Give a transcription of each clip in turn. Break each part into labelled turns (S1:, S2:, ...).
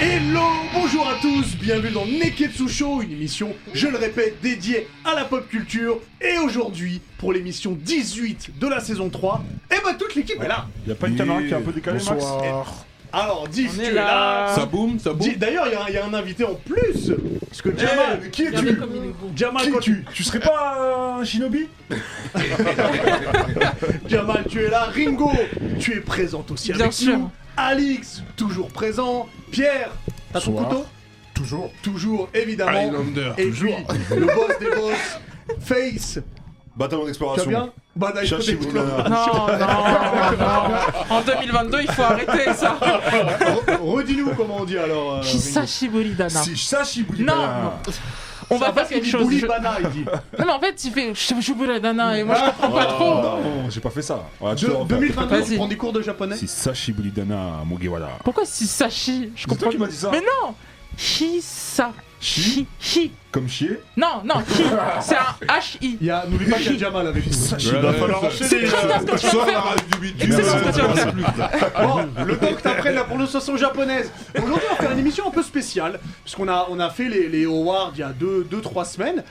S1: Hello, bonjour à tous, bienvenue dans Neketsu Show, une émission, je le répète, dédiée à la pop culture. Et aujourd'hui, pour l'émission 18 de la saison 3, eh ben toute l'équipe est là.
S2: Y'a pas une caméra qui est un peu décalée, Max
S1: Alors, Diff,
S3: On
S1: tu
S3: est
S1: es
S3: là.
S1: là.
S4: Hein
S5: Ça boum, ça boum.
S1: Di- D'ailleurs, il y a un- il y, a un invité en plus. Parce que Jamal, Eh, qui
S3: Il y avait
S1: es-tu
S3: comme une boue.
S1: Jamal,
S2: Qui
S1: quand
S2: tu Tu serais pas un shinobi
S1: Jamal, tu es là. Ringo, tu es présente aussi
S3: Bien
S1: avec
S3: sûr.
S1: nous. Alex, toujours présent. Pierre, t'as ton
S2: Bonsoir.
S1: couteau
S2: Toujours.
S1: Toujours, évidemment.
S5: Highlander,
S1: Et
S5: toujours.
S1: puis, le boss des boss, Face,
S6: Bataillon
S2: Ah,
S1: tu vas
S6: d'exploration.
S1: bien Bah d'ailleurs,
S6: Cherchez
S1: écoute,
S6: vous là.
S3: Non, non, non. En 2022, il faut arrêter ça.
S1: re- redis-nous comment on dit alors. euh, Ringo.
S3: Hisashi Buridana.
S2: Si Sashi
S3: Non,
S2: Boulibala.
S3: On
S1: Ah,
S3: va faire
S1: parce
S3: quelque
S1: qu'il dit
S3: chose. Je-
S1: Boulibana, il dit.
S3: Non, mais en fait, il fait Hisashi Buridana et moi je comprends pas trop.
S2: Ah, Non, j'ai pas fait ça. Voilà, tu
S1: De-
S2: peux en faire.
S1: 2022, tu
S3: Vas-y.
S1: prends des cours de japonais
S2: Si Sashi Bulidana Mugiwara.
S3: Pourquoi Hisashi Je
S2: C'est toi
S3: comprends
S2: qui m'as dit ça
S3: Mais non Hisa. Hi. Hi.
S2: Comme chier
S3: Non, non, hi. C'est un H-I.
S1: Il y a- N'oublie pas qu'il y a Jamal avec nous.
S2: Sashi
S5: Ouais.
S2: Bulidana.
S5: va falloir
S3: C'est très bien ce que tu viens de
S5: Sors la
S3: faire.
S5: radio Ah, du bidule.
S3: C'est bon ce que tu viens de faire.
S1: Bon, Oh, le temps que t'apprennes la prononciation japonaise. Aujourd'hui, on va faire une émission un peu spéciale, puisqu'on a, on a fait les, les awards il y a 2-3 deux, deux, trois semaines.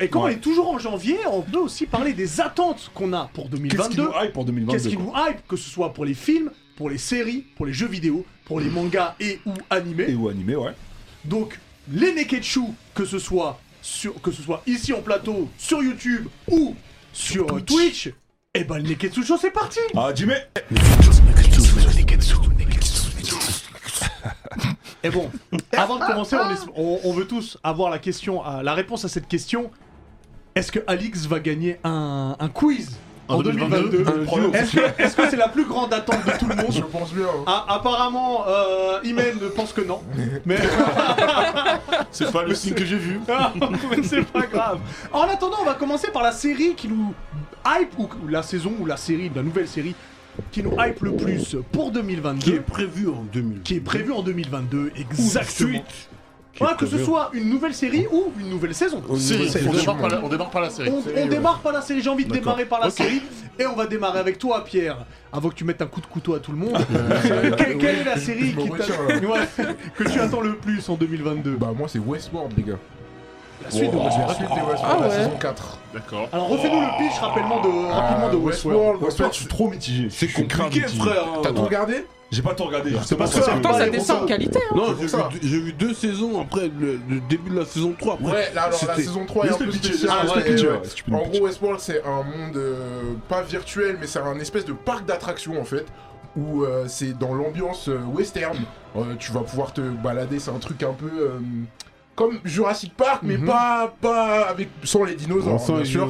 S1: Et comme
S2: Ouais.
S1: on est toujours en janvier, on peut aussi parler des attentes qu'on a pour
S2: Qu'est-ce qui nous
S1: 2022.
S2: hype pour 2022
S1: Qu'est-ce qui nous hype, que ce soit pour les films, pour les séries, pour les jeux vidéo, pour les mangas et ou
S2: Et
S1: animés.
S2: ou animé, ouais.
S1: Donc, les Neketsu, que ce soit sur, que ce soit ici en plateau, sur YouTube ou sur euh, Twitch, et ben le Neketsu Show, c'est parti
S2: Ah, Jimmy
S1: Et Eh bon, avant de commencer, on, est- on- on veut tous avoir la question, à- la réponse à cette question. Est-ce que Alix va gagner un, un quiz en 2022 Est-ce que est-ce que c'est la plus grande attente de tout le monde
S6: pense bien. hein.
S1: Ah, Apparemment, euh, Imen ne pense que non. Mais
S5: C'est pas le signe que j'ai vu.
S1: mais c'est pas grave. En attendant, on va commencer par la série qui nous hype, ou ou la saison, ou la série, la nouvelle série, qui nous hype le plus pour 2022.
S5: Qui est prévu en 2000.
S1: qui est prévu en 2022, exactement.
S5: suite.
S1: Voilà, que ce soit une nouvelle série ou une nouvelle saison.
S4: Série,
S1: C'est-
S4: on, démarre par la, on démarre par la série.
S1: On, on démarre par la série, j'ai envie de démarrer par la série. Et on va démarrer avec toi, Pierre, avant que tu mettes un coup de couteau à tout le monde. Que- quelle, est la série
S4: me
S1: qui t'a-
S4: retire, là.
S1: Ouais, que tu attends le plus en 2022
S4: Bah moi c'est Westworld les gars.
S1: La suite de
S4: La
S1: Westworld.
S4: suite des Westworld,
S3: Ah
S4: la
S3: ouais.
S4: saison 4.
S5: D'accord.
S1: Alors refais-nous le pitch rapidement de, rapidement de
S4: Euh,
S1: Westworld.
S4: Westworld,
S2: je suis trop mitigé.
S5: C'est
S2: Je suis grave
S5: compliqué,
S2: mitigé.
S5: frère. hein.
S4: T'as tout regardé
S2: J'ai pas tout regardé, je sais pas
S1: parce que
S2: ça.
S1: c'est
S3: Pourtant,
S1: pas
S3: ça
S1: les
S3: descend en
S1: consoles.
S3: qualité. hein.
S5: Non,
S4: C'est
S5: j'ai
S4: pour ça.
S5: vu, j'ai vu deux saisons après le, le début de la saison 3. Après,
S4: Ouais, là alors la
S5: c'était-
S4: saison 3 est un
S2: Laisse-le
S4: peu
S2: pitcher,
S4: spéciale.
S2: laisse-le
S4: ouais,
S2: pitcher,
S4: ouais.
S2: Ah, ouais, si tu peux nous
S4: En
S2: pitcher.
S4: gros Westworld c'est un monde euh, pas virtuel mais c'est un espèce de parc d'attractions en fait. Où euh, c'est dans l'ambiance euh, western. Euh, tu vas pouvoir te balader, c'est un truc un peu euh, comme Jurassic Park mais pas, pas avec, sans les dinosaures hein, bien sûr.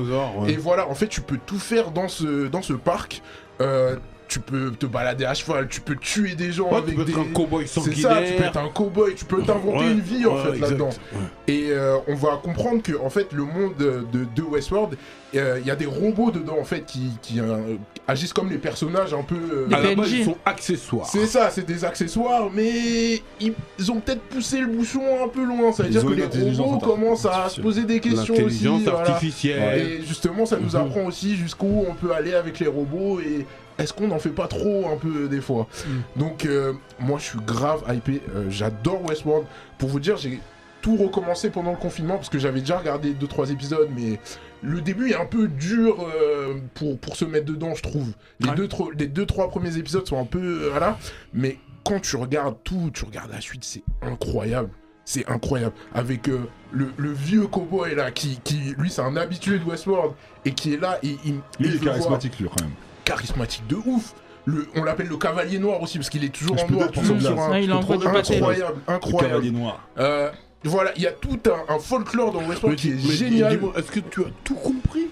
S4: Et voilà, en fait, tu peux tout faire dans ce, dans ce parc. Euh, tu peux te balader à cheval, tu peux tuer des gens
S5: Ouais, tu
S4: avec
S5: peux
S4: des.
S5: être un cowboy
S4: C'est ça, tu peux
S5: sanguinaire.
S4: être un cowboy, tu peux t'inventer
S5: Ouais,
S4: une vie en
S5: ouais,
S4: fait
S5: exact.
S4: là-dedans.
S5: Ouais.
S4: Et euh, on va comprendre que en fait le monde de, de Westworld, euh, il y a des robots dedans en fait qui, qui, euh, agissent comme les personnages un peu. euh,
S3: Des
S5: À la base,
S3: PNJ.
S5: ils sont accessoires.
S4: c'est ça, c'est des accessoires, mais ils ont peut-être poussé le bouchon un peu loin. Ça veut
S2: Ils
S4: dire
S2: ont
S4: que
S2: une
S4: les
S2: intelligence
S4: robots
S2: artificielle.
S4: commencent à se poser des questions aussi.
S5: L'intelligence
S4: voilà.
S5: artificielle.
S4: Et justement, ça nous apprend aussi jusqu'où on peut aller avec les robots et est-ce qu'on n'en fait pas trop un peu des fois Donc, euh, moi, je suis grave hypé. euh, J'adore Westworld. Pour vous dire, j'ai tout recommencé pendant le confinement parce que j'avais déjà regardé 2-3 épisodes, mais le début est un peu dur euh, pour, pour se mettre dedans, je trouve. Les
S1: Ouais.
S4: 2-3 premiers épisodes sont un peu. euh, voilà. Mais quand tu regardes tout, tu regardes la suite, c'est incroyable. C'est incroyable. Avec euh, le, le vieux cowboy là, qui, qui lui c'est un habitué de Westworld, et qui est là, et
S2: Lui,
S4: il, et
S2: il est
S4: je le vois
S2: charismatique, lui, quand même.
S4: charismatique de ouf. Le, on l'appelle le cavalier noir aussi, parce qu'il est toujours
S2: Je
S4: en
S2: peux
S4: noir,
S2: dire
S4: toujours
S2: tout
S4: sur
S2: ça.
S4: un...
S3: Ah, il envoie du pâté.
S4: Incroyable,
S2: Le cavalier
S4: incroyable.
S2: noir.
S4: Euh, voilà, il y a tout un, un folklore dans Westworld
S5: Mais
S4: qui
S5: dis-
S4: est
S5: mais dis-
S4: génial.
S5: dis-moi, Est-ce que tu as tout compris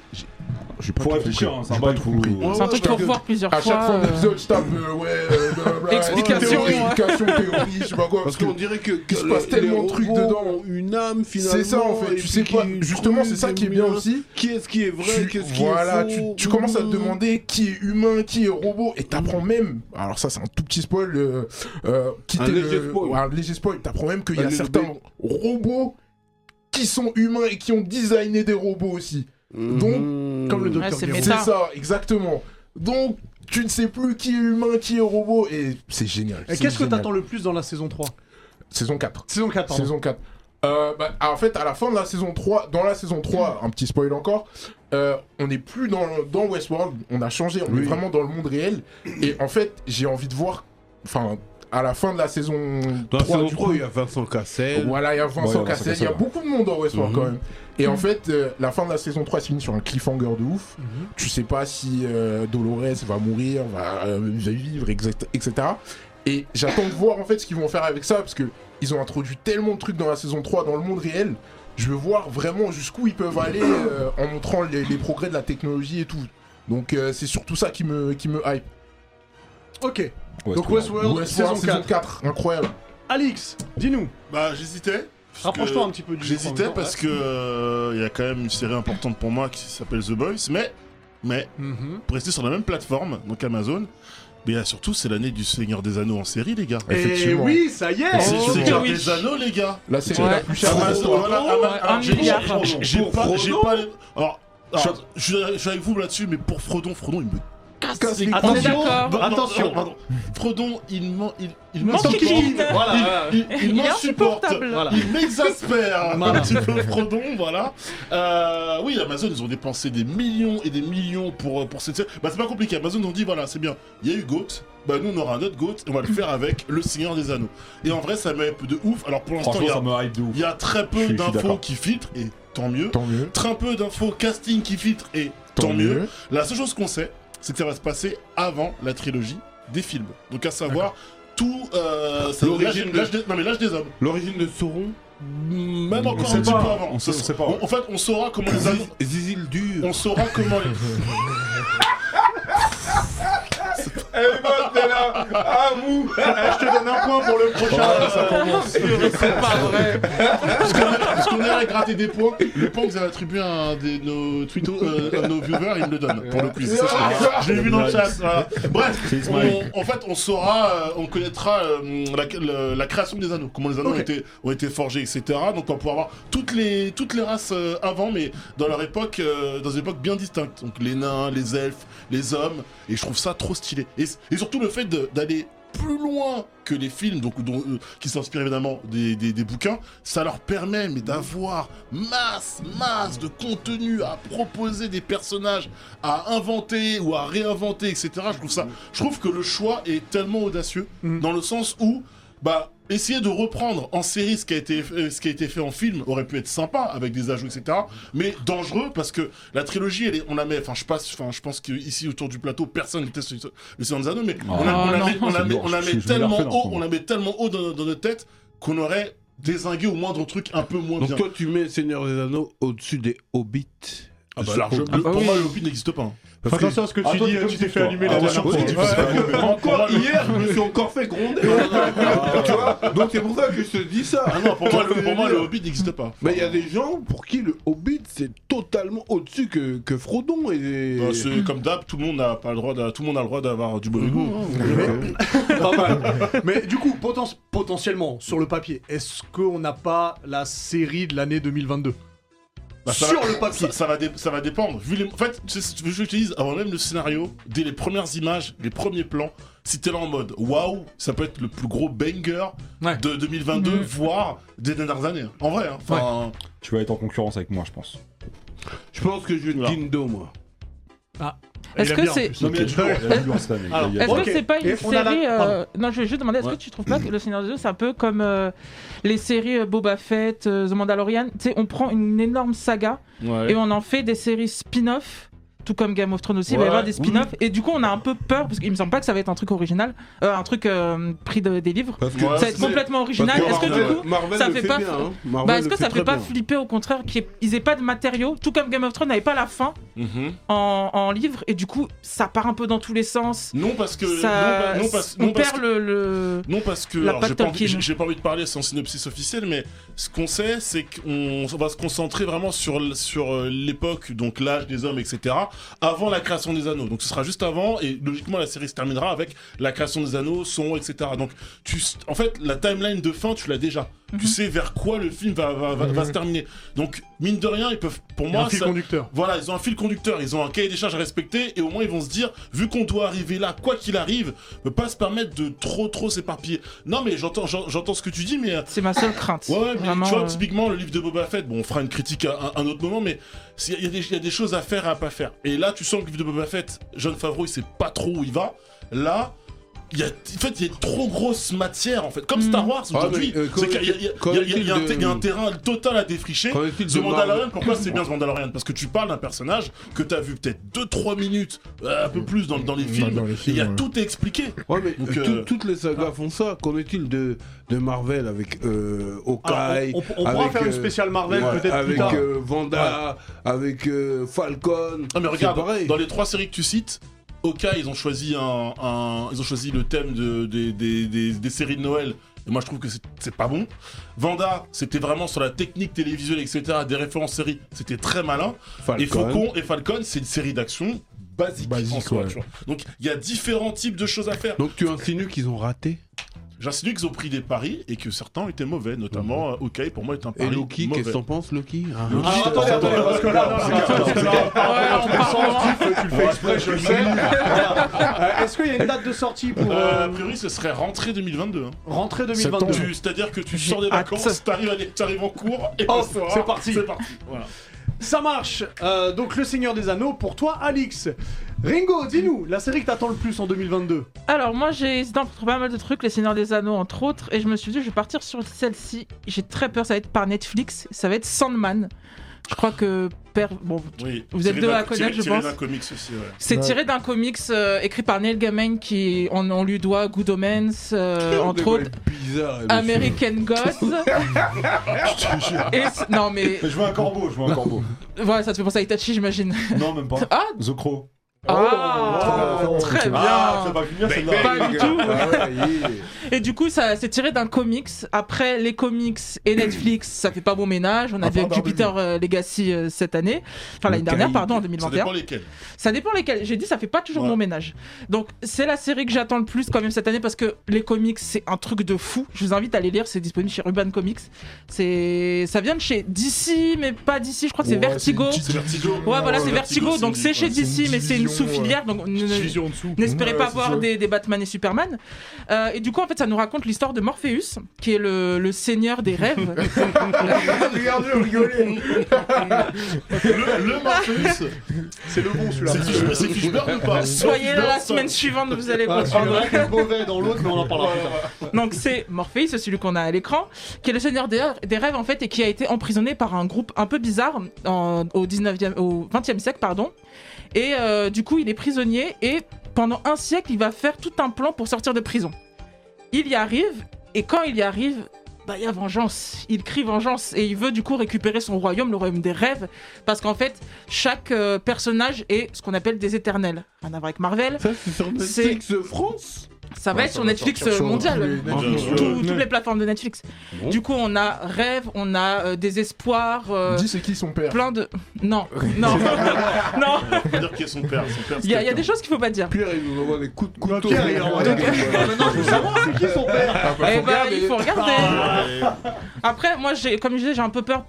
S4: J'ai pas
S2: Faut
S4: tout
S2: réfléchir,
S4: compris.
S2: hein, c'est
S4: J'ai
S2: un
S4: pas
S2: bail,
S4: tout
S2: faut.
S4: compris.
S3: C'est un
S5: Ouais,
S3: truc
S5: ouais,
S3: qu'il faut revoir plusieurs fois.
S4: À chaque fin
S3: euh,
S4: d'épisode, je tape euh, ouais, euh, blablabla,
S3: Explication,
S4: théorie,
S3: ouais.
S4: explication, théorie, je sais pas quoi.
S5: Parce qu'on dirait que, que
S4: se
S5: les-
S4: passe
S5: les
S4: tellement de trucs
S5: robots
S4: dedans.
S5: ont Une âme finalement.
S4: C'est ça en fait,
S5: et
S4: tu
S5: puis
S4: sais
S5: qui
S4: pas.
S5: creusent
S4: Justement, c'est ça
S5: et
S4: qui est bien
S5: mince.
S4: aussi.
S5: Qui est-ce qui est vrai,
S4: Tu-
S5: qu'est-ce qui est
S4: voilà,
S5: faux
S4: tu, tu commences à te demander qui est humain, qui est robot, et t'apprends même. Alors ça, c'est un tout petit spoil. Euh, euh, quitter
S5: Un léger
S4: le-
S5: spoil.
S4: ouais, un léger spoil. T'apprends même qu'il y
S5: Un
S4: a
S5: léger
S4: certains robots qui sont humains et qui ont designé des robots aussi.
S5: Mhm. Donc,
S1: Comme le
S3: Ouais,
S1: docteur
S3: c'est
S1: Guéraud.
S4: C'est
S3: Ça.
S4: ça, exactement. Donc tu ne sais plus qui est humain, qui est robot, et c'est génial.
S1: Et
S4: c'est
S1: qu'est-ce que
S4: génial.
S1: t'attends le plus dans la saison 3
S4: Saison 4.
S1: Saison 4, pardon.
S4: Saison 4. Euh, bah, en fait, à la fin de la saison 3, dans la saison 3, un petit spoil encore, euh, on n'est plus dans, le- dans Westworld, on a changé, on est vraiment dans le monde réel. Et en fait, j'ai envie de voir, enfin, à la fin de la saison
S5: Dans la
S4: 3,
S5: saison
S4: du
S5: 3,
S4: coup,
S5: il y a Vincent Cassel.
S4: voilà, il y a
S2: Ouais, il y a
S4: Vincent
S2: Vincent
S4: Cassel, il y a
S2: Cassel,
S4: beaucoup de monde dans Westworld
S5: Mhm.
S4: quand même. Et en fait, euh, la fin de la saison 3 se finit sur un cliffhanger de ouf.
S1: Mhm.
S4: Tu sais pas si euh, Dolores va mourir, va, euh, va vivre, exact- etc. Et j'attends de voir en fait ce qu'ils vont faire avec ça parce que ils ont introduit tellement de trucs dans la saison 3 dans le monde réel. Je veux voir vraiment jusqu'où ils peuvent aller euh, en montrant les, les progrès de la technologie et tout. Donc euh, c'est surtout ça qui me, qui me hype.
S1: Ok, donc
S2: Westworld.
S1: Westworld,
S4: Westworld,
S1: saison 4.
S4: incroyable.
S1: Alix, dis-nous,
S6: Bah, j'hésitais. parce que-
S1: rapproche-toi un petit peu du
S6: J'hésitais parce que euh, il y a quand même une série importante pour moi qui s'appelle The Boys, mais mais
S1: hein.
S6: pour rester sur la même plateforme, donc Amazon. Mais euh, surtout, c'est l'année du Seigneur des Anneaux en série, les gars.
S1: Et
S4: Bah, Effectivement.
S1: oui, ça y est
S6: C'est
S3: Oh,
S6: le Seigneur
S3: oui.
S6: des Anneaux, les gars.
S4: La série
S3: Ouais.
S4: la plus chère de
S6: Amazon,
S4: l'histoire.
S6: voilà, Ama-
S3: Ouais,
S6: alors,
S3: un
S6: j'ai-
S3: milliard.
S6: j'ai- J'ai
S5: Pour
S2: Oh
S6: pas, j'ai
S5: Frodon
S6: pas. Alors,
S5: Ah,
S6: alors, je suis- je suis avec vous là-dessus, mais pour Frodon, Frodon, il me casse les couilles.
S3: On est
S1: Attention,
S3: d'accord.
S6: Non, non,
S1: attention.
S6: non, pardon. Frodon, il m'en- il- il
S3: Manque
S6: m'insupporte.
S3: Kid.
S1: Voilà,
S6: Il- il- Il
S3: Il est
S6: m'insupporte.
S3: insupportable.
S1: voilà.
S6: Il m'exaspère
S1: Voilà.
S6: un petit peu Frodon, voilà. Euh, oui, Amazon, ils ont dépensé des millions et des millions pour, euh, pour cette série. Bah, c'est pas compliqué. Amazon, on dit, voilà, c'est bien. Il y a eu GOAT. Bah, nous, on aura un autre GOAT et on va le faire avec Le Seigneur des Anneaux. Et en vrai, ça met un peu de ouf. Alors, pour l'instant, il
S2: Franchement,
S6: y a-
S2: ça me hype de ouf.
S6: il y, a très
S2: Je
S6: peu
S2: suis- je suis
S6: d'infos
S2: d'accord.
S6: qui filtrent et tant mieux.
S4: Tant mieux.
S6: Très peu d'infos casting qui filtrent et tant, mieux. La seule chose qu'on sait, c'est que ça va se passer avant la trilogie des films. Donc, à savoir. Tout euh, ça-
S5: L'origine
S6: l'âge-
S5: de-
S6: l'âge des- non, mais l'âge des hommes. Hmm,
S5: L'origine de Sauron.
S6: Même encore
S2: sait
S6: un petit
S2: pas.
S6: peu avant.
S2: On sait- on
S6: Ce-
S2: sait pas.
S6: on- en fait, on saura comment les Anneaux-
S5: ah, Zizil du.
S6: On saura comment les.
S4: Elle est bonne, t'es là Ah, mou Je te donne un point pour le
S3: C'est pas vrai.
S6: Parce qu'on est à gratter des points. Le point que vous avez attribué à un de nos, twittos, euh, à nos viewers, il me le donne pour le quiz. Ça, je l'ai- je l'ai vu dans le chat. voilà. Bref,
S2: C'est Ismaël.
S6: on- en fait, on saura, euh, on connaîtra euh, la, le- la création des anneaux, comment les anneaux
S1: Ok.
S6: ont, été, ont été forgés, etc. Donc on pourra voir toutes les, toutes les races euh, avant, mais dans leur époque, euh, dans une époque bien distincte. Donc les nains, les elfes, les hommes, et je trouve ça trop stylé. Et, et surtout le fait de- d'aller plus loin que les films, donc dont, euh, qui s'inspirent évidemment des, des- des bouquins, ça leur permet mais d'avoir masse, masse de contenu à proposer des personnages à inventer ou à réinventer, etc. Je trouve ça, je trouve que le choix est tellement audacieux
S1: Mhm.
S6: dans le sens où bah essayer de reprendre en série ce qui a été euh, ce qui a été fait en film aurait pu être sympa avec des ajouts, etc. Mais dangereux parce que la trilogie, elle est- on la met, enfin je passe, enfin je pense que ici autour du plateau, personne ne teste le Seigneur des Anneaux, mais on la- on la
S2: non,
S6: met- on la
S2: c'est
S6: met-
S2: dur,
S6: on la
S2: je-
S6: met
S2: je me la
S6: tellement
S2: refais dans ce
S6: haut,
S2: moment.
S6: on la met tellement haut dans, dans notre tête qu'on aurait désingué au moindre truc un peu moins
S5: Donc
S6: bien.
S5: toi, tu mets Seigneur des Anneaux au-dessus des Hobbits.
S6: Ah bah,
S5: Je-
S6: largement.
S5: Ah,
S6: pour moi, le Hobbit n'existe pas. hein.
S1: Fais attention à ce que tu dis, tu t'es fait allumer la
S2: Ah, moi,
S1: dernière
S2: je
S1: fois.
S2: suis positif, c'est pas grave.
S5: Encore hier, je me suis encore fait gronder. tu vois Donc c'est pour ça que je te dis ça.
S6: Ah non, pour moi, le, pour moi, le Hobbit n'existe pas.
S5: Mais il y a des gens pour qui le Hobbit c'est totalement au-dessus que, que Frodon et.
S6: Euh, c'est comme d'hab, tout le monde n'a pas le droit, d'a- tout le monde a le droit d'avoir du mauvais goût. hein.
S1: Pas mal. Mais du coup, poten- potentiellement, sur le papier, est-ce qu'on n'a pas la série de l'année 2022
S6: Bah, ça
S1: Sur
S6: va-
S1: le papier.
S6: Ça, ça va dé- ça va dépendre. Vu les... En fait, tu sais, si tu veux que je te dise, avant même le scénario, dès les premières images, les premiers plans, si t'es là en mode waouh, ça peut être le plus gros banger
S1: Ouais.
S6: de 2022, voire des dernières années. En vrai, hein. enfin,
S2: Tu vas être en concurrence avec moi, je pense.
S5: Je pense que je vais
S6: Voilà.
S5: Dindo moi.
S1: Et
S3: Est-ce
S1: il a
S3: que
S1: bien, en
S3: c'est-
S1: plus.
S2: Non, mais il y a du lourd, il y a du lourd cette année.
S1: Alors,
S2: Il y a-
S3: Est-ce
S1: Ok.
S3: que c'est pas une
S1: Et on a la-
S3: série euh,
S1: pardon.
S3: Non, je vais juste demander, est-ce
S6: Ouais.
S3: que tu trouves pas que le Seigneur des Anneaux, c'est un peu comme euh, les séries euh, Boba Fett, euh, The Mandalorian Tu sais, on prend une énorme saga
S6: ouais.
S3: et on en fait des séries spin-off. Tout comme Game of Thrones aussi, il va y
S6: Ouais,
S3: avoir des
S6: oui.
S3: spin-offs. Et du coup, on a un peu peur, parce qu'il me semble pas que ça va être un truc original, euh, un truc euh, pris de- des livres.
S5: Parce
S2: Ah,
S6: Ouais,
S3: ça va être
S6: c'est-
S3: complètement original. Est-ce que du
S5: Marvel-
S3: coup,
S5: Marvel
S3: ça
S5: le
S3: fait
S5: fait
S3: pas-
S5: bien, hein. Marvel
S3: bah, est-ce
S5: le
S3: que ça fait
S5: très
S3: pas
S5: bien.
S3: flipper au contraire qu'ils aient- ils aient pas de matériaux, tout comme Game of Thrones n'avait pas la fin
S6: Mhm.
S3: en, en livre, et du coup, ça part un peu dans tous les sens.
S6: Non, parce que.
S3: ça,
S6: Non, pas- non, parce,
S3: on
S6: non, parce
S3: perd
S6: que-
S3: le, le-
S6: Non parce que
S3: La
S6: alors, j'ai
S3: patte
S6: pas, envie,
S3: Tolkien.
S6: j'ai- j'ai pas envie de parler sans synopsis officiel, mais ce qu'on sait, c'est qu'on va se concentrer vraiment sur l- sur euh, l'époque, donc l'âge des hommes, etc. Avant la création des anneaux, donc ce sera juste avant et logiquement la série se terminera avec la création des anneaux, son, etc. Donc tu, s- en fait, la timeline de fin, tu l'as déjà. Tu sais vers quoi le film va, va, va- va se terminer. Donc, mine de rien, ils peuvent, pour
S1: Il y a
S6: moi,
S1: un fil
S6: ça-
S1: conducteur.
S6: voilà, ils ont un fil conducteur, ils ont un cahier des charges à respecter, et au moins ils vont se dire, vu qu'on doit arriver là, quoi qu'il arrive, ne pas se permettre de trop trop s'éparpiller. Non mais j'entends j'en- j'entends ce que tu dis, mais euh,
S3: C'est ma seule crainte.
S6: ouais, ouais, mais
S3: Vraiment,
S6: tu vois
S3: euh,
S6: typiquement le livre de Boba Fett, bon on fera une critique à un, un autre moment, mais s'il y a- il y, a des- il y a des choses à faire et à pas faire. Et là tu sens que le livre de Boba Fett, John Favreau il sait pas trop où il va. Là il y a, en fait, il y a trop grosse matière en fait. Comme
S3: Hmm.
S6: Star Wars
S5: Ah,
S6: aujourd'hui,
S5: mais, euh,
S6: c'est qu'il y a- il y a-
S5: qu'en
S6: il y a- il y a un
S5: est-il de-
S6: te- il y a un terrain total à défricher.
S5: Qu'en est-il
S6: The
S5: de
S6: Mandalorian,
S5: Marvel
S6: pourquoi c'est bien The Mandalorian Parce que tu parles d'un personnage que t'as vu peut-être 2-3 minutes, euh, un peu plus dans, dans les films,
S4: dans les
S6: et
S4: films,
S6: il y a
S4: ouais.
S6: tout est expliqué.
S5: Ouais, mais
S6: Donc,
S5: tout-
S6: euh,
S5: toutes les sagas font ça. Qu'en est-il de, de Marvel avec euh,
S1: Alors,
S5: Hawkeye
S1: Ah, on, on- on pourra
S5: avec,
S1: faire une
S5: euh,
S1: spéciale Marvel
S5: ouais,
S1: peut-être plus
S5: Avec
S1: tard.
S5: euh, Vanda, avec euh, Falcon.
S6: Ah mais regarde,
S5: c'est pareil.
S6: dans les trois séries que tu cites, Oka, ils ont choisi un, un- ils ont choisi le thème de, des, des- des- des séries de Noël. Et moi je trouve que c'est- c'est pas bon. Vanda, c'était vraiment sur la technique télévisuelle, etc. Des références séries, c'était très malin.
S5: Falcon.
S6: Et Faucon et Falcon, c'est une série d'action basique, en
S4: Basique,
S6: soi.
S4: ouais.
S6: tu vois. Donc il y a différents types de choses à faire.
S5: Donc tu insinues qu'ils ont raté
S6: J'insinue qu'ils ont pris des paris et que certains étaient mauvais, notamment euh, Hawkeye, pour moi est un
S5: Et
S6: pari
S5: Loki,
S6: mauvais.
S5: qu'est-ce que t'en penses, Loki Ah,
S1: Ah, attendez, attendez, parce que là, non, non, non, parce que là, on parle
S3: Ouais, on
S1: dans ton
S3: parle
S1: sens,
S3: vraiment.
S1: tu le fais- tu le fais exprès, je le sais. Voilà. Euh, Est-ce qu'il y a une date de sortie pour
S6: Euh,
S1: euh,
S6: a priori, ce serait rentrée 2022. hein.
S1: rentrée
S6: Tu-
S1: 2022
S6: C'est-à-dire que tu
S3: J'ai
S6: sors des
S3: hâte.
S6: vacances, t'arrives à- t'arrives en cours et
S1: Oh,
S6: le soir,
S1: c'est parti.
S6: C'est parti. Voilà.
S1: Ça marche Euh, Donc, Le Seigneur des Anneaux, pour toi, Alix. Ringo, dis-nous, la série que t'attends le plus en 2022
S3: Alors moi j'ai hésité entre pas mal de trucs, Les Seigneurs des Anneaux entre autres, et je me suis dit je vais partir sur celle-ci. J'ai très peur, ça va être par Netflix, ça va être Sandman. Je crois que per- bon,
S6: Oui.
S3: Vous êtes
S6: Tiré
S3: deux
S6: d'un-
S3: à connaître,
S6: tiré-
S3: je
S6: tiré
S3: pense.
S6: d'un comics aussi, ouais.
S3: c'est
S4: Ouais.
S3: tiré d'un comics euh, écrit par Neil Gaiman qui on, on lui doit Good Omens, euh, entre autres
S5: Bizarre. monsieur.
S3: American Gods. et c- non mais
S2: Je veux un corbeau, je veux un corbeau.
S3: voilà ça te fait penser à Itachi j'imagine.
S2: Non, même pas.
S3: Ah.
S2: The Crow.
S6: Oh,
S3: Ah,
S4: Oh,
S3: très bien.
S2: Ah, ça va finir celle-là.
S3: pas du tout.
S5: Ah ouais, yeah.
S3: Et du coup, ça s'est tiré d'un comics. Après, les comics et Netflix, ça fait pas bon ménage. On avait Jupiter euh, Legacy euh, cette année. Enfin, l'année dernière, pardon, en
S6: Ça
S3: 2021.
S6: dépend lesquels.
S3: Ça dépend lesquels. J'ai dit, ça fait pas toujours
S6: Ouais.
S3: bon ménage. Donc, c'est la série que j'attends le plus quand même cette année parce que les comics, c'est un truc de fou. Je vous invite à les lire. C'est disponible chez Urban Comics. C'est, ça vient de chez DC, mais pas DC. Je crois que c'est
S4: Ouais,
S3: Vertigo.
S4: c'est une petite-
S6: C'est Vertigo. Euh,
S3: Ouais, voilà, c'est
S6: Vertigo,
S3: Vertigo.
S6: c'est
S3: donc,
S6: une-
S3: c'est chez
S6: ouais,
S4: c'est une
S3: DC, mais c'est une
S4: division,
S3: sous-filière. Donc, ne- ne-
S1: Division en dessous.
S3: N'espérez
S4: Ouais,
S3: pas
S2: Euh,
S4: c'est
S3: voir
S4: ça.
S3: des, des Batman et Superman. Euh, et du coup, en fait, ça nous raconte l'histoire de Morpheus, qui est le, le seigneur des rêves.
S4: Ah, Regardez, vous rigolez.
S6: Le, le Morpheus.
S1: C'est le bon celui-là.
S6: c'est Fish- c'est Fishburne ou pas
S3: Soyez là la
S6: Fishburne,
S3: semaine suivante, vous allez
S1: Ah,
S3: voir.
S1: celui-là, il est mauvais dans l'autre, mais on en parlera plus tard.
S3: Donc, c'est Morpheus, celui qu'on a à l'écran, qui est le seigneur des, des rêves, en fait, et qui a été emprisonné par un groupe un peu bizarre en- au, 19e, au 20e siècle, pardon. Et euh, du coup, il est prisonnier, et pendant un siècle, il va faire tout un plan pour sortir de prison. Il y arrive, et quand il y arrive, bah, il y a vengeance. Il crie vengeance et il veut du coup récupérer son royaume, le royaume des rêves, parce qu'en fait, chaque euh, personnage est ce qu'on appelle des éternels. Un avoir avec Marvel,
S5: Ça, c'est sur Netflix euh, France
S3: ça va
S4: Ouais,
S3: être
S4: ça
S3: sur
S4: va
S3: Netflix
S4: sortir
S3: euh,
S4: sur
S3: mondial.
S4: tous les
S6: Netflix,
S3: Tout-
S6: ouais.
S3: tout- toutes les plateformes de Netflix.
S5: Bon.
S3: Du coup, on a rêve, on a euh, désespoir, euh,
S4: Dis c'est qui son père
S3: plein de. Non, non, non.
S6: On peut dire qu'il y a son père. Son père
S3: Il y, a- il y a des choses qu'il faut pas dire.
S5: Pierre, il nous envoie des coups de couteau.
S1: Pierre, il envoie des coups Maintenant, je veux savoir c'est qui son père.
S3: Eh ben, il faut regarder.
S6: Ah.
S3: Après, moi, j'ai, comme je disais, j'ai un peu peur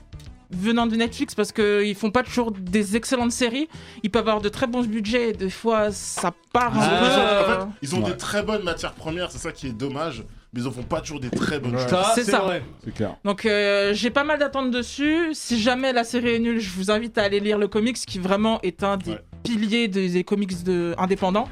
S3: venant de Netflix parce qu'ils font pas toujours des excellentes séries. Ils peuvent avoir de très bons budgets. et Des fois, ça part un
S1: Ah,
S3: peu.
S6: Ils
S3: euh,
S6: ont- en fait, ils ont
S2: Ouais.
S6: des très bonnes matières premières, c'est ça qui est dommage, mais ils en font pas toujours des très bonnes
S4: Ouais.
S6: choses.
S1: Ça,
S3: C'est
S1: c'est
S3: ça.
S1: vrai.
S2: C'est clair.
S3: Donc, euh, j'ai pas mal d'attentes dessus. Si jamais la série est nulle, je vous invite à aller lire le comics qui vraiment est un des
S6: Ouais.
S3: piliers des, des comics de, indépendants.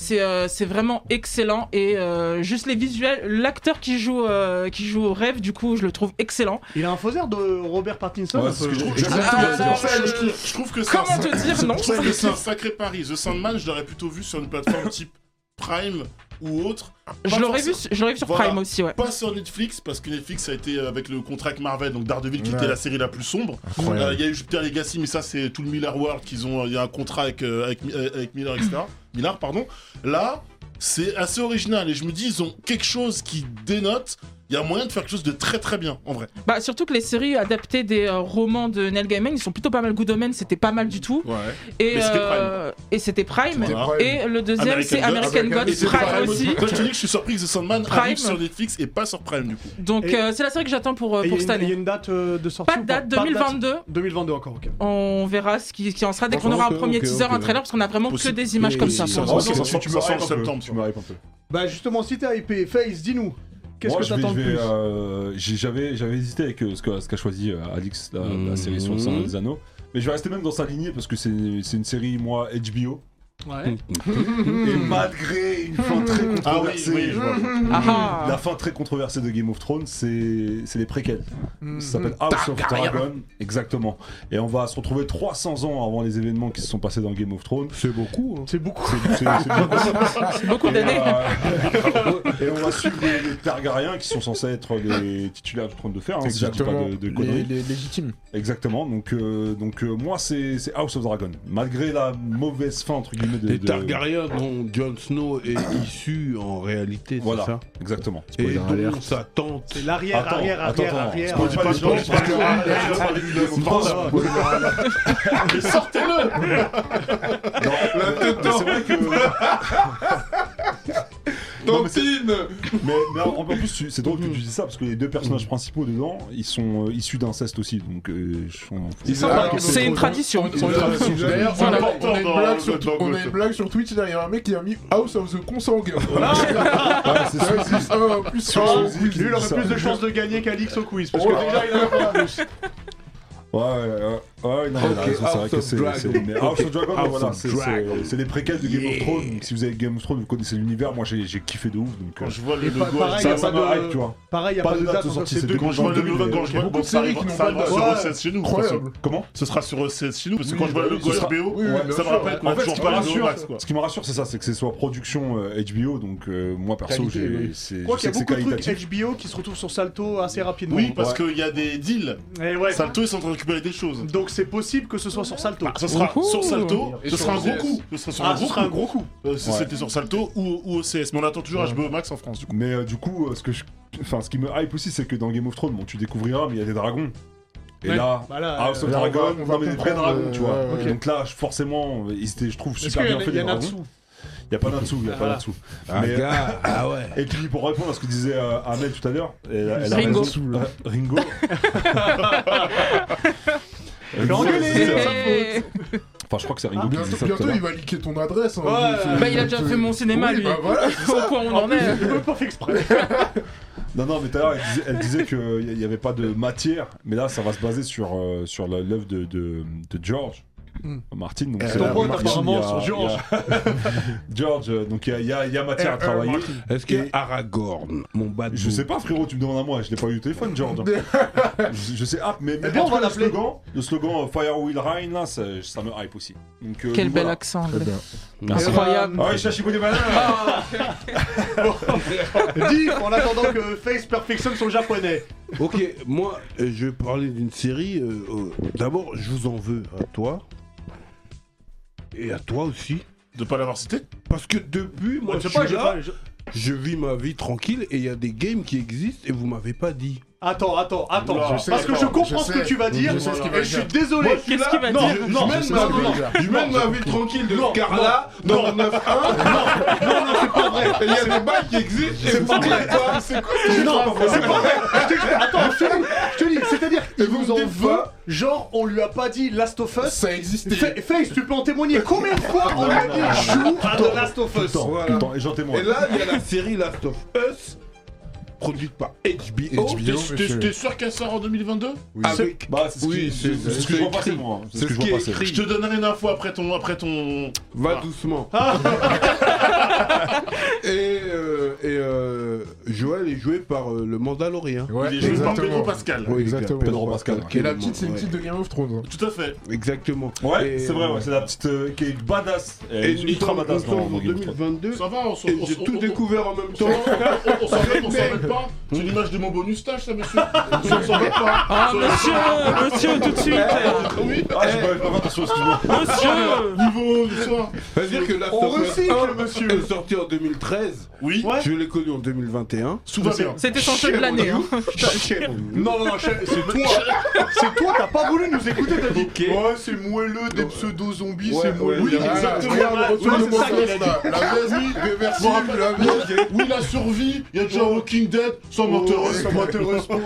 S3: C'est, euh, c'est vraiment excellent et euh, juste les visuels, l'acteur qui joue euh, qui joue au rêve, du coup, je le trouve excellent.
S1: Il a un faux air de Robert Pattinson.
S2: Ouais,
S1: un
S2: c'est ce
S1: peu.
S2: que je trouve.
S6: Exactement,
S3: Ah,
S6: c'est
S3: là,
S6: pour ça
S3: je-
S6: que je trouve- je trouve que c'est un-
S3: Comment te dire non
S6: Je trouve que c'est un sacré pari. The Sandman, je l'aurais plutôt vu sur une plateforme type Prime ou autre.
S3: Je
S6: Pas
S3: l'aurais vu,
S6: forcément-
S3: je l'aurais vu sur
S6: Voilà.
S3: Prime aussi, ouais.
S6: Pas sur Netflix, parce que Netflix a été euh, avec le contrat avec Marvel, donc Daredevil qui
S4: Ouais.
S6: était la série la plus sombre. Euh, Il y a eu Jupiter Legacy, mais ça c'est tout le Miller World qu'ils ont. Il y a un contrat avec, euh, avec, Mi- euh, avec Miller, etc.
S1: Mm.
S6: Miller, pardon. Là, c'est assez original et je me dis, ils ont quelque chose qui dénote. il y a moyen de faire quelque chose de très très bien, en vrai.
S3: Bah, surtout que les séries adaptées des euh, romans de Neil Gaiman, ils sont plutôt pas mal. Good Omens, c'était pas mal du tout.
S6: Ouais.
S3: Et
S6: Mais c'était
S3: euh, et c'était Prime.
S6: Voilà.
S3: Et le deuxième, c'est American
S4: American Gods.
S3: Gods
S4: Et c'est
S3: Prime
S4: Prime
S3: aussi.
S6: Toi, je te dis que je suis surpris que The Sandman
S3: Prime.
S6: arrive sur Netflix et pas sur Prime, du coup.
S3: Donc,
S1: Et-
S3: euh, c'est la série que j'attends pour, euh,
S1: Et
S3: pour
S1: il
S3: cette
S1: y a une- Il y a
S3: année.
S1: une date euh, de sortie
S3: Pas de
S1: ou
S3: date,
S1: Pas de
S3: 2022.
S1: 2022 encore, ok.
S3: On verra ce qui, ce qui en sera dès qu'on
S5: Ah,
S3: aura un
S5: ok,
S3: premier
S5: ok,
S3: teaser,
S5: ok.
S3: un trailer, parce qu'on a vraiment
S6: Possible.
S3: que des images
S6: Et-
S3: comme ça.
S6: et-
S3: pour
S6: et-
S3: l'instant.
S6: ça, ça, ça,
S2: tu
S6: ça,
S2: me
S6: ça,
S2: hype
S6: en
S2: un peu,
S6: septembre,
S2: Tu me hype un peu.
S1: Bah justement, si t'es hypé, Face, dis-nous. Qu'est-ce
S2: Moi,
S1: que
S2: je vais-
S1: t'attends de
S2: je vais,
S1: plus
S2: euh, j'ai- J'avais j'avais hésité avec euh, ce que- ce qu'a choisi euh, Alix, la, la série sur le
S7: Mhm.
S2: Seigneur des Anneaux. Mais je vais rester même dans sa lignée parce que c'est c'est une série, moi, HBO.
S1: Ouais.
S2: Et malgré une fin très
S6: Ah oui,
S2: controversée,
S6: oui, je vois.
S3: Ah,
S2: la
S3: ah.
S2: fin très controversée de Game of Thrones, c'est c'est les préquels. Ça s'appelle House of Dragon. Exactement. Et on va se retrouver 300 ans avant les événements qui se sont passés dans Game of Thrones.
S6: C'est beaucoup.
S1: C'est beaucoup.
S2: C'est- c'est- c'est bien possible.
S3: C'est beaucoup d'années.
S2: Et, euh, et on va suivre les, les Targaryens qui sont censés être les titulaires du trône de fer, hein, si je dis pas
S4: Exactement.
S2: de, de
S4: les,
S2: conneries.
S4: les légitimes.
S2: Exactement. Donc, euh, donc euh, moi, c'est c'est House of Dragon. Malgré la mauvaise fin entre guillemets de.
S6: Les
S2: de-
S6: Targaryens dont Jon Snow est issu en réalité, c'est
S2: Voilà.
S6: ça
S2: Exactement.
S6: Et
S7: Spoiler
S6: dont
S7: alert.
S6: sa tante.
S1: C'est l'arrière,
S2: Attends,
S1: arrière,
S2: attends,
S1: arrière,
S2: attends.
S1: arrière. Oh,
S2: On dit pas les gens, parce que-
S6: Sortez-le
S2: Non, mais- mais c'est vrai que. Non, mais c'est-
S5: Tantine
S2: Mais, mais en, en plus, tu- c'est drôle que tu dis ça parce que les deux personnages principaux dedans, ils sont euh, issus d'inceste aussi. Donc, euh, je- on-
S4: Ils sont-
S3: Ah,
S4: Ils sont-
S3: C'est une tradition.
S4: On a- D'ailleurs, on a- on a une blague sur-
S6: Dans-
S4: on a une blague sur Twitch derrière un mec qui a mis House of the Consanguin.
S2: Ouais, c'est ça.
S4: Plus un, plus
S2: Sur
S4: un.
S2: Soulsy qui
S1: Lui, il
S2: dit
S1: aurait
S2: ça.
S1: plus de chances de gagner qu'Alix au quiz. Parce
S4: Oh
S1: que
S4: là
S1: déjà, il a pas plus.
S2: Ouais, ouais, ouais, ouais, non, mais là,
S5: Ok,
S2: c'est vrai
S5: House
S2: que
S5: of
S2: c'est.
S5: Dragon.
S2: c'est- mais House of Dragon,
S6: House
S2: voilà,
S6: of
S2: c'est- c'est c'est les préquels de Game of Thrones. Donc, si vous avez Game of Thrones, vous connaissez l'univers. Moi, j'ai j'ai kiffé de ouf. Donc, euh,
S6: Quand je vois le
S1: Et pas-
S6: logo,
S1: pareil,
S6: ça
S1: y a
S2: ça,
S6: va
S2: ça
S1: pas
S2: me
S1: de-
S2: hype, tu vois.
S1: Pareil, il n'y a pas, de date.
S2: de sortie,
S1: c'est
S2: c'est
S1: deux
S2: deux
S6: Quand je vois le logo, quand je vois le
S4: beaucoup
S6: logo,
S4: de
S6: ça
S4: séries qui
S6: arrivera
S4: n'ont
S6: ça
S4: pas de
S6: arrivera sur
S1: date.
S6: OCS chez nous.
S4: Incroyable.
S2: Comment
S6: Ce sera sur OCS chez nous, parce que
S4: Oui,
S6: quand je vois le
S4: bah oui,
S6: logo
S4: ce sera-
S6: RBO,
S4: oui, oui, bien
S6: ça me
S4: sûr,
S6: rappelle
S4: ouais.
S6: qu'on a
S2: En fait,
S6: toujours
S2: ce qui
S6: pas
S2: me
S6: le logo
S2: rassure,
S6: Max, quoi.
S2: Ce qui me rassure, c'est ça, c'est que ce soit production euh, HBO. Donc, euh, moi, perso,
S4: Qualité,
S2: j'ai-
S4: oui.
S2: c'est-
S1: Je
S2: je
S1: crois qu'il
S2: sais
S1: y
S2: que
S1: a
S2: c'est
S1: beaucoup de
S2: qualitatif.
S1: trucs HBO qui se retrouvent sur Salto assez rapidement.
S6: Oui, parce qu'il y a des deals.
S1: Et ouais.
S6: Salto, ils sont en train de récupérer des choses.
S1: Donc c'est possible que ce soit sur Salto.
S6: Bah, ça sera
S3: Ouhou.
S6: sur Salto,
S4: Et
S6: ce
S4: sur
S6: sera un gros
S4: OCS.
S6: coup. Ce sera sur
S1: Ah,
S6: un
S1: ce
S6: gros
S1: sera un
S6: coup.
S1: gros coup.
S6: Euh, si
S2: Ouais.
S6: C'était sur Salto ou, ou OCS, mais on attend toujours HBO Max en France, du coup.
S2: Mais euh, du coup, euh, ce que je- enfin, ce qui me hype aussi, c'est que dans Game of Thrones, bon, tu découvriras, mais il y a des dragons. Et
S1: Ouais.
S2: là, ah,
S1: Bah là,
S2: House of
S4: là, on va-
S2: Dragon,
S4: on va
S2: non, mais des vrais
S4: comprendre,
S2: dragons, tu vois.
S4: euh, ouais, ouais.
S2: Donc là, je- forcément, euh, ils étaient, je trouve,
S1: Est-ce
S2: super
S1: qu'il y
S2: bien
S1: en a- Ah.
S2: fait
S1: il y
S2: les
S1: en a
S2: dragons.
S1: dessous
S2: Il y a pas d'un dessous, il y a pas
S1: Voilà.
S2: d'un dessous.
S4: Ah,
S2: Mais, euh,
S5: ah
S2: Et puis pour répondre à ce que disait euh, Ahmed tout à l'heure, elle, elle a
S3: Ringo.
S2: raison. Euh, Ringo.
S1: vais engueuler.
S2: c'est ça.
S3: Et-
S2: Enfin, je crois que Ah, c'est Ringo qui
S4: Bientôt,
S2: disait ça.
S4: Ah, bientôt,
S2: tout à
S4: il
S2: l'heure.
S4: va liquer ton adresse. hein.
S1: Ouais.
S4: C'est-
S3: Bah, il a déjà fait mon cinéma,
S4: Oui,
S3: lui.
S4: bah voilà.
S3: Au point où on en est.
S1: Je l'ai pas fait exprès.
S2: Non, non, mais tout à l'heure, elle disait, elle disait euh, qu'il n'y avait pas de matière, mais là, ça va se baser sur, euh, sur la- l'œuvre de, de, de George.
S1: Hmm.
S2: Martin, donc
S4: Euh,
S2: c'est-
S4: ton pote,
S2: Martin,
S1: apparemment,
S2: il y a-
S1: sur George.
S2: il y a- George, euh, donc il y a, il y a- il y a matière à
S4: Euh,
S2: travailler.
S4: Martin.
S7: Est-ce qu'il y a Aragorn, mon bad
S2: Je sais pas, frérot, tu me demandes à moi, je l'ai pas eu au téléphone, George. je, je sais, ah, mais, mais
S1: Eh bien, on
S2: en tout
S1: va
S2: cas, le
S1: l'appeler.
S2: slogan, le slogan euh, Fire Will Rain, là, ça, ça me hype aussi. Donc, euh,
S3: Quel
S2: donc,
S3: bel
S2: voilà.
S3: accent anglais.
S2: Merci.
S3: Incroyable.
S2: Ah ouais, chachibou des malins
S1: Dis, en attendant que Face perfectionne son japonais.
S7: Ok.
S5: Moi, euh, je vais parler d'une série. euh, euh, D'abord, je vous en veux à toi. Et à toi aussi.
S6: De pas l'avoir cité
S5: Parce que depuis, moi,
S1: Je
S5: je,
S1: sais pas,
S5: suis
S1: j'ai
S5: là,
S1: pas- je-
S5: je vis ma vie tranquille et il y a des games qui existent et vous m'avez pas dit.
S1: Attends, attends, attends.
S6: Voilà.
S4: Je sais,
S1: Parce que
S4: attends,
S1: je comprends
S4: je
S1: ce que
S4: sais.
S1: tu vas dire.
S4: Je sais ce qu'il
S1: Et
S4: va
S1: je suis
S4: dire.
S1: désolé.
S3: Qu'est-ce qu'il va
S1: Non,
S3: dire
S1: non,
S4: Je sais
S1: non,
S4: ce
S1: non,
S4: qu'il
S1: non.
S4: va dire.
S5: Je mène ma vie tranquille de
S1: Non,
S5: Carla dans le 9-1.
S1: Non, non, c'est pas vrai.
S5: et Il y a des bails qui existent et vous
S1: pas
S5: me dites pas. C'est quoi ce
S1: Non, c'est pas vrai. Je te- Attends, je te dis, je te dis, c'est-à-dire qu'il
S5: Et vous
S1: vous
S5: me
S1: en
S5: dites
S1: veut.
S5: pas
S1: Genre, on lui a pas dit Last of Us.
S4: Ça existait.
S1: Fa- Face, tu peux en témoigner. Combien de fois on lui a dit joue à The Last of Us
S2: Attends,
S5: Voilà.
S2: attends, et j'en témoigne.
S5: Et là, il y a la série Last of Us, produite par HBO.
S4: HBO,
S6: T'es- T'es
S4: monsieur.
S6: t'es sûr qu'elle sort en 2022
S5: Avec...
S2: Bah, c'est ce,
S5: Oui,
S2: qui- c'est-
S5: c'est-
S2: c'est ce que
S5: c'est
S2: je vois
S5: écrit.
S2: passer, moi.
S5: C'est ce qui est écrit.
S6: Je te donnerai une info après ton. Après ton...
S5: Va
S6: Ah.
S5: doucement. et euh, et euh, Joël est joué par euh, le Mandalorien.
S4: Ouais,
S6: Il est joué par Pedro
S4: exactement.
S6: Pascal.
S5: Oui,
S4: Exactement.
S2: Pedro Pascal.
S4: Et la petite, c'est une petite de Game of Thrones. hein.
S6: Tout à fait.
S5: Exactement.
S2: Ouais,
S5: Et-
S2: c'est vrai, ouais, c'est la petite euh, qui est badass. Elle
S5: Et
S2: est
S5: nous
S2: ultra
S5: sommes nous
S2: badass. dans-
S5: sommes
S2: dans
S5: en
S2: Game of Thrones.
S5: 2022
S6: Ça va, on s'en
S5: et
S6: on-
S5: j'ai
S6: on-
S5: tout
S6: on-
S5: découvert en même
S6: on s'en-
S5: temps.
S6: On on s'en mêle, on s'en mêle pas. C'est l'image de mon bonus stage, ça, monsieur. On s'en mêle pas.
S3: Ah, monsieur, monsieur, tout de suite.
S2: Ah, j'ai pas j'ai pas fait attention, excuse-moi.
S3: Monsieur.
S6: Niveau du soir.
S5: C'est-à-dire que Last
S1: On
S5: of Us
S1: recycle,
S5: 1
S1: monsieur.
S5: est sorti en 2013.
S6: Oui.
S1: Ouais.
S5: Je l'ai connu en 2021. hein.
S6: Tout va bien.
S3: C'était son jeu de l'année. hein.
S1: Non, non, non, chef, c'est toi. C'est toi, t'as pas voulu nous écouter, t'as dit. Ouais, c'est moelleux, des pseudo-zombies, c'est moelleux.
S6: Oui,
S1: Ah,
S6: exactement.
S1: regarde,
S6: Ouais,
S1: retourne
S6: ouais,
S1: le
S6: c'est ça
S1: mot
S6: qu'il a
S1: fest,
S6: dit.
S1: là.
S4: La vie réversible, la vie.
S6: Oui, la survie, il y a déjà Walking Dead, ça m'intéresse, ça m'intéresse pas.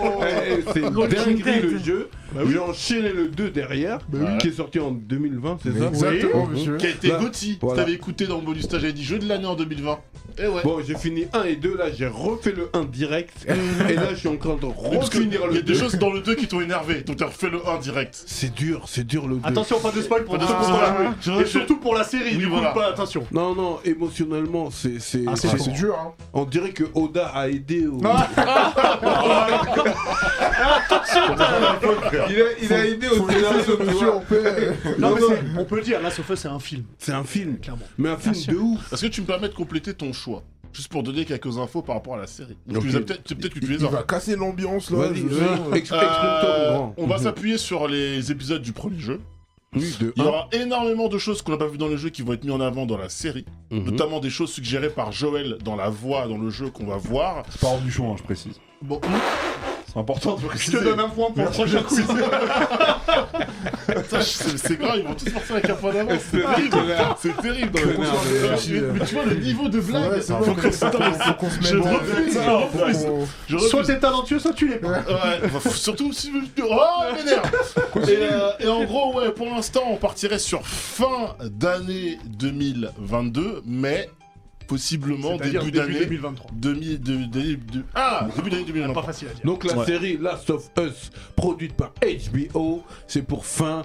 S5: Eh, C'est une
S3: Walking
S5: dinguerie
S3: Dead.
S5: le jeu. Ils ont enchaîné le 2 derrière, qui est sorti en 2020, c'est ça
S4: Exactement, monsieur.
S6: Qui a été
S5: Là,
S6: Gotti.
S5: voilà.
S6: T'avais écouté dans le bonus stage, j'avais dit jeu de l'année en 2020. Et Eh ouais.
S5: Bon, j'ai fini 1 et 2, là j'ai refait le 1 direct, et là je suis en train de
S6: Mais parce qu'il y
S5: refinir
S6: a
S5: le
S6: des
S5: 2.
S6: choses dans le 2 qui t'ont énervé, donc t'as refait le 1 direct.
S5: C'est dur, c'est dur le 2.
S1: Attention, pas de spoil pour
S6: Pas de
S1: ceux qui
S6: spoil.
S1: sont là.
S6: Je-
S1: Et
S6: je-
S1: surtout pour la série,
S6: Oui,
S1: du coup,
S6: voilà.
S1: pas attention.
S5: Non, non, émotionnellement, c'est. c'est-
S1: Ah, c'est
S4: Ah,
S5: c'est-
S4: C'est dur, hein.
S5: On dirait que Oda a aidé au.
S7: Il a, il a aidé au scénario, tu
S4: Monsieur,
S7: vois.
S4: on peut.
S1: Non, mais c'est- on peut le dire, là, Sofa, c'est un film.
S5: C'est un film,
S1: Clairement.
S5: mais un film
S3: sûr.
S5: de ouf.
S6: Est-ce que tu me permets de compléter ton choix Juste pour donner quelques infos par rapport à la série. Donc
S5: Ok.
S6: tu les as peut-être c'est peut-être que tu les
S4: Il
S6: as.
S4: va casser l'ambiance, là.
S5: Vas-y,
S4: je
S5: vas-y,
S4: sens.
S5: ex- exprime-toi,
S6: Euh,
S5: mon grand. Mmh.
S6: on va s'appuyer sur les épisodes du premier jeu.
S5: Oui, de
S2: Hein
S6: Il y aura énormément de choses qu'on n'a pas vues dans le jeu qui vont être mises en avant dans la série.
S5: un. Mhm.
S6: Notamment des choses suggérées par Joël dans la voix, dans le jeu qu'on va voir.
S2: C'est pas hors du champ, hein, je précise.
S6: Bon,
S2: C'est important de
S1: Je
S2: préciser. Ah,
S1: te donne un point pour le prochain quiz.
S6: Ça, c'est c'est grave, ils vont tous partir avec un point d'avance. C'est terrible. C'est terrible dans le
S4: Connard,
S6: Mais- Mais tu vois le niveau de blague.
S4: Ouais, c'est
S6: Faut
S4: vrai,
S6: qu'on
S4: faut
S6: se tape.
S4: faut qu'on se mette
S6: Je
S4: dans-
S6: refuse. Je refuse.
S4: Faut-
S6: Je
S1: Soit
S6: refuse.
S1: t'es talentueux, soit tu l'es pas.
S6: Ouais, bah, faut- surtout si vous. Oh, il m'énerve et, euh, et en gros, ouais, pour l'instant, on partirait sur fin d'année 2022, mais possiblement
S1: C'est-à-dire
S6: début
S1: début
S6: d'année.
S1: 2023.
S6: demi- de- de- de- ah, début d'année 2023.
S1: Pas facile à dire.
S5: Donc la
S6: Ouais.
S5: série Last of Us, produite par HBO, c'est pour fin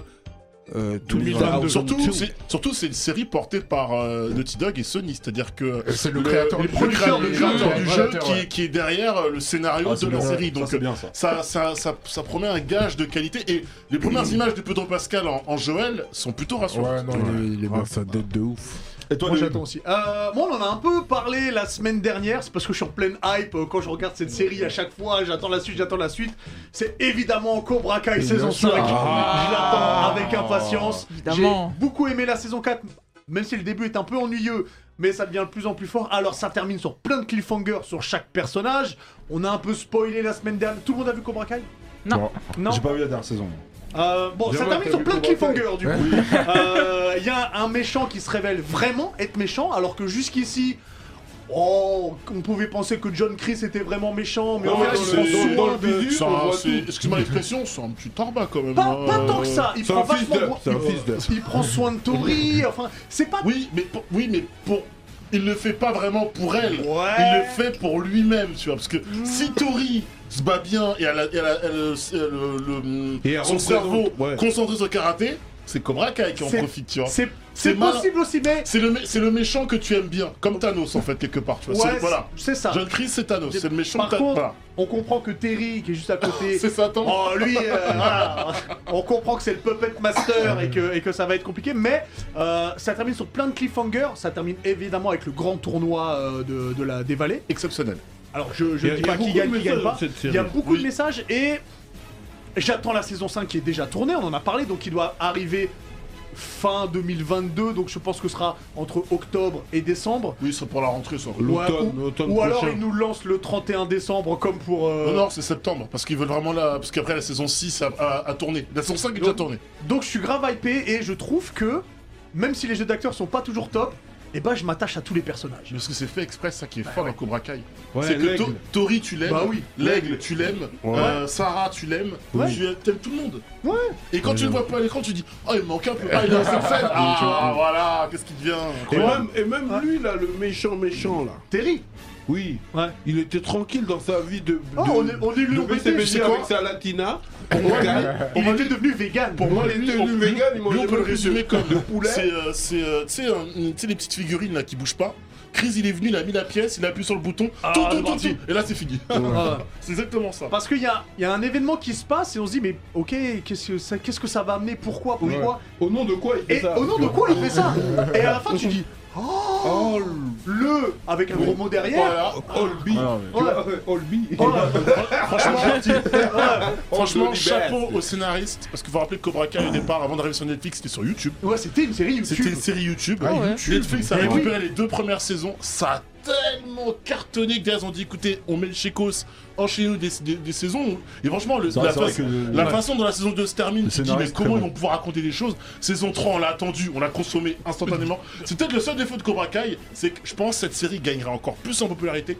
S5: euh,
S6: 2022.
S5: 2022.
S6: Surtout, c'est, surtout, c'est une série portée par euh, Naughty Dog et Sony, c'est-à-dire que
S4: C'est le créateur
S6: le
S4: du
S6: créateur-
S4: jeu.
S6: le créateur du
S4: Ouais,
S6: jeu
S4: créateur,
S6: qui,
S4: ouais.
S6: qui est derrière euh, le scénario
S2: Ah,
S6: de
S2: c'est
S6: la
S2: bien.
S6: série.
S2: Ça,
S6: Donc euh,
S2: c'est bien ça.
S6: ça, ça, ça, ça promet un gage de qualité et les premières images de Pedro Pascal en, en Joël sont plutôt rassurantes.
S4: Ouais, non,
S5: Ouais,
S4: il est-
S5: il est mort, ça date de ouf.
S2: Et toi,
S1: Moi
S2: Lulu
S1: j'attends aussi. Euh, moi on en a un peu parlé la semaine dernière, c'est parce que je suis en pleine hype euh, quand je regarde cette série à chaque fois, j'attends la suite, j'attends la suite. C'est évidemment Cobra Kai saison 5.
S4: sûr.
S1: Je l'attends avec impatience. J'ai
S3: Évidemment.
S1: beaucoup aimé la saison 4, même si le début est un peu ennuyeux, mais ça devient de plus en plus fort. Alors ça termine sur plein de cliffhangers sur chaque personnage. On a un peu spoilé la semaine dernière. Tout le monde a vu Cobra Kai
S3: Non.
S1: Non.
S2: J'ai pas vu la dernière saison.
S1: Euh, bon, ça
S5: Jérôme,
S1: termine
S5: t'as
S1: sur
S5: vu
S1: plein de
S5: Cobra
S1: cliffhangers du coup. Euh, Il y a un méchant qui se révèle vraiment être méchant, alors que jusqu'ici, oh, on pouvait penser que John Chris était vraiment méchant, mais
S5: Non,
S1: en
S2: Oh,
S5: mais
S1: fait,
S5: dans
S1: il
S5: le-
S1: prend
S5: dans le- dans
S1: soin
S5: le
S1: de-
S5: visu-
S6: Ça,
S5: on voit
S6: c'est-
S5: tout.
S6: excuse-moi l'expression, c'est un petit tarba quand même.
S1: Pas,
S6: hein,
S1: pas
S6: euh,
S1: tant que ça, il
S5: C'est
S1: prend
S5: un fils
S1: vachement
S5: d'up, c'est un
S1: il-
S5: fils d'up.
S1: Il prend soin de Tori, enfin, c'est pas.
S6: Oui, mais pour- oui, mais pour. Il le fait pas vraiment pour elle.
S1: Ouais. Mm.
S6: Il le fait pour lui-même, tu vois, parce que si Tori se bat bien et elle a, elle a- elle, euh, le, le-
S5: Et elle
S6: son
S5: représente-
S6: cerveau
S5: ouais.
S6: concentré sur le karaté, c'est Cobra Kai qui en
S1: C'est-
S6: profite, tu vois.
S1: C'est c'est
S6: C'est malin.
S1: possible aussi, mais.
S6: C'est le, mé- c'est le méchant que tu aimes bien, comme Thanos en fait, quelque part, tu vois.
S1: Ouais,
S6: C'est- voilà.
S1: c'est ça.
S6: John Chris, c'est Thanos, c'est le méchant Ah,
S1: Par
S6: de Thanos.
S1: contre,
S6: Voilà.
S1: on comprend que Terry, qui est juste à côté,
S6: C'est Satan.
S1: Oh, lui, euh, voilà. on comprend que c'est le puppet master et que, et que ça va être compliqué, mais euh, ça termine sur plein de cliffhangers. Ça termine évidemment avec le grand tournoi euh, de, de la, des vallées.
S6: Exceptionnel.
S1: Alors, je, je
S5: Il y a-
S1: dis
S5: il y a
S1: pas qui
S5: beaucoup de
S1: gagne, qui gagne
S5: messages dans
S1: pas.
S5: cette série.
S1: Il y a beaucoup
S6: Oui.
S1: de messages et j'attends la saison 5 qui est déjà tournée, on en a parlé, donc il doit arriver fin 2022, donc je pense que ce sera entre octobre et décembre.
S6: Oui, c'est pour la rentrée, ça.
S5: L'automne,
S1: ou
S5: l'automne
S1: ou alors
S5: prochain.
S1: ils nous lancent le 31 décembre comme pour... euh,
S6: Non, non, c'est septembre, parce qu'ils veulent vraiment la. Parce qu'après la saison 6 a, a- a tourné. La saison 5 est déjà
S1: Donc-
S6: tournée.
S1: Donc je suis grave hypé et je trouve que, même si les jeux d'acteurs sont pas toujours top, eh ben je m'attache à tous les personnages.
S6: Mais Parce que c'est fait exprès, ça qui est fort dans Cobra Kai.
S5: Ouais,
S6: c'est que
S5: l'aigle.
S6: To- Tori, tu l'aimes.
S1: Bah oui.
S6: L'aigle, tu l'aimes.
S5: Ouais.
S6: Euh, Sarah, tu l'aimes.
S1: Ouais.
S6: Tu aimes tout le monde.
S1: Ouais.
S6: Et quand tu le vois pas à l'écran, tu dis Oh, il manque un peu. Ah, il est dans cette scène. Ah, voilà, qu'est-ce qui devient
S5: Et
S6: Incroyable.
S5: même, et même lui là, le méchant méchant là.
S1: Terry
S5: Oui.
S1: Ouais.
S5: Il était tranquille dans sa vie de.
S1: Oh,
S5: de-
S1: on est- on est lui
S5: de
S1: en
S5: BCBG
S1: BTB, c'est
S5: avec
S1: quoi
S5: sa latina.
S1: Il était devenu vegan
S6: Pour moi,
S5: Il
S6: lui,
S5: était
S6: on-
S5: devenu vegan, il
S6: lui, on
S5: mangeait
S6: peut le
S5: même plus de-
S6: résumer comme
S5: de poulet.
S6: C'est, euh, c'est, euh, tu sais, un- tu sais, les petites figurines là qui bougent pas. Chris, il est venu, il a mis la pièce, il a appuyé sur le bouton,
S1: Ah,
S6: tout,
S1: c'est
S6: tout, tout,
S1: parti.
S6: tout, et là c'est fini.
S1: Ah,
S6: c'est exactement ça.
S1: Parce qu'il y a, il y a un événement qui se passe et on se dit mais ok qu'est-ce que ça, qu'est-ce que ça va amener pourquoi pourquoi
S5: Au nom de quoi il fait
S1: et
S5: ça
S1: au nom de quoi il fait ça et à la fin tu dis oh, le avec un gros mot derrière
S6: Voilà.
S5: Olby.
S1: Ouais.
S5: Olby.
S1: Oh là.
S6: Franchement,
S5: Oliver.
S6: chapeau au scénariste, parce que vous vous rappelez que Cobra Kai au départ, avant d'arriver sur Netflix, c'était sur YouTube.
S1: ouais c'était une série
S6: C'était
S1: YouTube
S6: une série YouTube.
S3: Ah ouais.
S6: Netflix a
S1: Eh
S6: récupéré les deux premières saisons, ça a tellement cartonné que derrière ils ont dit écoutez on met le Chekos enchaînez-nous des, des- des saisons et franchement le-
S2: C'est vrai-
S6: la,
S2: c'est vrai
S6: façon-
S2: que le-
S6: la
S2: ouais.
S6: façon dont la saison 2 se termine
S2: Le
S6: tu te dis
S2: scénario,
S6: mais
S2: c'est
S6: comment
S2: très
S6: ils
S2: bon.
S6: vont pouvoir raconter des choses saison 3 on l'a attendu on l'a consommé instantanément c'est peut-être le seul défaut de Cobra Kai c'est que je pense que cette série gagnerait encore plus en popularité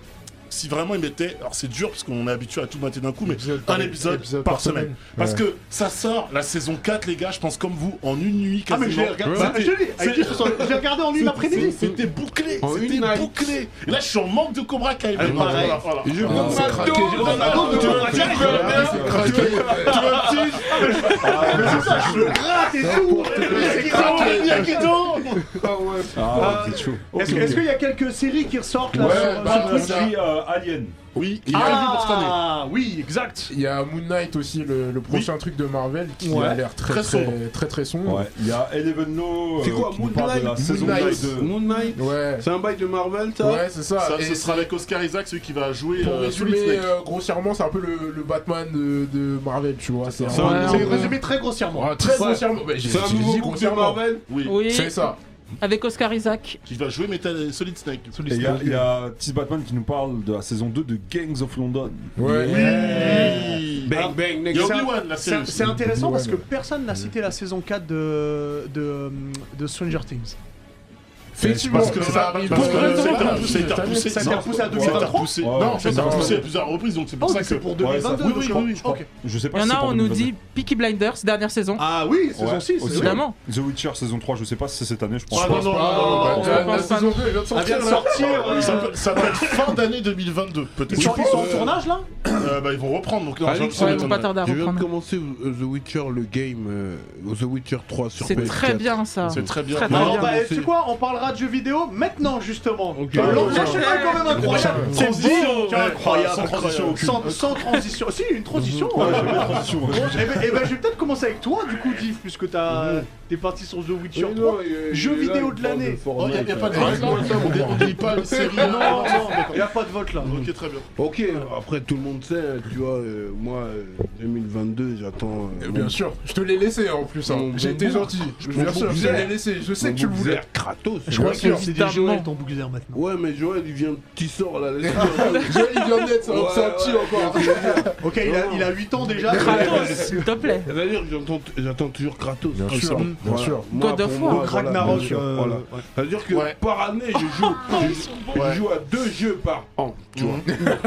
S6: si vraiment ils mettaient alors c'est dur parce qu'on est habitué à tout mater d'un coup mais
S4: Épisode par-
S6: un épisode,
S4: épisode
S6: par,
S4: par
S6: semaine.
S4: semaine.
S6: Parce
S4: Ouais.
S6: que ça sort la saison 4, les gars, je pense comme vous, en une nuit
S1: Ah
S6: quasiment.
S1: mais je l'ai regardé, bah,
S6: C'était-
S1: je l'ai-
S6: c'est-
S1: je l'ai- je l'ai regardé en une après-midi.
S6: C'était bouclé,
S7: En une
S6: c'était
S7: night.
S6: bouclé. Et là, je suis en manque de Cobra Kai. mais voilà,
S7: pareil.
S6: voilà, voilà.
S5: Et je
S6: Ah,
S5: pense-
S6: c'est craqué, j'ai-
S7: Ronaldo,
S6: Ah,
S7: Ronaldo,
S6: tu vois,
S7: Ronaldo,
S6: tiens, je vais-
S4: Ah, c'est craqué.
S6: tu vois, tu vois, petit-
S1: Ah, t'es tout
S6: Yakido, Yakido.
S2: Ah,
S1: Euh,
S2: c'est chaud.
S1: Est-ce que- est-ce qu'il y a quelques séries qui ressortent là
S4: Ouais,
S1: sur-
S6: bah,
S1: sur-
S6: ouais.
S2: Ah, Je suis euh, Alien.
S6: Oui, il est prévu pour cette année.
S1: Ah oui, exact.
S4: Il y a Moon Knight aussi, le, le prochain truc de Marvel qui
S1: Ouais.
S4: a l'air très
S6: Très
S4: très,
S6: sombre.
S4: très, très, sombre.
S2: Ouais. Il y a Eleven No. euh,
S5: C'est quoi,
S2: qui
S5: Moon
S2: nous parle de la
S5: Knight
S2: saison
S4: Moon
S2: deux
S4: Knight.
S2: de-
S5: Moon Knight
S4: Ouais,
S5: C'est un bail de Marvel, ça
S4: ouais c'est ça.
S6: Ça,
S4: Et
S6: ce sera avec Oscar Isaac, celui qui va jouer
S4: pour
S6: euh, Solid
S4: résumer
S6: Snake.
S4: euh, grossièrement, c'est un peu le, le Batman de, de Marvel, tu vois. C'est
S5: C'est
S4: un-
S6: Euh,
S5: un-
S1: C'est
S5: ouais.
S1: résumé très grossièrement.
S4: Ouais, très
S5: Ouais.
S4: grossièrement. Mais j'ai-
S5: C'est un
S4: j'ai
S5: nouveau groupe
S4: dit
S5: de
S4: grossièrement.
S5: Marvel
S6: Oui,
S3: Oui,
S4: C'est ça.
S3: avec Oscar Isaac.
S6: qui va jouer Metal euh, Solid Snake.
S2: Et il y a- il y a Tis Batman qui nous parle de la saison 2 de Gangs of London.
S4: Ouais.
S6: Oui.
S4: Ah.
S5: Bang bang,
S6: Il y
S5: next
S6: a
S1: C'est un-
S6: Obi-Wan, la
S1: C'est
S6: série.
S1: c'est intéressant
S4: Ouais,
S1: parce que
S4: ouais.
S1: personne n'a cité
S6: Mm.
S1: la saison 4 de, de, euh, de Stranger Things. Oh,
S4: Effectivement,
S6: Parce que
S4: ça
S6: ça
S4: arrive.
S6: parce
S4: Pour
S6: que
S1: raison,
S6: ça a été
S1: parce
S4: raison.
S1: que-
S6: repoussé, ça a été repoussé.
S1: ça a été repoussé à
S6: Non,
S1: 2023.
S6: ça a été repoussé.
S2: Ouais,
S6: Non, ça a été
S2: non,
S6: repoussé à
S4: non.
S6: plusieurs reprises, donc c'est
S1: Oh,
S6: pour ça
S1: mais
S6: que.
S1: c'est pour
S2: Ouais, ça-
S1: 2022.
S6: Oui,
S1: je
S6: oui,
S1: crois.
S6: oui, oui.
S1: Ok.
S2: Je sais pas
S3: Il y en
S2: si Ah, c'est
S3: a,
S2: pour
S3: on nous
S2: 2022.
S3: dit Peaky Blinders, dernière saison.
S1: Ah oui, saison
S2: Ouais,
S1: 6.
S2: aussi.
S3: Évidemment.
S2: The Witcher saison 3, je sais pas si c'est cette année, je pense.
S6: Ah non, non,
S4: Ah,
S6: non, non,
S4: bah,
S6: non,
S4: la-
S6: non.
S3: pense
S4: La
S3: pas.
S4: saison 2 vient de
S1: Elle
S6: Ah,
S1: vient de
S4: sortir. là.
S1: sortir. euh,
S6: Ça peut, ça peut être fin d'année 2022, peut-être.
S1: Ils sont ils sont en
S5: euh,
S1: tournage là
S6: Euh, bah, ils vont reprendre, donc non,
S5: Alex,
S6: j'ai-
S3: ouais,
S6: j'ai-
S3: ils vont pas tarder à
S5: Je viens de
S3: reprendre.
S5: commencer euh, The Witcher, le game, euh, The Witcher 3 sur
S3: C'est
S5: PS4.
S3: très bien ça.
S6: C'est très bien.
S3: Très, très
S6: Non,
S1: Alors,
S5: bien.
S6: bah,
S1: bah, tu sais quoi, on parlera de jeux vidéo maintenant, justement.
S5: Ok.
S1: Euh,
S6: Ouais.
S1: L'enchaînement est quand même incroyable.
S6: Ouais.
S1: C'est
S6: Transition.
S1: beau.
S6: Ouais.
S1: Incroyable.
S6: Sans transition aucune.
S1: Sans, sans transition. si, une transition.
S2: Ouais, j'ai pas de transition.
S1: Bon, eh ben, eh ben, je vais peut-être commencer avec toi, du coup, Div, puisque t'as- t'es parti sur The Witcher 3. Jeu vidéo de l'année.
S6: Oh, y a, y a pas de vote là On dé- On dit pas une série. Non, non, non,
S1: Il n'y a pas de vote là.
S6: d'accord. Ok, très bien.
S5: Ok, après tout le monde sait, hein, tu vois, euh, moi, euh, 2022, j'attends... euh,
S4: Et Bien
S5: mon-
S4: sûr, je te l'ai laissé hein, en plus. hein.
S5: Mon
S4: J'ai été
S5: bon-
S4: gentil.
S5: mon
S4: Bien sûr, je te
S5: bon-
S4: l'ai laissé. Je sais
S5: mon
S4: que tu le voulais.
S5: Bookzer Kratos.
S4: Je crois que
S1: C'est déjà
S3: Évidemment.
S1: Joël ton bouclier maintenant.
S5: Ouais, mais Joël, il vient, tu sors là, laisse-moi.
S4: Joël, il vient d'être, ça
S5: Ouais,
S4: va c'est un petit
S5: ouais.
S4: encore.
S1: Ok, il a, il a 8 ans déjà.
S3: Kratos, s'il te plaît.
S5: C'est-à-dire Eh ben, que j'entends- j'attends toujours Kratos.
S4: Bien
S5: comme
S4: sûr,
S5: ça.
S4: bien
S5: Voilà.
S4: sûr.
S5: Moi,
S3: God of
S5: pour
S3: War.
S5: moi,
S1: Donc,
S5: voilà,
S1: Ragnarok,
S5: bien sûr,
S1: euh,
S5: voilà. C'est-à-dire que
S6: Ouais.
S5: par année, je joue, je, je joue à deux jeux par an, tu
S4: Mhm.
S5: vois.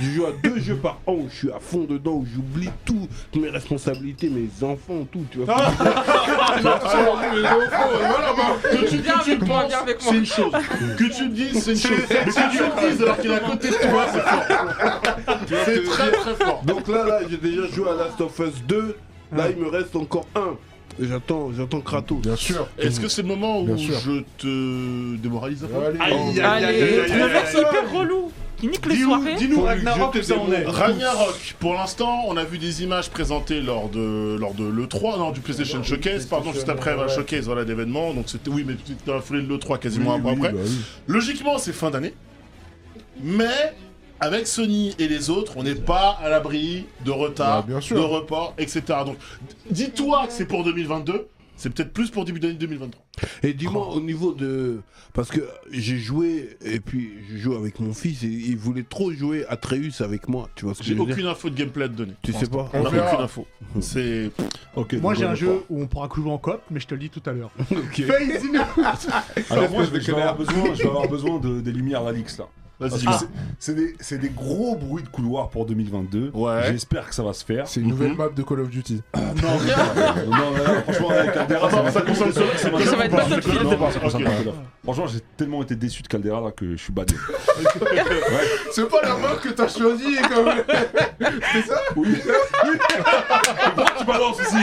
S5: je joue à deux jeux par an où je suis à fond dedans, où j'oublie tout, toutes mes responsabilités, mes enfants, tout, tu vois.
S3: Ah.
S6: Que tu,
S3: Viens
S6: que tu
S3: avec moi,
S6: penses,
S3: viens avec moi.
S6: c'est une chose. Que tu le dises, c'est une chose. Mais que tu le dises alors qu'il est à côté de toi, c'est fort. C'est très très fort.
S5: Donc là, là, j'ai déjà joué à Last of Us 2.
S3: Ah.
S5: Là, il me reste encore un. Et J'attends, j'attends Kratos.
S4: Bien sûr.
S6: Est-ce que c'est le moment où
S4: Bien sûr.
S6: je te démoralise un peu
S4: Allez,
S1: Aïe, aïe, aïe, aïe,
S3: Allez,
S1: aïe,
S3: le
S1: aïe,
S3: mec
S1: aïe.
S3: hyper relou qui nique les
S1: Dis-nous,
S3: soirées.
S1: dis-nous Ragnarok que ça en est.
S6: Ragnarok, pour l'instant, on a vu des images présentées lors de, lors de l'E3, non, du PlayStation Showcase, pardon, juste après la Showcase, voilà, l'événement, donc c'était, oui, mais c'était dans la foulée de l'E3, quasiment un mois
S2: bah,
S6: après. Logiquement, c'est fin d'année, mais avec Sony et les autres, on n'est pas à l'abri de retard,
S4: Bah, bien sûr.
S6: de report, etc. Donc, dis-toi que c'est pour 2022, c'est peut-être plus pour début d'année 2023.
S5: Et dis-moi au niveau de. Parce que j'ai joué, et puis je joue avec mon fils, et il voulait trop jouer à Atreus avec moi. Tu vois ce que je
S6: J'ai
S5: veux dire
S6: aucune info de gameplay à te donner.
S5: Tu sais pas
S6: On n'a
S4: On verra.
S6: aucune info. C'est.
S2: Ok,
S1: Moi
S2: donc,
S1: j'ai
S2: on
S1: un
S2: va
S1: jeu où on pourra jouer en coop, mais je te le dis tout à l'heure.
S5: Ok.
S1: Faye, dis-nous.
S2: pas. Alors moi, je vais, je vais avoir besoin, je vais avoir besoin de- des lumières d'Alix là. Parce
S6: Vas-y,
S2: que Ah, c'est- c'est des, c'est des gros bruits de couloir pour 2022.
S6: Ouais.
S2: J'espère que ça va se faire.
S4: C'est une nouvelle map de Call of Duty.
S2: Euh, non, non, non, franchement, avec Caldera, ça, va
S6: console sur- Ah, ça va-
S3: Ça va être
S6: Non,
S3: Battlefield.
S6: non, parce que-
S2: ça me
S6: ok.
S2: fait la- Franchement, j'ai tellement été déçu de Caldera là que je suis badé.
S4: C'est pas la map que t'as choisie, quand même.
S2: Oui. Pourquoi tu balances aussi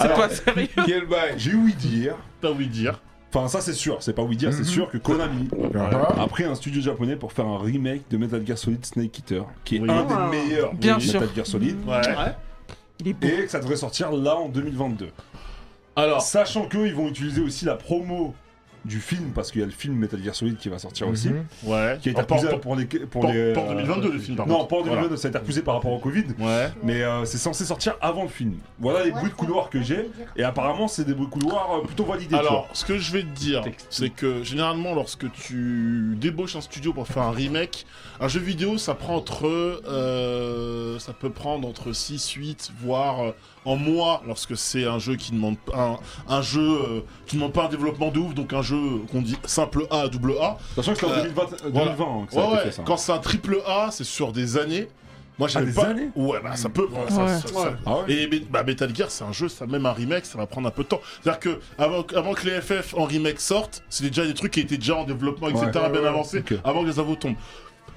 S3: C'est pas sérieux.
S7: Quel bail
S2: J'ai ouï dire.
S6: T'as ouï dire.
S2: Enfin, ça c'est sûr, c'est pas ouï dire, c'est sûr que Konami
S4: Ah,
S2: a pris un studio japonais pour faire un remake de Metal Gear Solid Snake Eater, qui est
S6: Oui.
S2: un des meilleurs
S3: Bien
S2: Metal
S3: sûr.
S2: Gear Solid,
S6: Ouais.
S3: Il est beau.
S2: et que ça devrait sortir là en 2022.
S6: Alors,
S2: Sachant qu'eux, ils vont utiliser aussi la promo du film, parce qu'il y a le film Metal Gear Solid qui va sortir aussi,
S4: Mhm.
S6: Ouais.
S2: qui a été
S6: Ah, pas-
S2: repoussé
S6: pas-
S2: pour les. Pour
S6: pas-
S2: les
S6: pas en
S2: euh,
S6: 2022 le film par
S2: Non,
S6: contre.
S2: pas en 2022,
S6: Voilà.
S2: ça a été repoussé par rapport au Covid,
S6: Ouais.
S2: mais euh, c'est censé sortir avant le film. Voilà les bruits de couloir que j'ai, et apparemment, c'est des bruits de couloir euh, plutôt validés. tu
S6: Alors, ce que je vais te dire, c'est que généralement, lorsque tu débauches un studio pour faire un remake, un jeu vidéo, ça prend entre. euh, ça peut prendre entre 6, 8, voire euh, en mois, lorsque c'est un jeu qui demande. pas- Un, un jeu euh, qui demande pas un développement de ouf, donc un jeu qu'on dit simple A à double A.
S2: vois. Sachant que c'est en
S6: Euh,
S2: 2020, euh,
S6: voilà.
S2: 2020, hein, que ça a
S6: Ouais,
S2: été
S6: ouais,
S2: fait, ça. Ah,
S6: quand c'est un triple A, c'est sur des années. Moi, j'avais
S2: des
S6: pas.
S2: années
S6: ouais, bah ça peut. prendre- ça-
S3: Ouais.
S6: ça- ça-
S2: Ah ouais
S6: et Met- bah, Metal Gear, c'est un jeu, ça même un remake, ça va prendre un peu de temps. C'est-à-dire que avant, que- avant que les FF en remake sortent, c'est déjà des trucs qui étaient déjà en développement, etc.,
S2: Ouais, ouais,
S6: bien
S2: ouais,
S6: avancés,
S2: ok.
S6: avant que les avos tombent.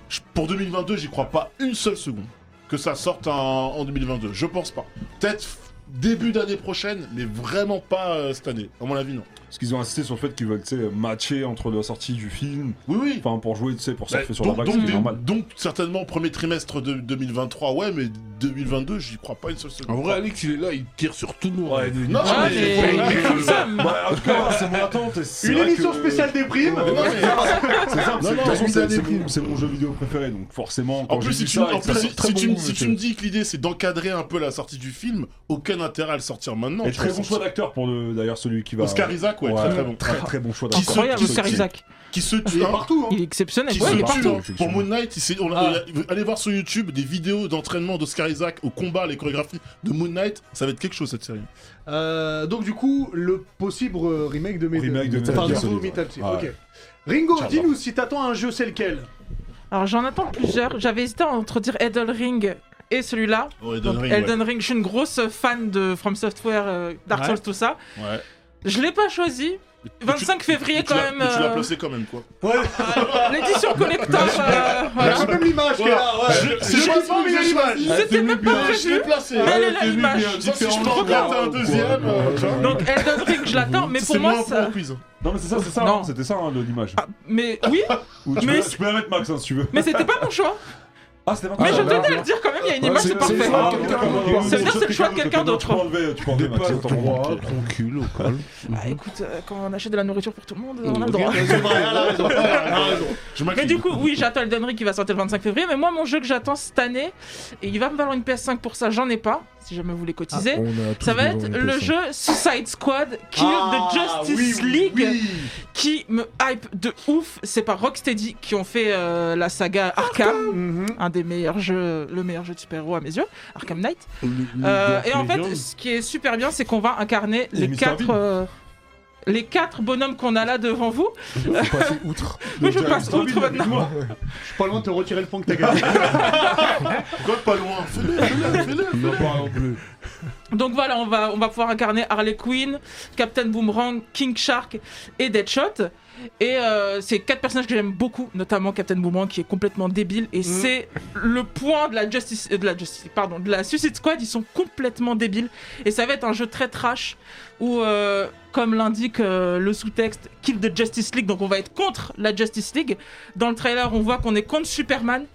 S6: Je- pour 2022, j'y crois pas une seule seconde que ça sorte en, en 2022. Je pense pas. Peut-être f- début d'année prochaine, mais vraiment pas euh, cette année. À mon avis, non.
S2: Parce qu'ils ont insisté sur le fait qu'ils veulent tu sais, matcher entre la sortie du film,
S6: Oui, oui.
S2: enfin pour jouer, tu sais, pour
S6: Bah,
S2: surfer sur
S6: donc,
S2: la vague,
S6: donc
S2: c'est
S6: des-
S2: normal.
S6: donc, certainement premier trimestre de 2023, ouais, mais 2022, j'y crois pas une seule seconde.
S5: En vrai, Alex, il est là, il tire sur tout le monde.
S6: non,
S3: Ah,
S6: mais-
S3: mais- mais comme ça,
S2: Bah, en tout cas, voilà, c'est mon attente. et c'est
S1: Une
S2: vrai
S1: émission
S2: que-
S1: spéciale des primes
S2: Ah
S6: non, mais-
S2: C'est ça, c'est-
S6: non,
S2: de toute façon,
S6: une
S2: c'est
S6: année
S2: c'est
S6: prime.
S2: mon, c'est mon jeu vidéo préféré, donc forcément. Quand
S6: En plus,
S2: j'ai
S6: si
S2: vu
S6: tu,
S2: ça,
S6: en
S2: et que ça
S6: plus,
S2: sort
S6: si
S2: très
S6: tu
S2: bon
S6: me- si
S2: jeu,
S6: tu me dis que l'idée c'est d'encadrer un peu la sortie du film, aucun intérêt à le sortir maintenant.
S2: Et
S6: tu
S2: très
S6: vois,
S2: bon
S6: c'est-
S2: choix d'acteur pour le- d'ailleurs celui
S3: Bah,
S2: qui va.
S6: Oscar Isaac, ouais,
S2: Ouais,
S6: très très bon.
S2: Très très bon choix
S6: Qui
S2: d'acteur.
S3: Incroyable,
S6: ceux-
S3: Oscar
S6: ceux-
S3: Isaac.
S6: Qui se tue, hein,
S1: partout, hein
S3: Il est exceptionnel.
S6: qui
S3: Ouais,
S6: se
S3: il est Ah.
S6: tue,
S3: partout.
S6: hein. Pour Moon Knight, il s'est- on a- allez voir sur YouTube des vidéos d'entraînement d'Oscar Isaac au combat, les chorégraphies de Moon Knight, ça va être quelque chose cette série.
S1: Euh, donc du coup, le possible euh, remake de Metal
S2: Remake de Metal
S1: Enfin,
S2: Gear
S1: nouveau
S2: Solid,
S1: Metal
S2: ouais.
S1: Gear,
S2: Ouais.
S1: ok. Ringo, dis-nous si t'attends un jeu, c'est lequel
S3: Alors j'en attends plusieurs. J'avais hésité entre dire Elden Ring et celui-là.
S6: Ouais, Oh, Elden
S3: Donc,
S6: Ring, ouais.
S3: Elden Ring, je suis une grosse fan de From Software, euh, Dark
S1: Ouais.
S3: Souls, tout ça.
S6: Ouais.
S3: Je l'ai pas choisi.
S6: Mais tu-
S3: 25 février
S6: mais tu
S3: quand
S6: l'as-
S3: même.
S6: mais Tu l'as
S3: euh,
S6: placé quand même quoi.
S3: euh, L'édition collector. euh, voilà.
S1: même l'image qu'elle a,
S3: Ah,
S1: ouais.
S6: Je- C'est
S1: Je
S6: je
S1: vois
S6: mis les images.
S3: C'était même pas
S6: Je l'ai
S3: prévu.
S6: placé.
S3: Mais elle est
S6: Ouais,
S3: là,
S6: t'es
S3: l'image.
S6: nul, bien. Si je
S3: en
S6: me regrette un deuxième, euh, tu vois.
S3: Donc Elden Ring, je l'attends, mais pour
S6: C'est
S3: moi,
S6: moins
S3: ça...
S6: pour quiz.
S2: Non, mais c'est ça, c'est ça.
S3: Non.
S2: hein, C'était ça hein, le- l'image.
S3: Ah, mais oui,
S2: Ou Tu
S3: mais
S2: peux-
S3: c'est-
S2: tu peux la mettre, Max, hein, si tu veux.
S3: mais c'était pas mon choix.
S2: Ah, c'était pas
S3: Mais je
S2: toi.
S3: tenais à le dire quand même, il y a une image, c'est parfait.
S2: Ah, d'accord,
S4: Quelqu'un d'autre.
S2: d'accord,
S3: Ça veut dire
S2: d'accord,
S3: que c'est le choix de quelqu'un d'autre.
S2: Tu peux enlever, tu peux enlever, Max,
S5: Dépasse
S2: attends,
S5: droit,
S2: ok.
S5: tranquille, au calme.
S3: Bah écoute, euh, quand on achète de la nourriture pour tout le monde, on a le droit.
S6: Je
S3: Mais
S6: m'incline.
S3: du coup, oui, j'attends Elden Ring qui va sortir le 25 février. Mais moi, mon jeu que j'attends cette année, et il va me valoir une PS5 pour ça, j'en ai pas, si jamais vous voulez
S4: Ah,
S3: cotiser. ça va être le jeu Suicide Squad Kill
S1: Ah,
S3: the Justice
S1: oui, oui,
S3: League
S1: oui.
S3: qui me hype de ouf. C'est par Rocksteady qui ont fait euh, la saga Arkham, Mm-hmm.
S1: Mhm.
S3: un des meilleurs jeux, le meilleur jeu de super-héros à mes yeux, Arkham Knight. Euh, et en fait, ce qui est super bien, c'est qu'on va incarner les
S2: Mr.
S3: quatre,
S2: Bean.
S3: euh, les quatre bonhommes qu'on a là devant vous.
S4: Faut passer outre.
S3: Oui, je passe
S1: Robin,
S3: outre maintenant.
S1: dis-moi. Je suis pas loin de te retirer le point que t'as gagné.
S6: Quoi, pas loin Fais-le, fais-le, fais-le
S5: Non, pas non plus.
S3: Donc voilà, on va, on va pouvoir incarner Harley Quinn, Captain Boomerang, King Shark et Deadshot. Et euh, c'est quatre personnages que j'aime beaucoup, notamment Captain Boomerang qui est complètement débile.
S6: Mm.
S3: Et c'est le point de la Justice, euh, de la Justice, pardon, de la Suicide Squad. Ils sont complètement débiles. Et ça va être un jeu très trash où, euh, comme l'indique euh, le sous-texte, Kill the Justice League. Donc on va être contre la Justice League. Dans le trailer, on voit qu'on est contre Superman,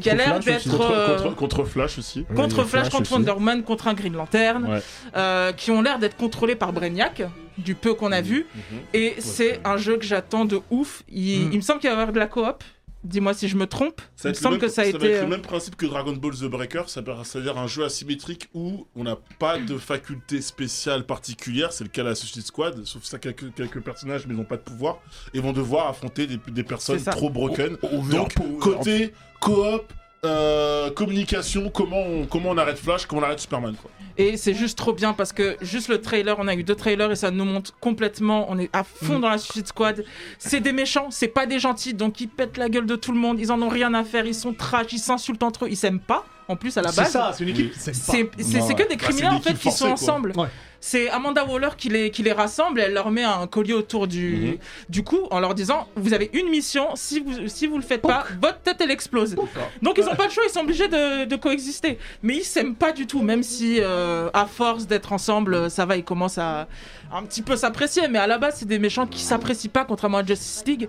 S3: qui a l'air d'être
S6: Contre,
S3: euh,
S6: contre- contre Flash aussi.
S3: contre Flash, contre Wonder Woman, contre un Green Lantern,
S6: Ouais.
S3: euh, qui ont l'air d'être contrôlés par Brainiac, du peu qu'on a vu. Et c'est un jeu que j'attends de ouf. Il, il me semble qu'il va y avoir de la coop. Dis-moi si je me trompe.
S6: Ça
S3: il me
S6: va être le
S3: semble
S6: même-
S3: que ça a
S6: va
S3: été.
S6: être le
S3: euh,
S6: même principe que Dragon Ball The Breaker, ça veut- c'est-à-dire un jeu asymétrique où on n'a pas de faculté spéciale particulière, c'est le cas de la Suicide Squad, sauf ça quelques, quelques personnages mais ils n'ont pas de pouvoir, et vont devoir affronter des, des personnes
S3: C'est ça.
S6: trop broken. Donc côté coop, euh, communication, comment on, comment on arrête Flash, comment on arrête Superman quoi.
S3: Et c'est juste trop bien parce que juste le trailer, on a eu deux trailers et ça nous montre complètement. On est à fond dans la Suicide Squad. C'est des méchants, c'est pas des gentils, donc ils pètent la gueule de tout le monde. Ils en ont rien à faire, ils sont trash, ils s'insultent entre eux, ils s'aiment pas. En plus, à la
S1: C'est
S3: base.
S1: ça, c'est une équipe. qui s'aime pas.
S3: C'est c'est-
S2: Bah
S3: c'est que des
S6: Bah,
S3: criminels
S6: c'est
S3: en fait
S6: l'équipe
S3: qui sont
S6: forcée, quoi.
S3: ensemble.
S1: Ouais.
S3: C'est Amanda Waller qui les, qui les rassemble, elle leur met un collier autour
S6: Mhm.
S3: du, du cou en leur disant Vous avez une mission, si vous si vous le faites pas, votre tête elle explose. Donc ils ont pas le choix, ils sont obligés de, de coexister. Mais ils s'aiment pas du tout, même si euh, à force d'être ensemble, euh, ça va, ils commencent à un petit peu s'apprécier. Mais à la base, c'est des méchants qui s'apprécient pas, contrairement à Justice League.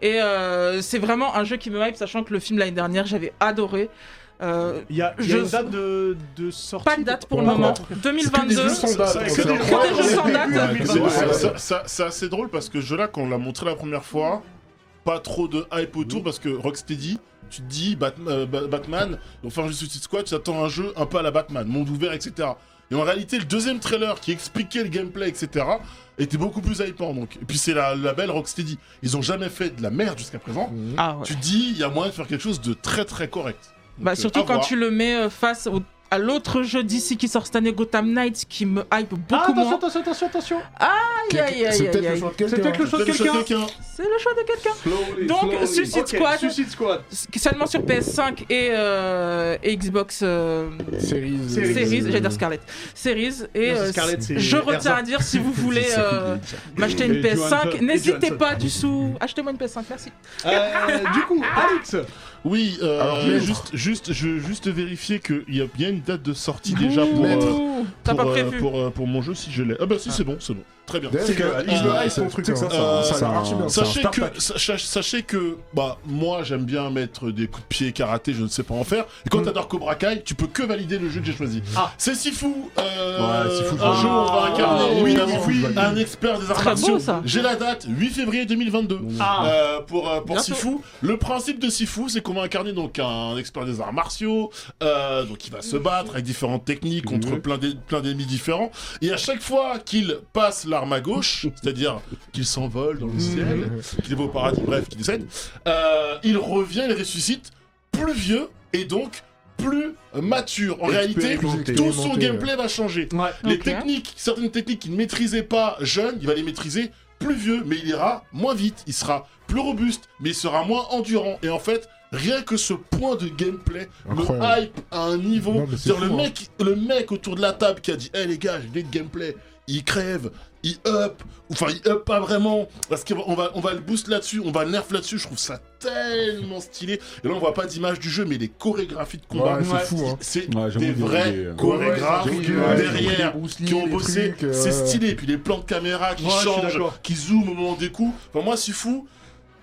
S3: Et euh, c'est vraiment un jeu qui me hype, sachant que le film l'année dernière, j'avais adoré. Euh,
S1: Il y a, il y a
S3: Je-
S1: une date de, de sortie
S3: pas de date pour le
S1: Pas de
S3: moment.
S1: date.
S4: C'est
S3: 2022.
S4: que des jeux sans date.
S6: C'est que des-
S4: C'est
S3: que des jeux sans date.
S6: C'est-
S4: Ouais,
S6: c'est-
S4: ouais.
S6: ça- ça- C'est assez drôle parce que ce jeu-là, quand on l'a montré la première fois, pas trop de hype autour parce que Rocksteady, tu te dis Batman, euh, Ba- Batman enfin je Suicide Squad, tu attends un jeu un peu à la Batman, monde ouvert, etc. Et en réalité, le deuxième trailer qui expliquait le gameplay, etc., était beaucoup plus hypant. Donc. Et puis c'est la, la belle Rocksteady. Ils ont jamais fait de la merde jusqu'à présent.
S3: Ah ouais.
S6: Tu te dis, il y a moyen de faire quelque chose de très très correct. Donc,
S3: Bah,
S6: euh,
S3: surtout
S6: à
S3: quand
S6: voir.
S3: tu le mets euh, face au- à l'autre jeu d'ici qui sort cette année, Gotham Knights, qui me hype beaucoup
S1: Ah, attention,
S3: moins.
S1: attention, attention, attention.
S3: Aïe, aïe, aïe,
S4: peut-être
S3: aïe,
S4: le
S3: aïe.
S4: choix de
S1: C'est
S4: quelqu'un.
S1: quelque chose,
S6: Peut-être le
S1: quelqu'un.
S6: choix de quelqu'un.
S3: C'est le choix de quelqu'un.
S7: Slowly,
S3: Donc,
S7: slowly.
S3: Suicide
S1: Ok,
S3: Squad,
S1: Suicide Squad.
S3: s- seulement sur PS5 et, euh, et Xbox euh,
S4: Series.
S1: Series.
S3: Series, j'allais dire Scarlett. Series, et
S1: Non, c'est
S3: euh,
S1: Scarlett, c'est
S3: je
S1: Erza.
S3: retiens à dire si vous voulez euh, m'acheter
S1: Et
S3: une
S1: Johansson.
S3: PS5,
S1: Et
S3: n'hésitez
S1: Johansson.
S3: pas du tout. Achetez-moi une PS5, merci.
S1: Euh, du coup, Alex,
S6: Oui, euh,
S4: Alors,
S6: mais
S4: maître.
S6: juste, juste, je veux juste vérifier qu'il y a bien une date de sortie déjà pour,
S4: maître.
S6: euh,
S3: Ouh, T'as
S6: pour,
S3: pas
S6: euh,
S3: prévu.
S6: pour, euh, pour mon jeu si je l'ai. Ah bah si, c'est bon, c'est bon. Très bien.
S4: D'ailleurs,
S2: C'est que Alice,
S4: il a- il a
S6: euh,
S4: hype son truc.
S2: c'est que ça, ça-
S4: hein.
S6: ça-
S4: Ça
S2: ça-
S4: marche bien.
S2: C'est un
S6: Sachez
S2: startup.
S6: que, sachez, sachez que, bah, moi j'aime bien mettre des coups de pied karaté, je ne sais pas en faire. Et quand
S2: Mm.
S6: t'adores Cobra Kai, tu peux que valider le jeu que j'ai choisi.
S1: Ah.
S6: C'est Sifu euh,
S2: Ouais, Sifu, je
S6: Un
S2: valide.
S6: jour, on va incarner
S1: oui,
S6: évidemment
S2: Sifu, je valide.
S6: un expert des arts
S3: Très beau,
S6: martiaux.
S3: ça.
S6: J'ai la date, 8 février 2022.
S1: Ah.
S6: Euh, pour euh, pour
S3: Bientôt.
S6: Sifu, le principe de Sifu, c'est qu'on va incarner donc un expert des arts martiaux, euh, donc il va se battre avec différentes techniques contre plein d'en- plein d'ennemis différents. Et à chaque fois qu'il passe l'arme à gauche, c'est-à-dire qu'il s'envole dans le ciel, qu'il est au paradis, bref, qu'il décède, euh, il revient, il ressuscite plus vieux et donc plus mature. En réalité,
S4: Expérimenté.
S6: tout son
S4: Expérimenté,
S6: gameplay va changer. Les
S3: Ok.
S6: techniques, certaines techniques qu'il ne maîtrisait pas jeune, il va les maîtriser plus vieux, mais il ira moins vite, il sera plus robuste, mais il sera moins endurant. Et en fait, rien que ce point de gameplay me
S4: Incroyable.
S6: hype à un niveau.
S4: Non, mais c'est
S6: C'est-à-dire le
S4: fou, hein.
S6: mec, le mec autour de la table qui a dit, hé les gars, j'ai une idée de gameplay. Il crève, il up, enfin il up pas vraiment, parce qu'on va, on va le boost là-dessus, on va le nerf là-dessus, je trouve ça tellement stylé. Et là on voit pas d'image du jeu, mais les chorégraphies de combat,
S4: Ouais, c'est fou, hein.
S6: c'est
S2: Ouais, j'avoue
S6: des
S2: qu'il y a
S6: vrais
S2: des- euh,
S6: chorégraphes
S4: Ouais, ouais,
S6: derrière
S4: les Bruce Lee,
S6: qui ont
S4: les
S6: bossé.
S4: trucs, euh,
S6: C'est
S4: ouais.
S6: stylé. Et puis les plans de caméra qui
S1: Ouais, je suis
S6: changent,
S1: d'accord.
S6: qui zooment au moment des coups. Enfin, moi, c'est fou.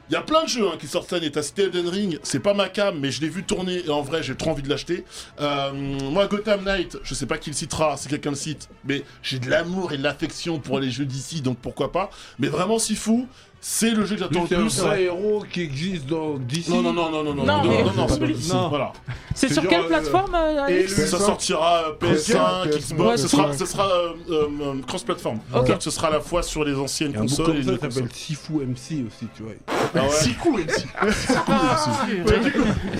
S6: Il y a plein de jeux hein, qui sortent cette année. T'as cité Elden Ring, c'est pas ma cam, mais je l'ai vu tourner et en vrai, j'ai trop envie de l'acheter. Euh, moi, Gotham Knight, je sais pas qui le citera, si quelqu'un le cite, mais j'ai de l'amour et de l'affection pour les jeux d'ici, donc pourquoi pas. Mais vraiment, si fou, c'est le jeu que j'attends
S5: Lui,
S6: le
S5: c'est un
S6: plus.
S5: vrai héros qui existe dans DC.
S6: Non, non, non, non, non,
S3: Non,
S6: non, non,
S3: mais-
S6: non, non, c'est pas
S1: Non.
S6: possible. Voilà.
S3: C'est
S5: c'est
S3: sur
S5: genre,
S3: quelle
S5: euh,
S3: plateforme euh,
S1: Et
S3: Alex
S1: le-
S6: Ça sortira euh, PS5,
S4: PS5,
S6: Xbox,
S4: ouais,
S6: ce
S4: c'est
S6: sera,
S4: vrai.
S6: ce sera euh, euh, euh, cross-platform.
S3: Ok.
S6: C'est-à-dire que Ce sera à la fois sur les anciennes
S5: Il y a un bouc
S6: consoles
S5: comme
S6: et les
S5: ça
S6: nouvelles
S5: qui
S6: consoles.
S5: s'appelle Sifu MC aussi, tu vois.
S6: Ah ouais.
S3: Ah, purée.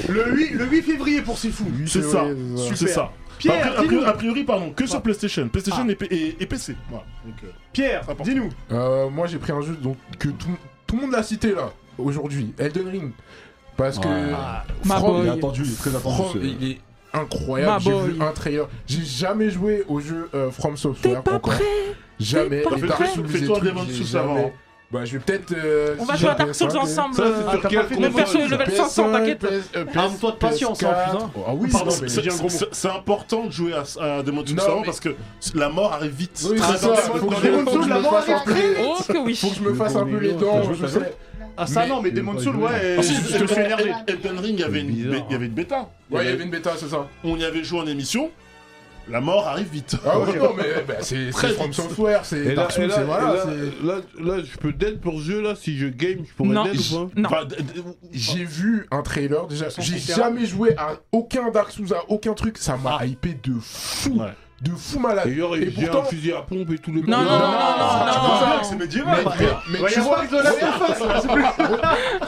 S1: le 8, le 8 février pour Sifu.
S6: C'est ça,
S1: Super.
S6: c'est ça.
S1: Pierre,
S6: a, priori,
S1: dis-nous.
S6: a priori, pardon, que sur PlayStation, PlayStation
S1: Ah.
S6: et, P- et- et PC. Voilà. Donc, euh,
S1: Pierre,
S6: Important.
S1: dis-nous.
S4: Euh, moi j'ai pris un jeu donc, que tout, tout le monde l'a cité là, aujourd'hui, Elden Ring. Parce que
S2: Ouais.
S3: Ma
S4: Franck,
S2: Il est
S3: boy.
S2: attendu, il est très attendu.
S4: Franck,
S2: ce-
S4: il est
S3: Ma
S4: incroyable, j'ai
S3: boy.
S4: vu un trailer. J'ai jamais joué au jeu euh, From Software
S3: T'es pas
S4: encore.
S3: prêt
S4: Jamais.
S3: pas
S4: Les
S6: prêt
S4: Dark Souls, les
S6: Fais-toi un
S4: trucs,
S6: Demon's
S4: j'ai
S6: Souls
S4: jamais-
S6: avant.
S4: Bah je vais peut-être. euh,
S3: On
S4: si
S3: va
S4: j'ai
S3: jouer à
S4: un
S3: Dark Souls
S4: PS5,
S3: ensemble.
S1: Ça, c'est
S3: euh,
S1: Ah, t'as
S5: Sur
S1: pas
S5: quelle
S1: fait
S3: On va faire sur le
S5: console
S3: level
S4: PS5,
S3: 500, t'inquiète.
S4: PS, euh, PS,
S1: Arme-toi de patience, en plus, hein.
S4: Ah oui,
S6: Pardon,
S4: non, mais-
S6: c'est-
S1: j'ai un gros mot.
S6: c'est c'est important de jouer à, à Demon's Souls
S4: Non,
S6: avant
S4: mais-
S6: parce que la mort arrive vite.
S4: Oui,
S6: Très
S4: c'est
S6: vite.
S4: ça, faut que
S1: Dans
S4: je-
S1: Demon's
S4: faut que
S1: Souls,
S4: je
S1: la
S4: me
S1: mort
S4: fasse un
S1: arrive
S4: peu-
S1: très
S3: Oh que oui.
S4: Faut que je me fasse un peu les dents, je sais.
S1: Ah, ça
S4: Mais-
S1: non, mais Demon's Souls, ouais,
S6: Ah, si,
S1: je te
S6: parce
S1: fais
S6: que
S1: énerver.
S6: Elden- Elden Ring, il y avait une,
S5: Bizarre,
S6: bé- il y avait une bêta.
S4: Ouais, il y avait une bêta, c'est ça.
S6: On y avait joué en émission. La mort arrive vite.
S4: Ah ouais, non, mais bah, c'est
S6: Très
S4: c'est From
S6: vite.
S4: Software,
S5: Et
S4: c'est
S5: là,
S4: Dark
S5: et
S4: Souls,
S5: là,
S4: c'est
S5: et
S4: voilà.
S5: là,
S4: c'est-
S5: là, là, je peux dead pour ce jeu là, si je game, je pourrais
S3: Non.
S5: dead ou
S3: Non.
S6: Enfin, d- d-
S4: J'ai vu un trailer déjà.
S1: Sans
S4: J'ai
S1: compter.
S4: jamais joué à aucun Dark Souls, à aucun truc. Ça m'a hypé de fou,
S6: Ouais.
S4: de fou
S5: pas
S4: malade.
S5: Et genre,
S4: Et
S5: il j'ai un
S4: pourtant-
S5: fusil à pompe et tout le
S3: Non, non, non, non, non, non.
S6: c'est
S4: Mais,
S6: médiéval.
S4: mais- mais
S1: Ouais,
S4: tu
S1: y a
S4: vois,
S1: pas de la surface, là, c'est plus-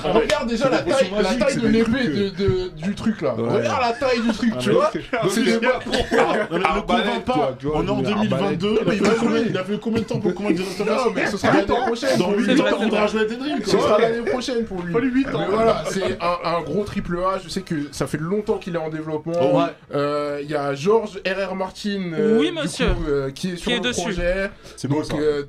S3: Ah
S4: regarde déjà la
S6: potions
S4: taille, la
S6: magiques,
S4: taille
S6: c'est
S4: de
S6: des
S4: l'épée de- de- du truc là.
S5: Ouais.
S4: Regarde la taille du truc,
S6: Ah,
S4: tu
S6: mais-
S4: vois.
S6: Donc,
S4: C'est
S6: il y a-
S4: des-
S6: Non, mais ne le
S5: Arbalète,
S6: convainc
S5: toi,
S6: pas.
S5: tu vois,
S6: On est en
S5: une arbalète.
S6: 2022.
S3: Ah, bah,
S4: mais
S6: Il
S4: il
S6: a
S4: va
S6: fait combien-
S4: jouer.
S6: il a fait combien de temps pour convaincre des
S4: Non,
S6: internationaux
S4: mais ce sera l'année prochaine.
S6: Dans 8
S3: vrai,
S6: ans, on
S3: c'est
S6: voudra
S3: vrai.
S6: jouer à Elden Ring.
S4: Ce
S6: quoi.
S4: sera l'année prochaine pour lui.
S1: Pas lui, 8
S4: Mais
S1: ans.
S4: voilà, c'est un, un gros triple A. Je sais que ça fait longtemps qu'il est en développement.
S6: Oh,
S4: Euh, Il y a Georges R.R. Martin
S3: Oui,
S4: du
S3: monsieur.
S4: coup, euh, qui est sur
S3: Qui est
S4: le
S3: dessus.
S4: projet.
S2: C'est beau
S4: Donc,
S2: ça.
S4: euh,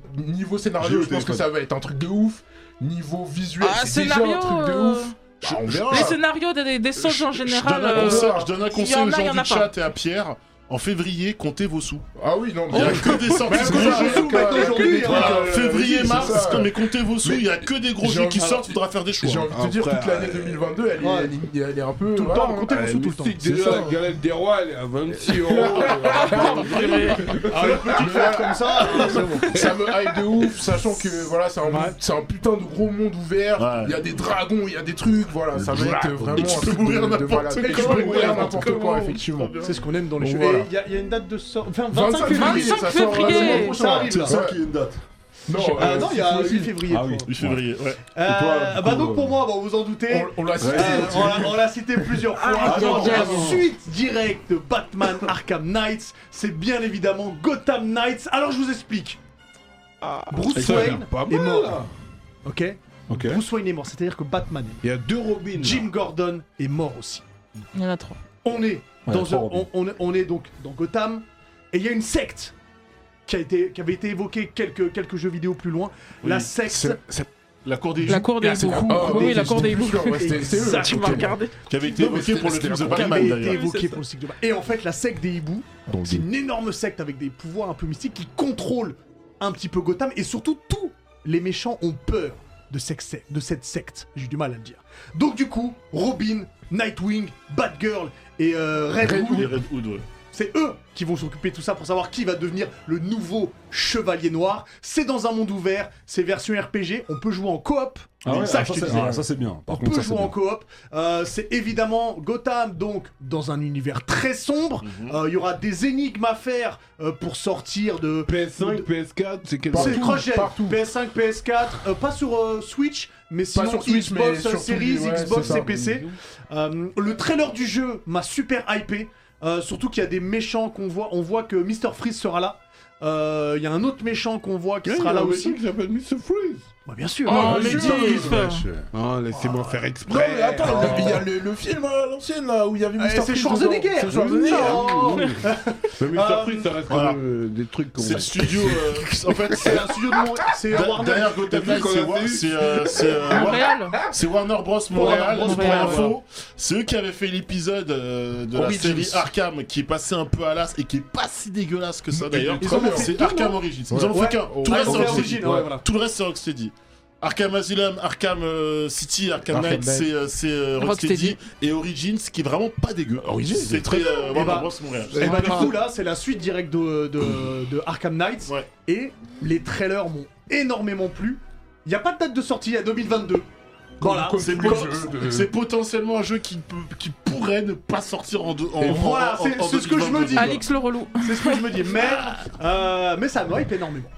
S2: J'ai
S4: niveau
S2: eu
S4: scénario,
S2: au
S4: je pense que
S2: téléphone.
S4: ça va être un truc de ouf. Niveau visuel,
S3: Ah,
S4: c'est déjà
S3: scénario,
S4: un truc de
S3: euh,
S4: ouf. Bah, on verra.
S3: Les scénarios des, des Souls en
S6: Je- je
S3: général.
S6: donne un
S3: euh,
S6: conseil- Je donne un conseil
S3: en a,
S6: aux
S3: il y
S6: gens
S3: en a
S6: du
S3: pas.
S6: chat et à Pierre. en février, comptez vos sous.
S4: Ah oui, non,
S1: Oh.
S6: Il n'y
S3: Oh.
S4: mais.
S6: a que des sorties
S4: Même
S6: de
S4: que
S6: gros
S4: ça,
S6: jeux.
S4: même que-
S1: maintenant,
S4: euh,
S1: aujourd'hui,
S4: que-
S6: Voilà,
S4: euh,
S6: février,
S4: c'est
S6: mars,
S4: ça.
S6: mais comptez vos sous, il n'y a que des gros
S4: j'ai
S6: jeux qui
S4: envie-
S6: sortent, faudra faire des choix.
S4: J'ai envie de te dire, toute l'année 2022, elle est-
S1: Ouais.
S4: elle est- elle est un peu.
S1: Tout le
S4: voilà, hein.
S1: temps, comptez vos sous tout le temps.
S7: Mystique, déjà,
S4: ça.
S7: la galette des rois, elle est à 26 euros.
S1: Ah, une petite fête comme ça, euh, c'est bon.
S4: ça me hype de ouf, sachant que voilà, c'est un,
S1: Ouais.
S4: c'est un putain de gros monde ouvert.
S6: Ouais.
S4: Il y a des dragons, il y a des trucs, voilà, ça va être vraiment.
S6: Et tu
S4: un
S6: peux
S4: truc
S6: mourir
S4: de- de
S6: n'importe
S4: malade.
S6: comment,
S4: Et tu peux mourir
S6: ouais,
S4: n'importe
S6: comment.
S4: quoi, effectivement.
S1: C'est ce qu'on aime dans les
S4: Bon,
S1: jeux.
S4: voilà.
S1: Et il y, a- il y a une date de sort. enfin,
S4: 25 février, ça sort euh, la
S3: février.
S4: semaine prochaine.
S1: Ça arrive, là.
S2: C'est ça qui est une date.
S4: Non,
S1: Ah
S4: euh,
S1: non, il y
S4: c'est
S1: a
S4: possible.
S1: 8 février.
S2: Ah
S1: pour
S2: oui.
S1: moi.
S6: 8 février, ouais.
S1: Euh,
S2: Et toi,
S1: bah
S2: du coup,
S1: donc pour moi, bah, vous en doutez.
S4: On- On l'a cité. hein.
S1: Euh, on l'a- on l'a cité plusieurs fois.
S3: Ah,
S1: Alors,
S3: Georges.
S1: la suite directe de Batman Arkham Knights, c'est bien évidemment Gotham Knights. Alors je vous explique. Bruce
S7: Ça a l'air
S1: Wayne
S7: pas
S1: est
S7: mal.
S1: mort. Ok
S2: Ok.
S1: Bruce Wayne est mort, c'est-à-dire que Batman est mort.
S7: Il y a deux Robins.
S1: Jim Gordon est mort aussi.
S3: Il y en a trois.
S1: On est,
S2: Ouais,
S1: dans
S2: trop
S1: un-
S2: Robin.
S1: on, on est- on est donc dans Gotham et il y a une secte qui, a été, qui avait été évoquée quelques, quelques jeux vidéo plus loin. La secte
S4: C'est- c'est-
S6: La cour des
S3: La
S6: jeux
S3: cour des
S4: c'est-
S3: hiboux.
S4: ah,
S3: Oui, oui,
S4: des-
S3: la cour
S4: j'étais
S3: des hiboux.
S4: plus sûr, ouais, c'était- c'est eux.
S1: Ça,
S3: Tu
S4: Ok,
S3: m'as
S4: bon.
S3: regardé.
S6: qui avait été
S4: Non, mais
S6: évoquée
S4: c'était-
S6: pour le
S4: c'était
S6: film The
S4: la cour
S1: qui
S6: Batman
S1: avait été
S6: d'ailleurs.
S1: évoquée
S3: c'est
S1: pour le cycle de Batman. Et en fait, la secte des hiboux, c'est une énorme secte avec des pouvoirs un peu mystiques qui contrôle un petit peu Gotham et surtout tous les méchants ont peur de, cette sec- de cette secte. J'ai du mal à le dire. Donc du coup, Robin, Nightwing, Batgirl et euh, Red
S6: Red Hood.
S1: Hood,
S6: Les Red Hood, ouais.
S1: c'est eux qui vont s'occuper de tout ça pour savoir qui va devenir le nouveau Chevalier Noir. C'est dans un monde ouvert, c'est version RPG, on peut jouer en coop.
S2: Ah ouais,
S1: ça,
S2: ah,
S1: je te
S2: c'est-
S1: disais.
S2: ah, ça, c'est bien. Par
S1: On
S2: contre,
S1: peut
S2: ça, c'est
S1: jouer en
S2: bien.
S1: coop. Euh, c'est évidemment Gotham, donc dans un univers très sombre. Euh,
S4: Mhm.
S1: Il y aura des énigmes à faire euh, pour sortir de.
S7: PS5, PS4, c'est quel
S1: C'est
S7: jeu
S1: crochet.
S4: partout.
S1: PS5 PS4, euh, pas sur euh, Switch, mais sinon
S4: sur Switch, mais
S1: Xbox euh,
S4: sur tout,
S1: Series,
S4: ouais,
S1: Xbox
S4: c'est ça. Mhm.
S1: et PC. Euh, le trailer du jeu m'a super hypé. euh, surtout qu'il y a des méchants qu'on voit. On voit que Mr Freeze sera là. Euh, Il y a un autre méchant qu'on voit qui
S7: Il y a
S1: sera
S7: un
S1: là
S7: mec
S1: aussi.
S7: qui s'appelle Mr. Freeze.
S1: Bah, bien sûr.
S3: Oh,
S4: Ah,
S1: Euh,
S3: mais
S1: Mr.
S3: dis-
S1: Freeze.
S7: Non, laissez-moi faire
S4: Non,
S7: exprès.
S4: mais attends,
S1: Ah.
S4: il y a- il y a le, le film à l'ancienne là où il y avait
S1: Eh,
S4: Mr.
S1: c'est
S4: Freeze
S1: Schwarzenegger.
S4: dedans. C'est Schwarzenegger. hein. Ah,
S1: Non.
S7: Mais
S1: Euh,
S7: Mr. Freeze, ça reste
S6: voilà.
S7: comme euh, des trucs qu'on.
S6: C'est le studio. euh, en fait, c'est
S1: C'est un studio de mon- C'est un
S6: Da-
S1: Warner.
S6: Derrière Gotham Knights, c'est Wa- c'est, euh, c'est, euh, Warner-
S3: Montréal.
S6: c'est Warner Bros. Montréal.
S1: Bros.
S6: Pour
S3: Montréal,
S6: info, c'est eux qui avaient fait l'épisode euh, de la
S1: Origins.
S6: série Arkham qui est passé un peu à l'as et qui est pas si dégueulasse que ça d'ailleurs.
S4: Ils en ont fait
S6: C'est
S4: deux,
S6: Arkham
S4: non
S6: Origins. Ils en ont
S1: Ouais.
S6: fait qu'un. Tout le
S1: Ah,
S6: reste,
S1: ils ont
S6: c'est
S1: fait
S6: Rocksteady.
S1: Origins, ouais, voilà.
S6: Tout le reste, c'est Rocksteady. Arkham Asylum, Arkham euh, City, Arkham
S7: Arkham
S6: Knight,
S7: Knight.
S6: c'est euh, c'est, euh, Rocksteady.
S3: Rocksteady.
S6: Et Origins, qui est vraiment pas dégueu.
S7: Origins,
S6: c'est très
S1: Et
S6: euh, Warner
S1: bah-
S6: Bros. Montréal.
S1: Et bah, du
S3: Ah.
S1: coup, là, c'est la suite directe de, de- de Arkham Knights.
S6: Ouais.
S1: Et les trailers m'ont énormément plu. Il n'y a pas de date de sortie, il y a 2022. Voilà.
S4: Comme
S6: C'est
S4: tous les
S6: pot-
S4: jeux de-
S6: c'est potentiellement un jeu qui, peut- qui pourrait ne pas sortir en deux. En,
S1: Et
S6: en-
S1: voilà,
S6: en-
S1: c'est-
S6: en
S1: c'est ce que je me
S6: 2022.
S1: dis.
S3: Alix le relou.
S1: C'est ce que je me dis. Mais, euh, mais ça me hype énormément.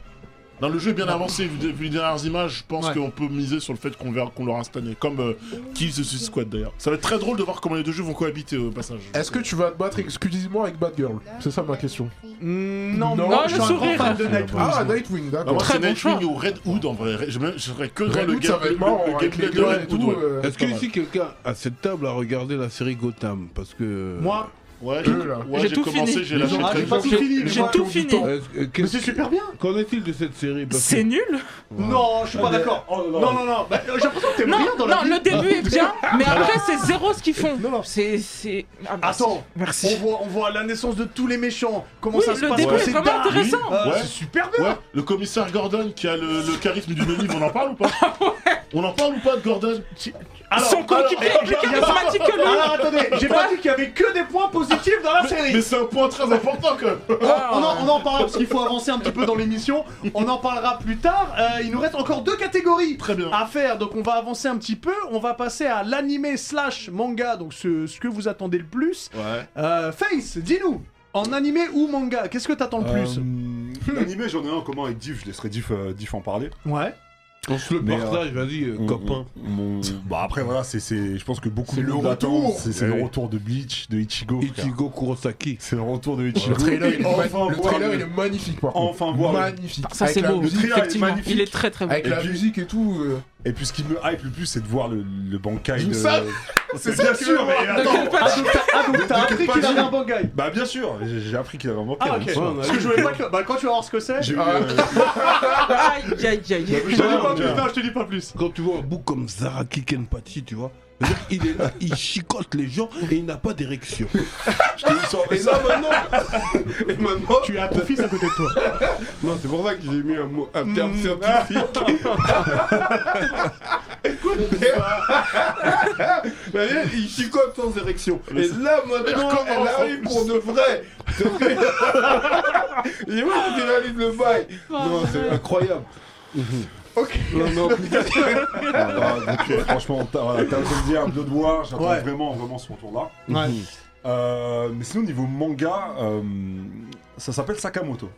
S6: Dans le jeu est bien avancé, vu, vu les dernières images, je pense
S1: Ouais.
S6: qu'on peut miser sur le fait qu'on verra qu'on l'aura cette année. Comme euh, Kills the Suicide Squad d'ailleurs. Ça va être très drôle de voir comment les deux jeux vont cohabiter au passage.
S4: Est-ce que tu vas te battre exclusivement avec Batgirl C'est ça ma question.
S1: Mm, non,
S4: Non,
S1: moi,
S3: le
S1: je suis un grand
S3: sourire.
S1: fan de Nightwing.
S4: Ah, Nightwing,
S6: Bah,
S4: d'accord.
S6: moi,
S3: Très
S6: c'est
S3: bon
S6: Nightwing
S3: choix.
S6: ou Red Hood en vrai. Je me- je serais que dans
S4: Red
S6: le
S4: Hood, ça
S6: game-
S4: va
S6: le-
S4: être marrant hein,
S6: le
S4: avec
S6: gameplay
S4: les
S6: de
S4: guns
S6: Red
S4: et
S6: Hood.
S4: tout.
S6: ouais.
S4: euh,
S7: Est-ce que ici quelqu'un à cette table a regardé la série Gotham Parce que. euh,
S1: Moi,
S6: Ouais,
S4: Eux,
S6: j'ai-
S4: là.
S6: ouais,
S3: J'ai
S6: j'ai
S3: tout
S6: commencé,
S3: fini.
S6: j'ai
S1: les
S6: lâché
S1: gens- ah,
S6: très
S1: j'ai pas tout fini. j'ai
S4: les gens
S1: pas-
S4: qui
S3: tout
S4: ont du
S3: fini.
S4: temps.
S7: Est-ce que-
S1: Mais
S7: qu'est-ce-
S1: c'est super bien.
S7: Qu'en est-il de cette série Parce que-
S3: C'est nul
S1: Non, je suis pas d'accord.
S2: Oh,
S1: Non, non, non. Bah, J'ai l'impression que t'aimes
S3: Non,
S1: rien dans la
S3: non
S1: vie.
S3: le début est bien, mais après c'est zéro ce qu'ils font.
S1: Non, non.
S3: C'est. c'est- Ah, merci.
S1: Attends, on
S3: Merci.
S1: voit, on voit la naissance de tous les méchants. Comment
S3: Oui,
S1: ça se
S3: le
S1: passe
S3: début
S1: quand
S3: est
S1: c'est
S3: vraiment
S1: dingue.
S3: intéressant.
S1: Euh,
S6: Ouais.
S1: C'est super bien.
S6: Ouais, le commissaire Gordon qui a le, le charisme d'une olive, on en parle ou pas On en parle ou pas de Gordon
S3: Son coéquipier est plus
S1: alors,
S3: charismatique que lui.
S1: Alors attendez, j'ai pas dit qu'il y avait que des points positifs dans la série.
S6: Mais c'est un point très important quand même
S1: On, on en, on en parlera parce qu'il faut avancer un petit peu dans l'émission. On en parlera plus tard. Euh, il nous reste encore deux catégories
S6: Très bien.
S1: à faire, donc on va avancer un petit peu. On va passer à l'animé slash manga, donc ce, ce que vous attendez le plus.
S6: Ouais.
S1: Euh, Face, dis-nous, en animé ou manga, qu'est-ce que t'attends le plus
S2: Euh, L'animé, j'en ai un en commun avec Diff, je laisserai Diff, euh, Diff en parler.
S1: Ouais.
S7: On se le
S2: Mais, euh,
S7: partage, vas-y,
S4: Mm,
S7: euh,
S2: On-
S7: copain.
S2: on- Bah après, voilà, c'est- c'est. Je pense que beaucoup
S4: C'est
S2: de
S4: le
S2: monde l'attend.
S4: retour.
S2: C'est c'est
S7: Ouais.
S2: le retour de Bleach, de Ichigo. frère.
S7: Ichigo Kurosaki.
S2: mm. C'est le retour de Ichigo.
S4: Le trailer, il est,
S2: Enfin
S4: ma- le
S2: voir
S4: trailer,
S2: le-
S4: il est magnifique par contre.
S2: Enfin voir. le-
S4: magnifique.
S3: Ça
S4: Avec
S3: c'est
S4: la
S3: beau,
S2: musique, là, elle est
S3: effectivement.
S2: magnifique.
S3: Il est très très beau.
S4: Avec la musique et tout. euh,
S2: Et puis ce qui me hype le plus, c'est de voir le, le Bankai
S6: Vous
S2: de.
S6: savez
S2: C'est bien sûr, mais
S3: Donc,
S2: attends.
S1: Ah donc t'as- ah, donc t'as
S2: De- de
S1: appris
S2: quel
S1: qu'il avait
S2: palier
S1: un bangai.
S2: Bah bien sûr, j'ai j'ai appris qu'il avait un Bankai.
S1: Ah ok.
S2: bien sûr.
S1: Parce que je voulais pas que... Bah quand tu vas voir ce que c'est...
S2: J'ai
S1: Je
S2: eu,
S4: Ah.
S2: euh,
S3: Aïe aïe aïe.
S1: te dis pas
S2: Ouais,
S6: Ah,
S1: plus, non, je te dis pas plus.
S7: Quand tu vois un bouc comme Zaraki Kenpachi, tu vois,
S5: C'est-à-dire qu'il est là, il chicote les gens et il n'a pas d'érection.
S4: Et là maintenant, et maintenant
S1: Tu as ton fils à côté de toi.
S5: Non, c'est pour ça que j'ai mis un, mot, un terme scientifique. C'est-à-dire, il chicote sans érection. Et là maintenant, elle arrive pour de vrai. C'est vrai. Et moi, je réalise le bail. Non, c'est incroyable. Ok.
S4: Non, non,
S2: Ah, bah, donc, euh, franchement, t'as voilà, t'as osé le dire, un peu de voir, j'attends
S1: Ouais.
S2: vraiment, vraiment son tour là.
S1: Ouais.
S7: Mm.
S2: Euh, mais sinon, niveau manga, euh, ça s'appelle Sakamoto.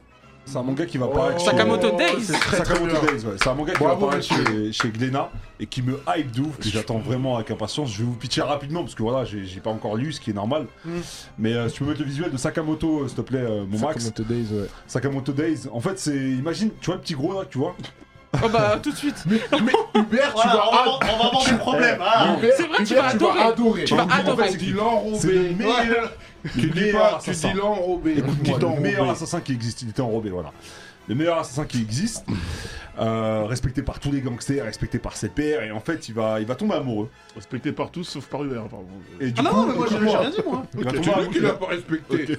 S2: C'est un manga qui va apparaître chez-
S3: Oh. Sakamoto Days
S2: Sakamoto Days, ouais. C'est un manga qui
S4: Bravo,
S2: va apparaître chez, chez Glénat et qui me hype de ouf, que j'attends vraiment avec impatience. Je vais vous pitcher rapidement parce que voilà, j'ai j'ai pas encore lu, ce qui est normal.
S3: Mm.
S2: Mais euh, si tu peux mettre le visuel de Sakamoto, euh, s'il te plaît, euh, mon Max.
S8: Sakamoto Days, ouais.
S2: Sakamoto Days. En fait, c'est. Imagine, tu vois le petit gros là, tu vois.
S3: Oh bah tout de suite.
S4: Hubert, tu
S6: Voilà,
S4: vas
S6: on, va, on va avoir du problème. Ah,
S4: Hubert,
S3: C'est vrai, tu
S4: Hubert,
S3: vas adorer.
S4: adorer.
S3: Tu vas
S2: En fait,
S3: adorer.
S2: c'est
S4: Tu dis
S2: qu'il- C'est
S4: l'enrobé.
S2: le meilleur.
S4: Tu dis pas, tu dis l'enrobé.
S2: Écoute-moi, le meilleur assassin qui existe, il était enrobé, voilà. Le meilleur assassin qui existe, euh, respecté par tous les gangsters, respecté par ses pairs, et en fait, il va, il va tomber amoureux.
S6: Respecté partout sauf par Hubert, pardon.
S2: Et du
S1: Ah non,
S2: coup,
S1: non, mais moi j'ai j'ai
S2: écoute-moi,
S1: rien dit moi.
S2: il va
S6: Ok,
S2: tomber
S6: tu
S2: amoureux,
S6: veux
S4: Il l'a pas respecté.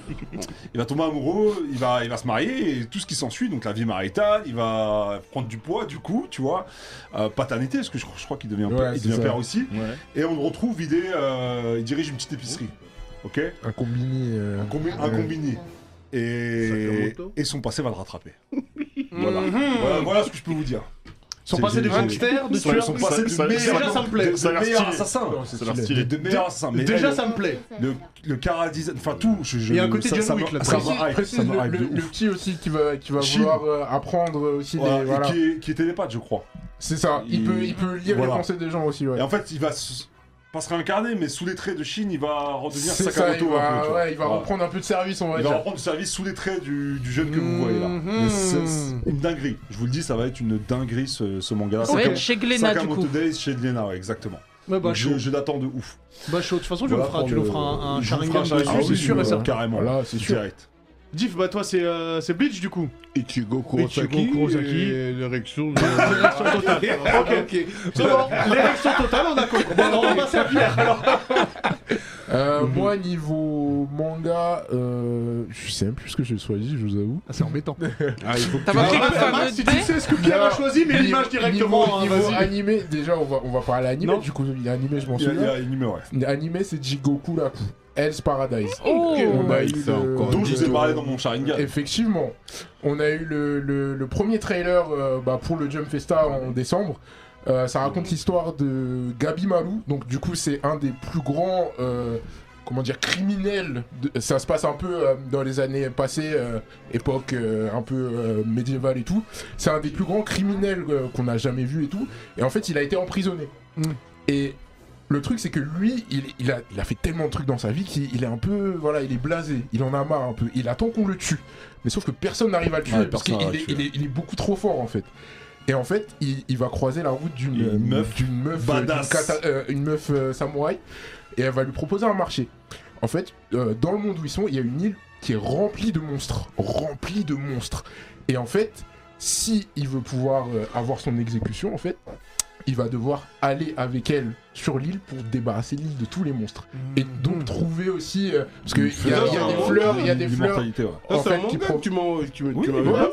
S2: il va tomber amoureux, il va, il va se marier, et tout ce qui s'ensuit, donc la vie maritale, il va prendre du poids, du coup, tu vois, euh, paternité, parce que je, je crois qu'il devient,
S8: Ouais,
S2: il
S8: c'est
S2: devient
S8: ça.
S2: père aussi,
S8: Ouais.
S2: et on le retrouve, il, est, euh, il dirige une petite épicerie, ok
S8: Un combiné. euh,
S2: Un, combi- un
S8: Ouais.
S2: combiné. Et,
S5: Sakamoto.
S2: et son passé va le rattraper. voilà. voilà. voilà ce que je peux vous dire.
S1: Son
S2: C'est
S1: passé de
S2: léger.
S1: gangster, de
S6: Ouais,
S1: tueur.
S6: son
S2: Son passé
S6: Ça-
S2: de
S6: ça-
S1: déjà, ça me plaît.
S2: meilleur
S6: Ça a
S2: de
S6: l'air
S2: meilleur
S6: stylé.
S4: Oh,
S2: assassin.
S6: C'est leur
S2: De-
S6: stylé.
S2: De meilleur assassin. Mais
S1: Déjà
S2: là,
S1: ça me plaît.
S2: le, le cara design, enfin tout. Je, je,
S1: Il y a un côté
S2: ça,
S1: John
S2: ça
S1: Wick, là.
S2: me- Ah, Ça
S4: Précise-
S2: me hype, ça
S4: précise
S2: me
S4: le,
S2: hype de
S4: le- le
S2: ouf.
S4: petit aussi qui va, qui va
S2: Chine.
S4: vouloir euh, apprendre aussi
S2: Voilà,
S4: des.
S2: et
S4: Voilà.
S2: Qui, est, qui est télépathe, je crois.
S4: C'est ça, il,
S2: il-
S4: peut, il peut lire
S2: voilà.
S4: les pensées des gens aussi, ouais.
S2: Et en fait, il va s- pas se réincarner, mais sous les traits de Chine, il va redevenir
S4: C'est ça, il
S2: Sakamoto. un peu,
S4: va,
S2: tu vois.
S4: ouais, il va
S2: Voilà.
S4: reprendre un peu de service, on va
S2: Il va
S4: dire.
S2: reprendre le service sous les traits du, du jeune que vous voyez là.
S4: Mhm.
S2: Mais c'est c'est une dinguerie. Je vous le dis, ça va être une dinguerie ce, ce manga.
S3: Ça va être chez Glénat du
S2: Sakamoto
S3: coup.
S2: Days chez Glénat, ouais, exactement.
S1: Ouais, bah
S2: Donc, je
S1: chaud.
S2: je l'attends de ouf.
S1: Bah chaud. De toute façon, tu
S2: Voilà
S1: nous feras-
S2: pour
S1: tu
S2: le-
S1: nous feras un un
S2: je vous ferai
S1: Sharingan
S2: un Sharingan
S1: dessus, c'est
S2: dessus,
S1: sûr et
S2: ouais,
S1: certain.
S2: Carrément.
S8: Voilà, c'est sûr.
S2: Direct.
S1: Diff, bah toi, c'est euh, c'est Bleach du coup.
S7: Ichigo Kurosaki,
S1: Ichigo Kurosaki.
S7: et l'érection de...
S1: L'érection totale. ok, ok. C'est bon, l'érection totale, on a compris. Bon, on va passer à Pierre alors.
S8: Euh,
S2: Mhm.
S8: Moi, niveau manga, euh, je sais même plus ce que j'ai choisi, je vous avoue.
S1: c'est embêtant.
S7: Ah, il faut que
S3: T'as
S7: tu
S3: pas pris
S7: dises.
S3: le
S1: Ah,
S3: fameux
S1: Max, si tu
S3: dé
S1: sais ce que Pierre a
S4: Là,
S1: choisi, mais
S4: niveau-
S1: l'image directement,
S4: Niveau,
S1: hein,
S4: niveau
S1: vas-y.
S4: animé, déjà, on va, on va parler animé,
S1: Non.
S4: du coup, il y a animé, je m'en
S2: Il y a- il y
S4: souviens.
S2: a une numéro, ouais.
S4: Animé, c'est Jigoku là. Hell's Paradise.
S3: Oh
S4: On a eu
S7: Ça,
S4: le-
S7: encore
S2: Dont je vous ai
S7: Dito.
S2: parlé dans mon Sharingan.
S4: Effectivement, on a eu le, le- le premier trailer euh, bah, pour le Jump Festa en décembre. Euh, ça raconte l'histoire de Gabi Malou. Donc du coup, c'est un des plus grands, euh, comment dire, criminels. de- Ça se passe un peu euh, dans les années passées, euh, époque euh, un peu euh, médiévale et tout. C'est un des plus grands criminels euh, qu'on n'a jamais vu et tout. Et en fait, il a été emprisonné. Et le truc, c'est que lui, il, il a, il a fait tellement de trucs dans sa vie qu'il il est un peu, voilà, il est blasé. Il en a marre un peu. Il attend qu'on le tue. Mais sauf que personne n'arrive à le tuer
S2: Ouais,
S4: parce qu'il
S2: personne
S4: il
S2: n'arrive
S4: est,
S2: à le
S4: il est- il est beaucoup trop fort en fait. Et en fait, il, il va croiser la route d'une
S2: Une
S4: euh,
S2: meuf
S4: d'une meuf, euh,
S2: badass.
S4: d'une kata- euh, une meuf euh, samouraï, et elle va lui proposer un marché. En fait, euh, dans le monde où ils sont, il y a une île qui est remplie de monstres, remplie de monstres. Et en fait, si il veut pouvoir euh, avoir son exécution, en fait, il va devoir aller avec elle sur l'île pour débarrasser l'île de tous les monstres. Et
S5: Mm.
S4: donc trouver aussi, euh, parce que il y, a il y a
S2: hein.
S4: des fleurs, il y a des fleurs.
S2: L'immortalité, ouais.
S5: Ah,
S4: en
S5: c'est
S4: fait,
S5: un manga
S4: qui
S5: que
S4: prend-
S5: tu m'en- que tu m'as-
S2: Oui,
S5: tu m'as-
S2: oui,
S5: Ah,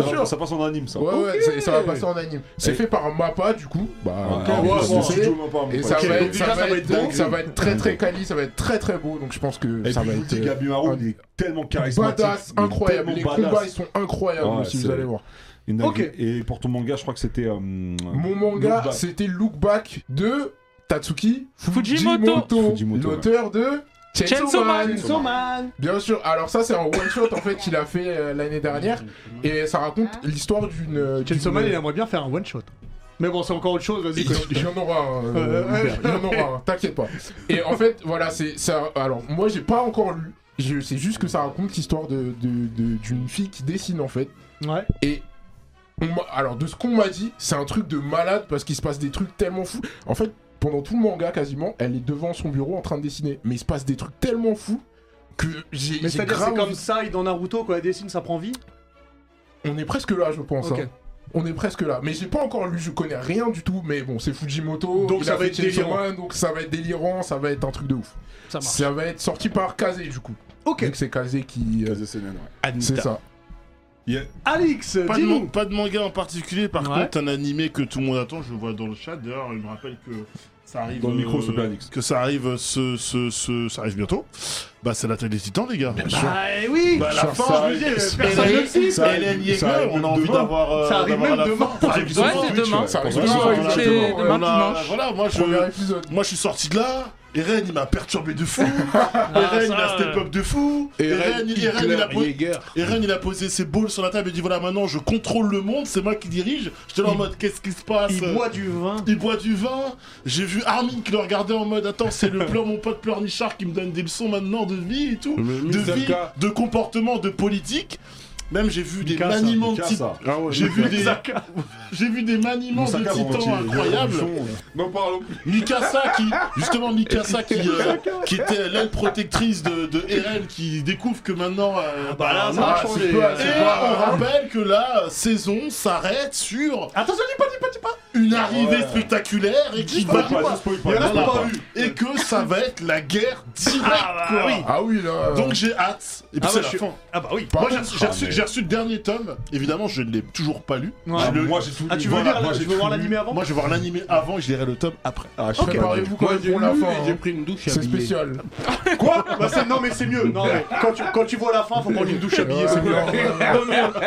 S2: oui, Ça, va- ça passe en anime, ça.
S4: Ouais, ouais, c'est- ça va passer en anime. C'est fait par Mappa, du coup. Bah,
S2: Ouais,
S4: ok,
S2: alors,
S4: vous
S2: le
S4: connaissez.
S2: studio m'a pas- m'a
S4: Et
S2: pas-
S4: ça
S2: Ok.
S4: va, être,
S5: déjà,
S4: ça
S5: ça
S4: va
S5: va
S4: être
S5: être
S4: donc,
S5: dingue.
S4: ça va être très très quali, ça va être très très beau, donc je pense que
S2: Et
S4: ça
S2: puis
S4: va
S2: je vous
S4: être
S2: dis,
S4: euh,
S2: Gabi Maru, il est tellement charismatique.
S4: badass,
S2: il est
S4: incroyable. Les
S2: tellement
S4: combats ils
S2: badass.
S4: sont incroyables
S2: Ouais,
S4: si
S2: c'est-
S4: vous allez voir.
S2: Une
S1: Ok.
S2: dinguerie. Et pour ton manga, je crois que c'était. euh,
S4: Mon
S2: Look
S4: manga
S2: Back.
S4: c'était Look Back de Tatsuki
S3: Fujimoto.
S4: Fujimoto,
S2: Fujimoto,
S4: l'auteur de Chainsaw
S3: Chainsaw Man.
S4: Man. Bien sûr, alors ça c'est un one shot en fait qu'il a fait euh, l'année dernière et ça raconte l'histoire d'une. euh,
S1: Chainsaw
S4: d'une-
S1: Man, il aimerait bien faire un one shot. Mais bon, c'est encore autre chose, vas-y.
S4: Il y en- il y
S1: continue.
S4: en aura un, euh,
S1: Ouais.
S4: Hubert, il y en aura un, t'inquiète pas. Et en fait, voilà, c'est ça. Alors, moi, j'ai pas encore lu. Je sais juste que ça raconte l'histoire de, de- de- d'une fille qui dessine en fait.
S1: Ouais.
S4: Et on m'a- alors, de ce qu'on m'a dit, c'est un truc de malade parce qu'il se passe des trucs tellement fous. En fait, pendant tout le manga quasiment, elle est devant son bureau en train de dessiner. Mais il se passe des trucs tellement fous que j'ai,
S1: Mais
S4: j'ai
S1: c'est-à-dire,
S4: grave
S1: c'est comme
S4: envie-
S1: ça, dans Naruto, quand elle dessine, ça prend vie.
S4: On est presque là, je pense.
S1: Ok.
S4: hein. on est presque là. Mais j'ai pas encore lu, je connais rien du tout, mais bon, c'est Fujimoto.
S1: Donc
S4: il
S1: ça
S4: a
S1: va
S4: fait
S1: être
S4: Chainsaw
S1: délirant.
S4: Man, donc ça va être délirant, ça va être un truc de ouf.
S1: Ça marche.
S4: Ça va être sorti par Kazé du coup.
S1: Ok.
S4: Vu que c'est Kazé qui. euh,
S2: Casey Seinen, ouais.
S4: c'est ça.
S1: Alix,
S6: Pas de, man-
S1: dis-nous.
S6: pas de manga en particulier, par
S1: Ouais.
S6: contre, un animé que tout le monde attend, je le vois dans le chat. D'ailleurs, il me rappelle que ça arrive.
S2: Dans le micro, s'il te plaît,
S6: euh,
S2: Alix.
S6: Que ça arrive, ce, ce, ce- ça arrive bientôt. Bah, c'est l'attaque des titans, les gars.
S1: Ah oui.
S6: Bah, la
S1: Ça
S6: fin,
S1: arrive-
S6: je veux dire,
S1: ça
S6: personne
S1: arrive-
S6: ne le cite.
S2: ça
S6: Hélène
S2: arrive-
S6: Yeager,
S2: ça arrive
S6: on a
S2: même
S6: envie
S2: demain.
S6: d'avoir. euh,
S1: Ça arrive
S6: d'avoir
S1: même
S6: la fin.
S1: demain.
S6: Ça
S1: Ouais,
S6: arrive
S3: Ouais,
S6: sur
S3: c'est
S6: Twitch.
S3: demain.
S4: Ça arrive
S6: Voilà,
S4: demain,
S6: voilà,
S4: exactement.
S3: c'est demain
S6: demain.
S3: Ah,
S6: On a-
S3: dimanche.
S6: Voilà, moi
S4: Premier
S6: je.
S4: épisode.
S6: Moi je suis sorti de là, Eren il m'a perturbé de fou, Eren il a step up de fou, Eren, il- Eren, il a posé-
S7: Jäger.
S6: Eren, il a posé ses balls sur la table et dit voilà maintenant je contrôle le monde, c'est moi qui dirige. J'étais là en mode qu'est-ce qui se passe
S1: Il boit du vin.
S6: Il boit du vin. J'ai vu Armin qui le regardait en mode attends c'est le pleure mon pote pleurnichard qui me donne des leçons maintenant de vie et tout,
S7: Le
S6: de vie,
S7: Misaka.
S6: de comportement, de politique. Même j'ai vu des
S1: Mikasa,
S6: maniements de
S2: Mikasa.
S6: titans. J'ai vu des j'ai vu des maniements de
S2: Moussaka, bon,
S6: titans
S2: entier, il y a
S6: incroyables.
S2: du son.
S5: N'en parlons plus.
S6: Mikasa qui, justement Mikasa qui, euh, qui était l'aile protectrice de, de Eren qui découvre que maintenant. euh,
S1: Bah là, ça
S6: voilà,
S1: va changer.
S6: c'est- Et on
S1: hein.
S6: rappelle que la saison s'arrête sur
S1: Attention, dis pas, dis pas, dis pas.
S6: une arrivée spectaculaire et
S1: Dis
S6: qui
S1: pas,
S6: va
S2: Spoil
S1: dis
S2: pas,
S1: pas.
S2: je spoil
S1: Il y en
S2: pas,
S1: a
S2: je
S1: pas
S2: spoil
S1: vu.
S6: et que ça va être la guerre directe. quoi.
S4: Ah oui, là. euh,
S6: Donc j'ai hâte. Et puis
S1: Ah
S6: c'est
S1: ouais,
S6: la
S1: je-
S6: fin.
S1: Ah bah oui.
S6: Moi j'ai reçu, j'ai
S2: Ah,
S6: reçu-
S2: mais-
S6: j'ai reçu le dernier tome. Évidemment, je ne l'ai toujours pas lu.
S1: Ouais.
S6: Je
S2: Ah,
S6: le-
S2: Moi j'ai tout
S1: Ah,
S2: lu,
S1: tu veux
S2: voilà,
S1: lire,
S2: moi,
S1: tu
S2: j'ai
S1: veux
S2: tout
S1: voir
S2: lu.
S1: l'animé avant
S6: Moi, je vais voir l'animé avant et je lirai le tome après.
S2: Ah, je
S1: Ok.
S2: sais pas.
S4: Préparez-vous quand
S7: Moi,
S4: même
S7: j'ai
S4: pour la
S7: lu
S4: fin.
S7: et
S4: hein.
S7: j'ai pris une douche
S4: C'est
S7: habillée.
S4: spécial.
S1: Quoi Bah, c'est- Non mais c'est mieux. Non mais quand tu, quand tu vois la fin, faut prendre une douche habillée, c'est mieux.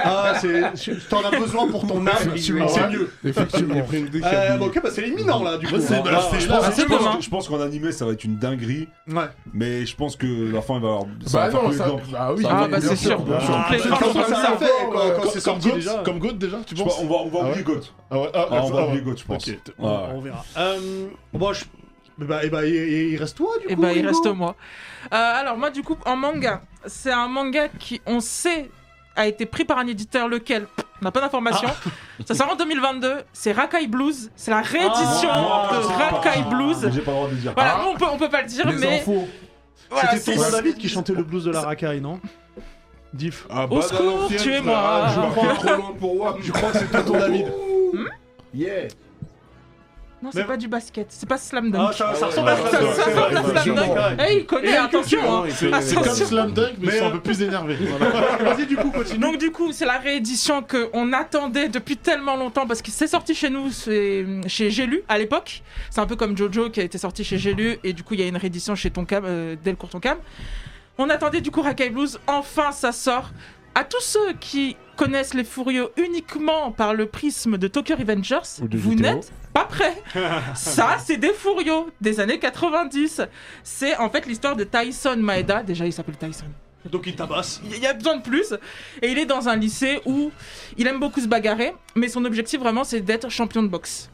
S1: Ah c'est, je- t'en as besoin pour ton âme, Ah, c'est
S6: Ah
S1: mieux.
S7: J'ai
S4: Effectivement.
S7: pris une douche
S1: Euh, bah,
S7: habillée.
S1: ok, bah c'est imminent là du coup.
S6: Ouais, c'est-
S1: Ah,
S6: bah, c'est-
S1: je pense-
S3: Ah, c'est
S2: Je pense,
S3: demain.
S2: que, je pense qu'en animé ça va être une dinguerie,
S1: Ouais.
S2: mais je pense que la fin il va avoir. ça
S4: Bah
S2: va faire
S4: non,
S2: couler
S4: ça.
S2: dedans.
S4: Bah oui.
S2: Ça
S3: Ah
S2: va
S3: bah
S2: bien
S3: c'est
S2: sûr,
S3: sûr.
S2: bien
S6: sûr.
S3: Toutes les
S1: C'est comme ça
S3: fins sont
S1: que
S3: comme ça.
S1: ça fait quand, quand
S6: Comme-
S1: c'est
S6: comme
S1: sorti déjà.
S6: Goat, comme Goat déjà, tu
S2: Je
S6: penses
S2: pense- on va, on va
S6: Ah ouais.
S2: oublier Ah God.
S6: Ah ouais, ah,
S2: Ah, on
S6: ah
S2: va
S6: ouais.
S2: oublier God, je pense.
S6: Ok.
S1: On, on verra. Euh, bon, je... mais bah, et bah, il, il reste toi du
S3: Et
S1: coup.
S3: bah, il
S1: Hugo
S3: reste moi. Euh, alors, moi, du coup, en manga, c'est un manga qui, on sait, a été pris par un éditeur lequel pff, on n'a pas d'informations. Ça sort en 2022. C'est Rakai Blues. C'est la réédition
S2: Ah,
S3: de
S2: c'est pas- Ah.
S3: Rakai
S2: Mais
S3: Blues.
S2: J'ai pas le droit de le dire. Ah.
S3: Voilà, nous, on peut, on peut pas le dire,
S4: Les
S3: mais.
S4: infos.
S3: Voilà,
S1: C'était
S3: c'est-
S1: ton David qui chantait le blues de la racaille, non Diff.
S7: Ah,
S3: Au
S7: bah,
S3: secours,
S5: Ah, je
S3: tuez-moi!
S5: marquais trop loin pour WAP.
S1: Je crois que c'était ton David.
S5: Yeah.
S3: Non, c'est
S1: Mais-
S3: pas du basket, c'est pas Slam
S1: Ah,
S3: Dunk.
S1: ça, ça
S5: ouais,
S1: ressemble à
S3: ça ça
S1: ça. c'est vrai.
S3: ressemble à Slam
S1: Effectivement.
S3: Dunk! Eh, il connaît, attention! hein.
S6: C'est comme
S3: Attention.
S6: Slam Dunk, mais,
S1: Mais,
S6: c'est
S1: euh,
S6: un peu plus énervé.
S1: Vas-y, du coup, continue.
S3: Donc du coup, c'est la réédition que on attendait depuis tellement longtemps parce que c'est sorti chez nous, c'est- chez Gélu à l'époque. C'est un peu comme Jojo qui a été sorti chez Gélu et du coup il y a une réédition chez Tonkam, euh, Delcourt Tonkam. On attendait du coup Rakai Blues, enfin ça sort. À tous ceux qui connaissent les Furieux uniquement par le prisme de Tokyo Revengers,
S4: Ou de
S3: vous
S4: GTO.
S3: n'êtes pas prêts. ça, c'est des Furieux des années 90. C'est en fait l'histoire de Tyson Maeda. Déjà, il s'appelle Tyson.
S1: Donc, il tabasse.
S3: Il y a besoin de plus. Et il est dans un lycée où il aime beaucoup se bagarrer, mais son objectif vraiment c'est d'être champion de boxe.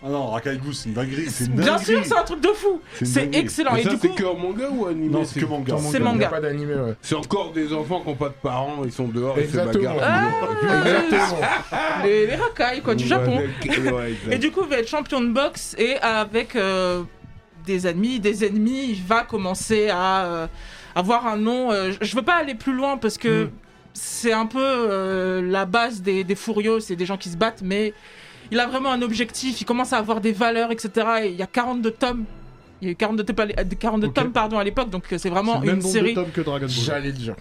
S2: Ah non, Rakai Goose, c'est une dinguerie. C'est une dinguerie.
S3: Bien sûr, c'est un truc de fou.
S2: une
S3: C'est
S2: dinguerie.
S3: excellent.
S7: Mais
S3: Et
S7: ça,
S3: du
S7: c'est
S3: coup,
S7: que en manga ou animé
S2: Non, c'est que manga.
S3: c'est
S4: Il n'y a
S3: manga.
S4: pas d'animé, ouais.
S7: C'est encore des enfants qui n'ont pas de parents, ils sont dehors, ils se
S4: Exactement.
S7: bagarrent.
S4: Exactement.
S3: Euh, les, les racailles quoi, Ah, du
S7: Ouais,
S3: Japon.
S7: avec- ouais, exact.
S3: Et du coup, il va être champion de boxe et avec euh, des ennemis, des ennemis, il va commencer à euh, avoir un nom. euh, je- je veux pas aller plus loin parce que
S1: Hmm.
S3: c'est un peu euh, la base des, des furieux, c'est des gens qui se battent, mais il a vraiment un objectif, il commence à avoir des valeurs, etc. Et il y a 42 tomes. Il y a eu 42 tomes à l'é- euh, 42
S1: Ok.
S3: tomes pardon, à l'époque, donc euh, c'est vraiment
S1: C'est le
S3: une
S1: même nombre de
S3: série.
S1: tomes que Dragon Ball.
S4: J'allais le dire.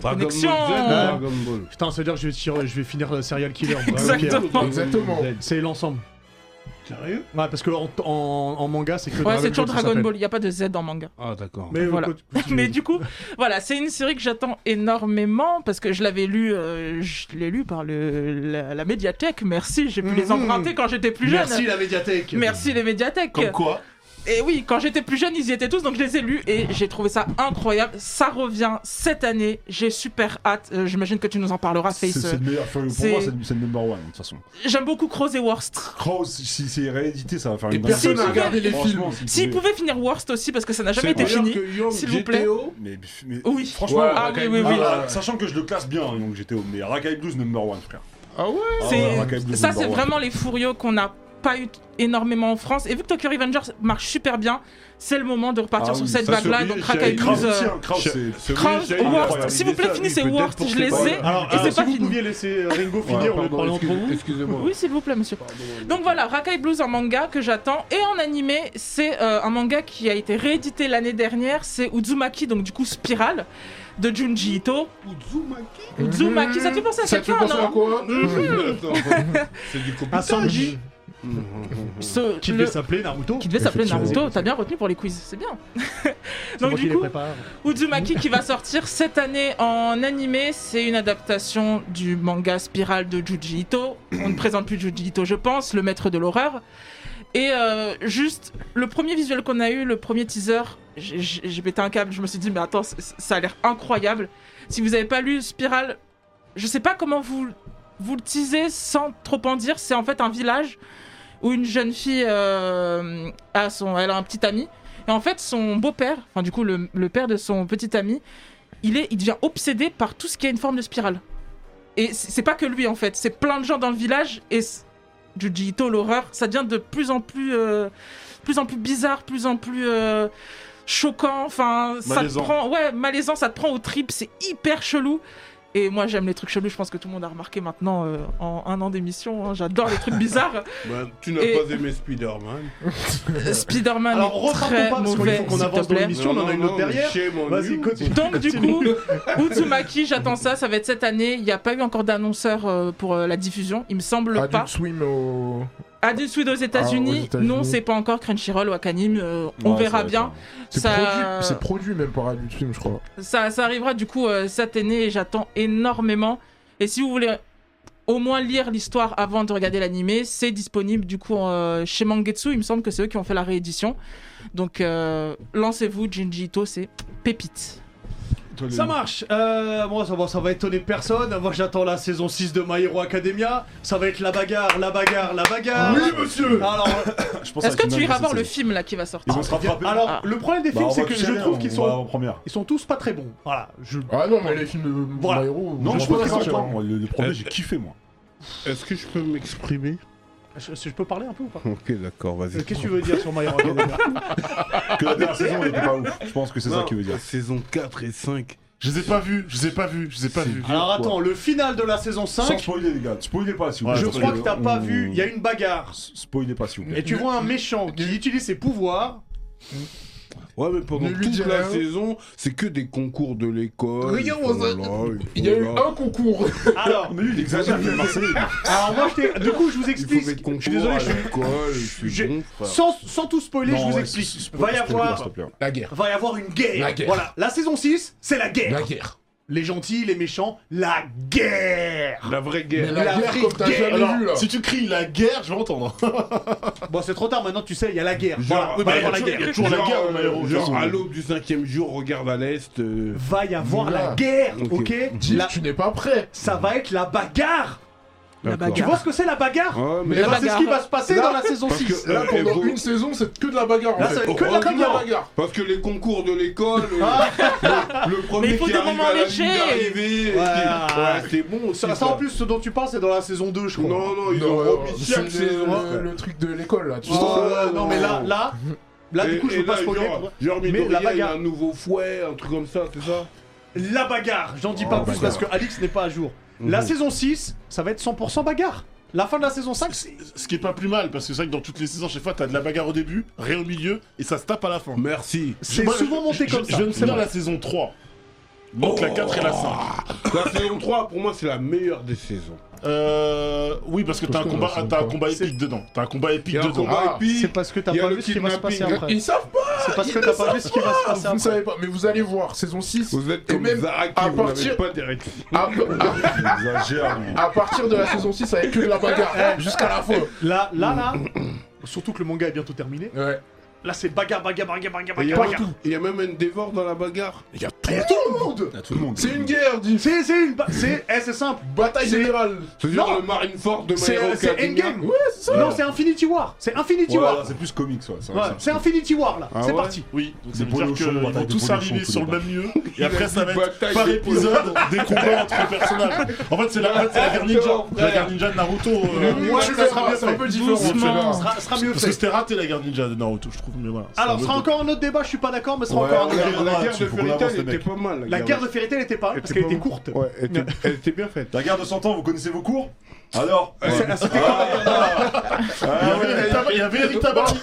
S7: Dragon Ball Z,
S3: connexion.
S7: Dragon Ball.
S1: Putain, ça veut dire que je vais, tirer- je vais finir la Serial Killer. Ouais, ok.
S3: Exactement.
S4: Exactement.
S1: C'est l'ensemble.
S7: Sérieux
S1: Ouais, parce que en, en- en manga, c'est que
S3: Ouais,
S1: Dragon
S3: c'est toujours
S1: Ball, ça
S3: Dragon
S1: s'appelle.
S3: Ball, il n'y a pas de Z en manga.
S7: Ah, d'accord.
S1: Mais euh,
S3: Voilà. Mais du coup, voilà, c'est une série que j'attends énormément parce que je l'avais lu, euh, je l'ai lu par le, la, la médiathèque. Merci, j'ai pu les
S1: Mhm.
S3: emprunter quand j'étais plus jeune.
S1: Merci la médiathèque.
S3: Merci les médiathèques.
S6: Comme quoi
S3: Et oui, quand j'étais plus jeune, ils y étaient tous, donc je les ai lus et j'ai trouvé ça incroyable. Ça revient cette année, j'ai super hâte. Euh, J'imagine que tu nous en parleras,
S2: C'est
S3: Face.
S2: c'est le meilleur. Pour moi,
S3: c'est-
S2: c'est le- c'est le number one, de toute façon.
S3: J'aime beaucoup Crows et Worst.
S2: Krause, si c'est réédité, ça va faire
S4: Et
S2: une
S4: personne
S3: n'a regardé
S4: les
S2: Franchement,
S3: S'ils pouvaient finir Worst aussi, parce que ça n'a jamais été fini. s'il vous plaît.
S2: Mais, mais-
S3: Oui.
S2: franchement,
S4: Ouais,
S3: Ah oui, oui,
S2: Ah,
S3: oui.
S2: ah, sachant que je le classe bien, hein, donc j'étais au mais Rakai Blues number one, frère.
S4: Ah ouais
S2: Ah
S3: C'est-
S2: bah, ouais, Rakai Blues
S3: Ça,
S2: number
S3: c'est
S2: one.
S3: vraiment les furieux qu'on n'a pas eu énormément en France. Et vu que Tokyo Revengers marche super bien, c'est le moment de repartir
S2: Ah
S3: sur
S2: oui,
S3: cette
S2: ça, c'est
S3: vague-là.
S2: obligé,
S3: Donc
S2: j'ai-
S3: Rakai
S2: Kraus,
S3: Blues, euh,
S2: tiens, Kraus, c'est- c'est
S3: Kraus,
S2: obligé, il a
S3: Worst.
S2: regardé
S3: S'il vous plaît,
S2: ça,
S3: finissez
S2: oui, peut-être
S3: Worst,
S2: pour Ah.
S3: je
S2: ses
S3: les
S2: paroles.
S3: ai.
S1: Alors,
S3: Et
S1: euh,
S3: c'est
S1: si
S3: pas
S1: vous
S3: fini.
S1: pouviez laisser euh, Ringo
S8: Ouais,
S1: finir, on va
S8: pardon,
S1: parler entre
S8: excuse-
S1: vous.
S8: Excusez-moi.
S3: Oui, s'il vous plaît, monsieur. Donc voilà, Rakai Blues en manga que j'attends. Et en animé, c'est euh, un manga qui a été réédité l'année dernière. C'est Uzumaki, donc du coup Spirale, de Junji Ito. Uzumaki,
S2: Mhm.
S3: ça te fait penser à
S4: Ça te fait
S3: quelqu'un,
S4: penser à
S3: non
S4: quoi
S5: C'est du
S1: À Sanji,
S3: Ce-
S1: qui
S3: le-
S1: devait s'appeler Naruto.
S3: qui devait s'appeler
S1: Effectivement.
S3: Naruto. T'as bien retenu pour les quiz, c'est bien.
S1: C'est moi
S3: Donc du
S1: qui les
S3: coup,
S1: prépare.
S3: Uzumaki qui va sortir cette année en animé, c'est une adaptation du manga Spirale de Juji Ito. On ne présente plus Juji Ito, je pense, le maître de l'horreur. Et euh, juste, le premier visuel qu'on a eu, le premier teaser, j'ai- j'ai j'ai pété un câble, je me suis dit, mais attends, c- c- ça a l'air incroyable. Si vous n'avez pas lu Spirale, je sais pas comment vous, vous le teasez sans trop en dire, c'est en fait un village où une jeune fille euh, a son, elle a un petit ami et en fait, son beau-père, enfin du coup le, le père de son petit ami, il, est, il devient obsédé par tout ce qui a une forme de spirale. Et c- c'est pas que lui en fait, c'est plein de gens dans le village et c- Juji Ito, l'horreur, ça devient de plus en plus, euh, plus en plus bizarre, plus en plus euh, choquant. Enfin, ça te
S6: Malaisant.
S3: prend, ouais, malaisant, ça te prend aux tripes, c'est hyper chelou. Et moi j'aime les trucs chelous, je pense que tout le monde a remarqué maintenant euh, en un an d'émission, hein, j'adore les trucs bizarres.
S7: Bah, tu n'as
S3: Et-
S7: pas aimé Spider-Man.
S3: Euh, Spider-Man
S1: Alors,
S3: est
S1: repartons
S3: très
S1: pas parce qu'il
S3: mauvais,
S1: faut qu'on
S3: s'il
S1: avance
S3: te
S1: dans
S3: plaît.
S1: l'émission, on en a une autre derrière. Vas-y, continue.
S3: Donc du
S1: Continue.
S3: coup, Uzumaki, j'attends ça, ça va être cette année. Il n'y a pas eu encore d'annonceur euh, pour euh, la diffusion, il me semble pas.
S4: Adult Swim au.
S3: Adult Swim aux
S4: Ah, aux
S3: États-Unis,
S4: États-Unis.
S3: non, c'est pas encore Crunchyroll ou Akanim, euh, on
S2: Ouais,
S3: verra
S2: ça va
S3: bien.
S4: C'est
S3: Ça-
S4: produit- c'est produit même par Adult Swim, je crois.
S3: Ça, ça arrivera du coup euh, cette année et j'attends énormément. Et si vous voulez au moins lire l'histoire avant de regarder l'animé, c'est disponible du coup euh, chez Mangetsu. Il me semble que c'est eux qui ont fait la réédition. Donc euh, lancez-vous, Jinji Ito, c'est pépite.
S2: Toi, les-
S1: Ça marche. Euh, moi, ça va, ça va étonner personne. Moi, j'attends la saison 6 de My Hero Academia. Ça va être la bagarre, la bagarre, la bagarre.
S2: Oui, monsieur
S1: Alors,
S2: Je pense à
S3: Est-ce que
S2: la
S3: tu
S2: finale
S3: iras
S2: de
S3: voir le
S2: cette
S3: film là qui va sortir
S2: Ils vont se rattraper.
S1: alors
S3: Ah.
S1: le problème des
S2: Bah,
S1: films,
S2: on
S1: c'est
S2: va
S1: que je
S2: chialer,
S1: trouve
S2: on
S1: qu'ils
S2: va
S1: sont,
S2: en première.
S1: ils sont tous pas très bons. Voilà. Je...
S4: Ah non, mais les films de
S1: Voilà.
S4: My Hero.
S2: Non, je
S4: pense
S2: pense
S4: pas
S2: qu'ils
S4: ça,
S2: sont pas.
S4: hein.
S2: moi, Le le premier, j'ai kiffé, moi.
S7: Est-ce que je peux m'exprimer
S1: Je, je peux parler un peu ou pas
S7: Ok, d'accord,
S1: Euh,
S7: vas-y.
S1: Qu'est-ce que tu veux dire sur My Hero Academia
S2: Que la dernière saison, elle était pas ouf. Je pense que c'est ça
S7: Non,
S2: qui veut dire.
S7: la Saison 4 et 5.
S6: Je les ai pas vus, je les ai pas vus, je les ai pas
S7: C'est
S6: vus.
S1: Alors attends, le final de la saison
S2: Sans
S1: 5,
S2: spoiler, les gars. Spoilez pas, si vous
S6: Ouais,
S2: plaît.
S1: je
S6: parce
S1: crois
S6: que
S1: que t'as
S2: on-
S1: pas vu, il y a une bagarre.
S2: Spoilez pas, s'il vous plaît.
S1: Et tu vois un méchant qui utilise ses pouvoirs.
S7: Ouais, mais pendant
S4: Ne lui dis
S7: toute la
S4: rien.
S7: saison, c'est que des concours de l'école.
S4: Regarde,
S7: ils
S4: on
S7: font
S4: s'en-
S7: là, ils font
S4: Il y a
S1: Oh
S4: eu
S7: là.
S4: un concours.
S1: Alors,
S2: Mais lui, il exagère, il est Marseillais. lui.
S1: alors moi, je t'ai- du coup, je vous
S7: Ils font
S1: explique.
S7: des
S1: Je
S7: concours
S1: suis désolé,
S7: à
S1: je suis-
S7: l'école,
S1: j'ai-
S7: c'est bon, frère.
S1: sans, sans tout spoiler, je
S2: Non,
S1: vous
S2: ouais, s-
S1: explique.
S2: spoil-
S1: Va y
S2: spoilez-le,
S1: avoir
S2: s'il te plaît.
S4: La guerre.
S1: va y avoir une guerre.
S4: La guerre.
S1: Voilà, la saison 6, c'est la guerre.
S4: La guerre.
S1: Les gentils, les méchants, la guerre.
S7: La vraie
S4: Mais
S7: guerre.
S4: la,
S1: La
S4: guerre comme t'as
S1: guerre.
S4: jamais vu là.
S6: Alors, si tu cries la guerre, je vais entendre.
S1: Bon, c'est trop tard maintenant, tu sais, il y a la guerre. Voilà,
S5: bah,
S7: Oui,
S1: va y
S7: mais
S1: avoir la
S7: il y a
S1: guerre.
S6: toujours la
S7: Genre,
S6: guerre,
S7: euh,
S6: mais héros, de toute
S7: Genre,
S6: façon.
S7: à l'aube du cinquième jour, regarde à l'est. euh,
S1: Va y avoir la
S4: Voilà.
S1: guerre,
S7: Ok.
S1: ok
S4: Dis,
S1: La-
S4: tu n'es pas prêt.
S1: Ça va être la bagarre.
S3: La
S7: d'accord.
S1: Tu
S3: bagarre.
S1: vois ce que c'est la bagarre
S7: Ouais, mais
S1: Eh ben,
S3: La
S1: c'est ce
S3: bagarre.
S1: qui va se passer
S4: Là,
S1: dans la saison 6.
S4: Là,
S7: euh,
S4: pendant
S7: Ebro-
S4: une saison, c'est que de la bagarre.
S1: Là,
S4: en
S1: ça va
S4: fait.
S1: être que de la
S4: Que de la
S1: bagarre.
S4: bagarre.
S7: Parce que les concours de l'école, euh, le, le
S3: Mais il
S7: premier
S3: faut
S7: qui
S3: des
S7: arrive
S3: moments
S7: à la
S3: légers.
S7: ligne d'arrivée, et
S1: Ouais.
S7: qui- ouais, c'est bon aussi.
S1: Ça, ça, en plus, ce dont tu parles, c'est dans la saison 2, je crois.
S7: Non,
S5: Oh,
S7: non, ils
S4: Non,
S7: ont
S4: alors,
S7: remis chaque
S4: C'est
S7: saison.
S4: le- le truc de l'école là. Tu
S1: Oh,
S4: sens.
S1: euh, non, mais là, là, là,
S7: Et-
S1: du coup, je
S7: et
S1: veux pas
S7: là,
S1: spoiler.
S7: Genre, genre
S1: Mais
S7: Midoriya,
S1: la bagarre.
S7: il a un nouveau fouet, un truc comme ça, c'est ça
S1: La bagarre, j'en dis pas
S4: Oh,
S1: plus
S4: bagarre.
S1: parce que Alix n'est pas à jour. La
S7: Mhm.
S1: saison 6, ça va être 100% bagarre. La fin de la saison 5, c'est.
S6: Ce qui est pas plus mal, parce que c'est vrai que dans toutes les saisons, chaque fois, t'as de la bagarre au début, rien au milieu, et ça se tape à la fin.
S7: Merci.
S1: C'est
S6: Moi,
S1: souvent
S6: je-
S1: monté
S6: je-
S1: comme
S6: je-
S1: ça.
S6: Je me
S1: C'est
S6: souviens
S1: vrai.
S6: la saison 3. Donc
S5: Oh.
S6: la 4 et la 5.
S7: La saison 3, pour moi, c'est la meilleure des saisons.
S6: Euh. Oui, parce que t'as un
S4: Parce que
S6: combat,
S4: la saison
S6: t'as un
S4: 3.
S6: combat épique dedans. T'as un combat
S7: Il y
S6: épique
S7: a un
S6: dedans.
S7: combat
S4: Ah,
S7: épique.
S1: C'est parce que t'as
S7: Il y a
S1: pas
S7: le
S1: vu ce qui va se passer
S7: kidnapping.
S1: après.
S4: Ils savent pas.
S1: C'est parce
S4: ils
S1: que
S4: le
S1: t'as pas vu
S4: savent
S1: ce qui va se passer
S4: Vous ne
S1: après.
S4: savez pas, mais vous allez voir, saison 6.
S7: Vous êtes
S4: Et
S7: comme
S4: même
S7: Zara qui
S4: à
S7: vous
S4: partir-
S7: n'avez pas des récits.
S4: À,
S2: Il exagère, lui.
S4: à- à partir de la saison 6, ça va être que de la bagarre. Jusqu'à la fin.
S1: Là, là, là. Surtout que le manga est bientôt terminé.
S4: Ouais.
S1: Là, c'est bagarre, bagarre, bagarre, bagarre,
S5: Et Il y, a
S1: bagarre. bagarre.
S5: partout. Il y a même un dévore dans la bagarre.
S6: Il y a tout.
S1: Et tout le monde
S2: À tout le monde.
S5: C'est une guerre, dit.
S1: C'est c'est une. ba- C'est eh, c'est simple.
S5: Bataille
S1: C'est-
S5: générale. C'est
S1: Non.
S5: genre le Marineford de
S1: C'est
S5: Mario
S1: c'est Endgame.
S5: Ouais, c'est ça.
S1: Non, c'est Infinity War. C'est Infinity
S2: Ouais, là,
S1: War.
S2: c'est plus comics, ouais. c'est vrai,
S1: Ouais,
S2: c'est-
S1: C'est Infinity War là.
S5: Ah
S1: C'est
S5: ouais
S1: parti.
S6: Oui, donc ça
S2: Des
S6: veut dire
S2: polos chauds,
S6: qu'ils vont
S2: bataille, des
S6: tous
S2: polos
S6: arriver
S2: chauds, tous
S6: sur le
S2: les
S6: même lieu et après
S5: a
S6: ça
S5: dit
S6: va être
S5: bataille
S6: par
S5: des
S6: épisode des combats entre les personnages. En fait, c'est la, c'est la guerre ninja,
S5: Attends,
S6: la
S5: frère.
S6: guerre ninja de Naruto. euh,
S4: Oui,
S6: ouais,
S4: tu
S6: ça
S4: verras,
S6: sera bien
S4: c'est
S6: fait.
S4: un peu différent.
S6: Doucement.
S4: tu verras.
S1: Ce sera, ce sera mieux
S6: Parce que
S1: fait.
S6: c'était raté la guerre ninja de Naruto, je trouve, mais voilà. c'est
S1: Alors,
S6: un
S1: ce sera
S6: autre-
S1: encore un autre débat. Je suis pas d'accord, mais ce sera
S5: Ouais,
S1: encore un
S5: la,
S1: autre
S5: la
S1: débat.
S5: guerre
S2: là-dessus,
S5: de
S2: faut qu'on avance,
S5: Furitan
S2: les
S5: était
S2: mecs.
S5: pas mal.
S1: La guerre de Férité n'était pas, parce qu'elle
S4: pas
S1: était
S4: bon.
S1: courte.
S4: Ouais, elle était- elle était bien faite.
S2: La guerre de 100 ans, vous connaissez vos cours Alors
S1: C'est- C'était quoi la guerre
S6: Il y avait Eric Tabar- Ah il y avait Eric
S1: Ah
S6: Tabarly.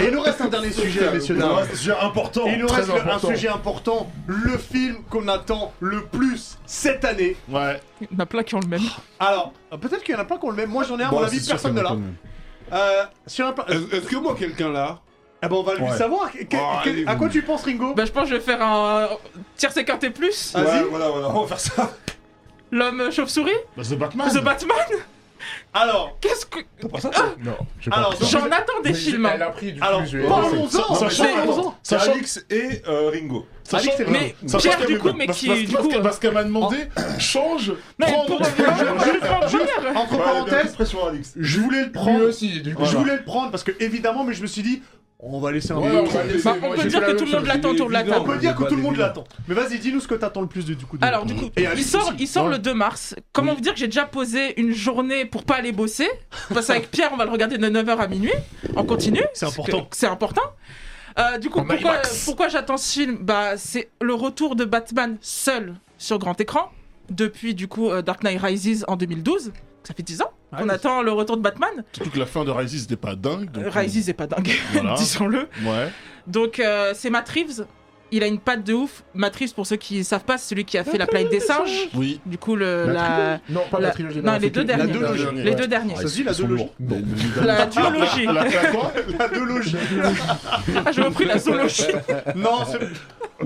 S1: Et il nous reste un dernier sujet, messieurs
S2: Non,
S6: Ah,
S1: dames.
S2: c'est un sujet important.
S1: Il nous
S2: Très
S1: reste le- un
S2: important.
S1: sujet important, le film qu'on attend le plus cette année.
S6: Ouais.
S3: Il y en a plein qui ont le même.
S1: Alors, euh, peut-être qu'il y en a plein qui ont le même. Moi, j'en ai un, à
S2: Bon,
S1: mon
S2: c'est
S1: avis,
S2: sûr
S1: personne
S2: qu'il
S1: ne
S2: y en a
S1: l'a.
S2: pas de même.
S1: Euh, sur un pla- euh,
S5: Est-ce que moi, quelqu'un là
S1: Ah bah, on va lui
S2: Ouais.
S1: savoir. Que- que-
S5: Oh,
S1: que-
S5: allez,
S1: à quoi
S5: vous-
S1: tu penses, Ringo
S3: Bah, je pense que je vais faire un. Tiers écarté plus.
S1: Vas-y.
S2: Ouais, voilà, voilà, on va faire ça.
S3: L'homme chauve-souris
S6: Bah, The
S4: Ah.
S6: Batman.
S3: The Batman
S1: Alors,
S3: Qu'est-ce que.
S4: Non, j'ai pas
S1: alors,
S4: pris.
S1: donc-
S3: J'en attends des
S4: Mais
S3: films. hein.
S4: Elle a pris du coup,
S1: alors,
S4: je vais-
S1: parlons-en.
S6: Sachant-
S1: Parlons-en.
S2: C'est
S6: Sachant-
S2: Alix et euh, Ringo.
S1: Alex, c'est
S3: Mais
S6: Sachant
S3: Pierre,
S6: qu'elle
S3: du
S6: m'a-
S3: coup, mais
S6: parce-
S3: qui
S6: parce-
S3: est. Du
S6: parce
S3: coup. euh, Oh.
S6: qu'elle- Parce qu'elle m'a demandé, change,
S3: Non, mais
S6: prends
S3: pour
S6: notre-
S3: revenir- juste pour revenir.
S1: entre
S2: Ouais, elle a bien
S1: parenthèses,
S2: plus Bah, pression, Alix.
S1: je voulais le
S4: Lui
S1: prendre.
S4: aussi, du coup.
S1: Je voulais le prendre parce que évidemment, mais je me suis dit, on va laisser un
S4: Ouais,
S1: peu.
S4: on va laisser-
S3: Bah,
S4: moi,
S3: on
S4: j'ai
S3: peut
S4: fait
S3: dire
S4: la
S3: que
S4: même
S3: tout le monde
S4: chose.
S3: l'attend autour de la
S5: évident.
S1: On
S3: table.
S1: peut dire que tout le monde l'attend. Mais vas-y, dis-nous ce que t'attends le plus de- du coup. de-
S3: Alors du coup,
S1: Mm. Et
S3: il
S1: Alice
S3: sort,
S1: aussi.
S3: il sort
S6: Ouais.
S3: le 2 mars. Comment vous dire que j'ai déjà posé une journée pour pas aller bosser Parce qu'avec Pierre, on va le regarder de 9h à minuit. On continue.
S1: C'est
S3: parce que
S1: important.
S3: C'est important. Euh, du coup,
S4: En
S3: pourquoi,
S4: IMAX.
S3: pourquoi j'attends ce film Bah, c'est le retour de Batman seul sur grand écran depuis du coup euh, Dark Knight Rises en 2012. Ça fait 10 ans qu'on
S1: Ouais.
S3: attend le retour de Batman.
S6: Surtout que la fin de Rises n'était pas dingue. donc- euh,
S3: Rises est pas dingue,
S6: Voilà.
S3: disons-le.
S6: Ouais.
S3: Donc euh, c'est Matt Reeves. Il a une patte de ouf. Matt Reeves, pour ceux qui ne savent pas, c'est celui qui a fait la planète des singes.
S6: Oui.
S3: Du coup, le,
S4: La
S3: la,
S4: Non, pas la,
S3: la-
S4: trilogie.
S3: non, les
S4: c'était
S3: deux
S4: la
S3: derniers.
S4: deux-
S6: derniers.
S3: Les deux derniers.
S1: Ça se dit la zoologie.
S3: La duologie.
S6: La, la quoi
S1: La zoologie.
S3: Ah, je me prie la zoologie.
S1: Non, c'est-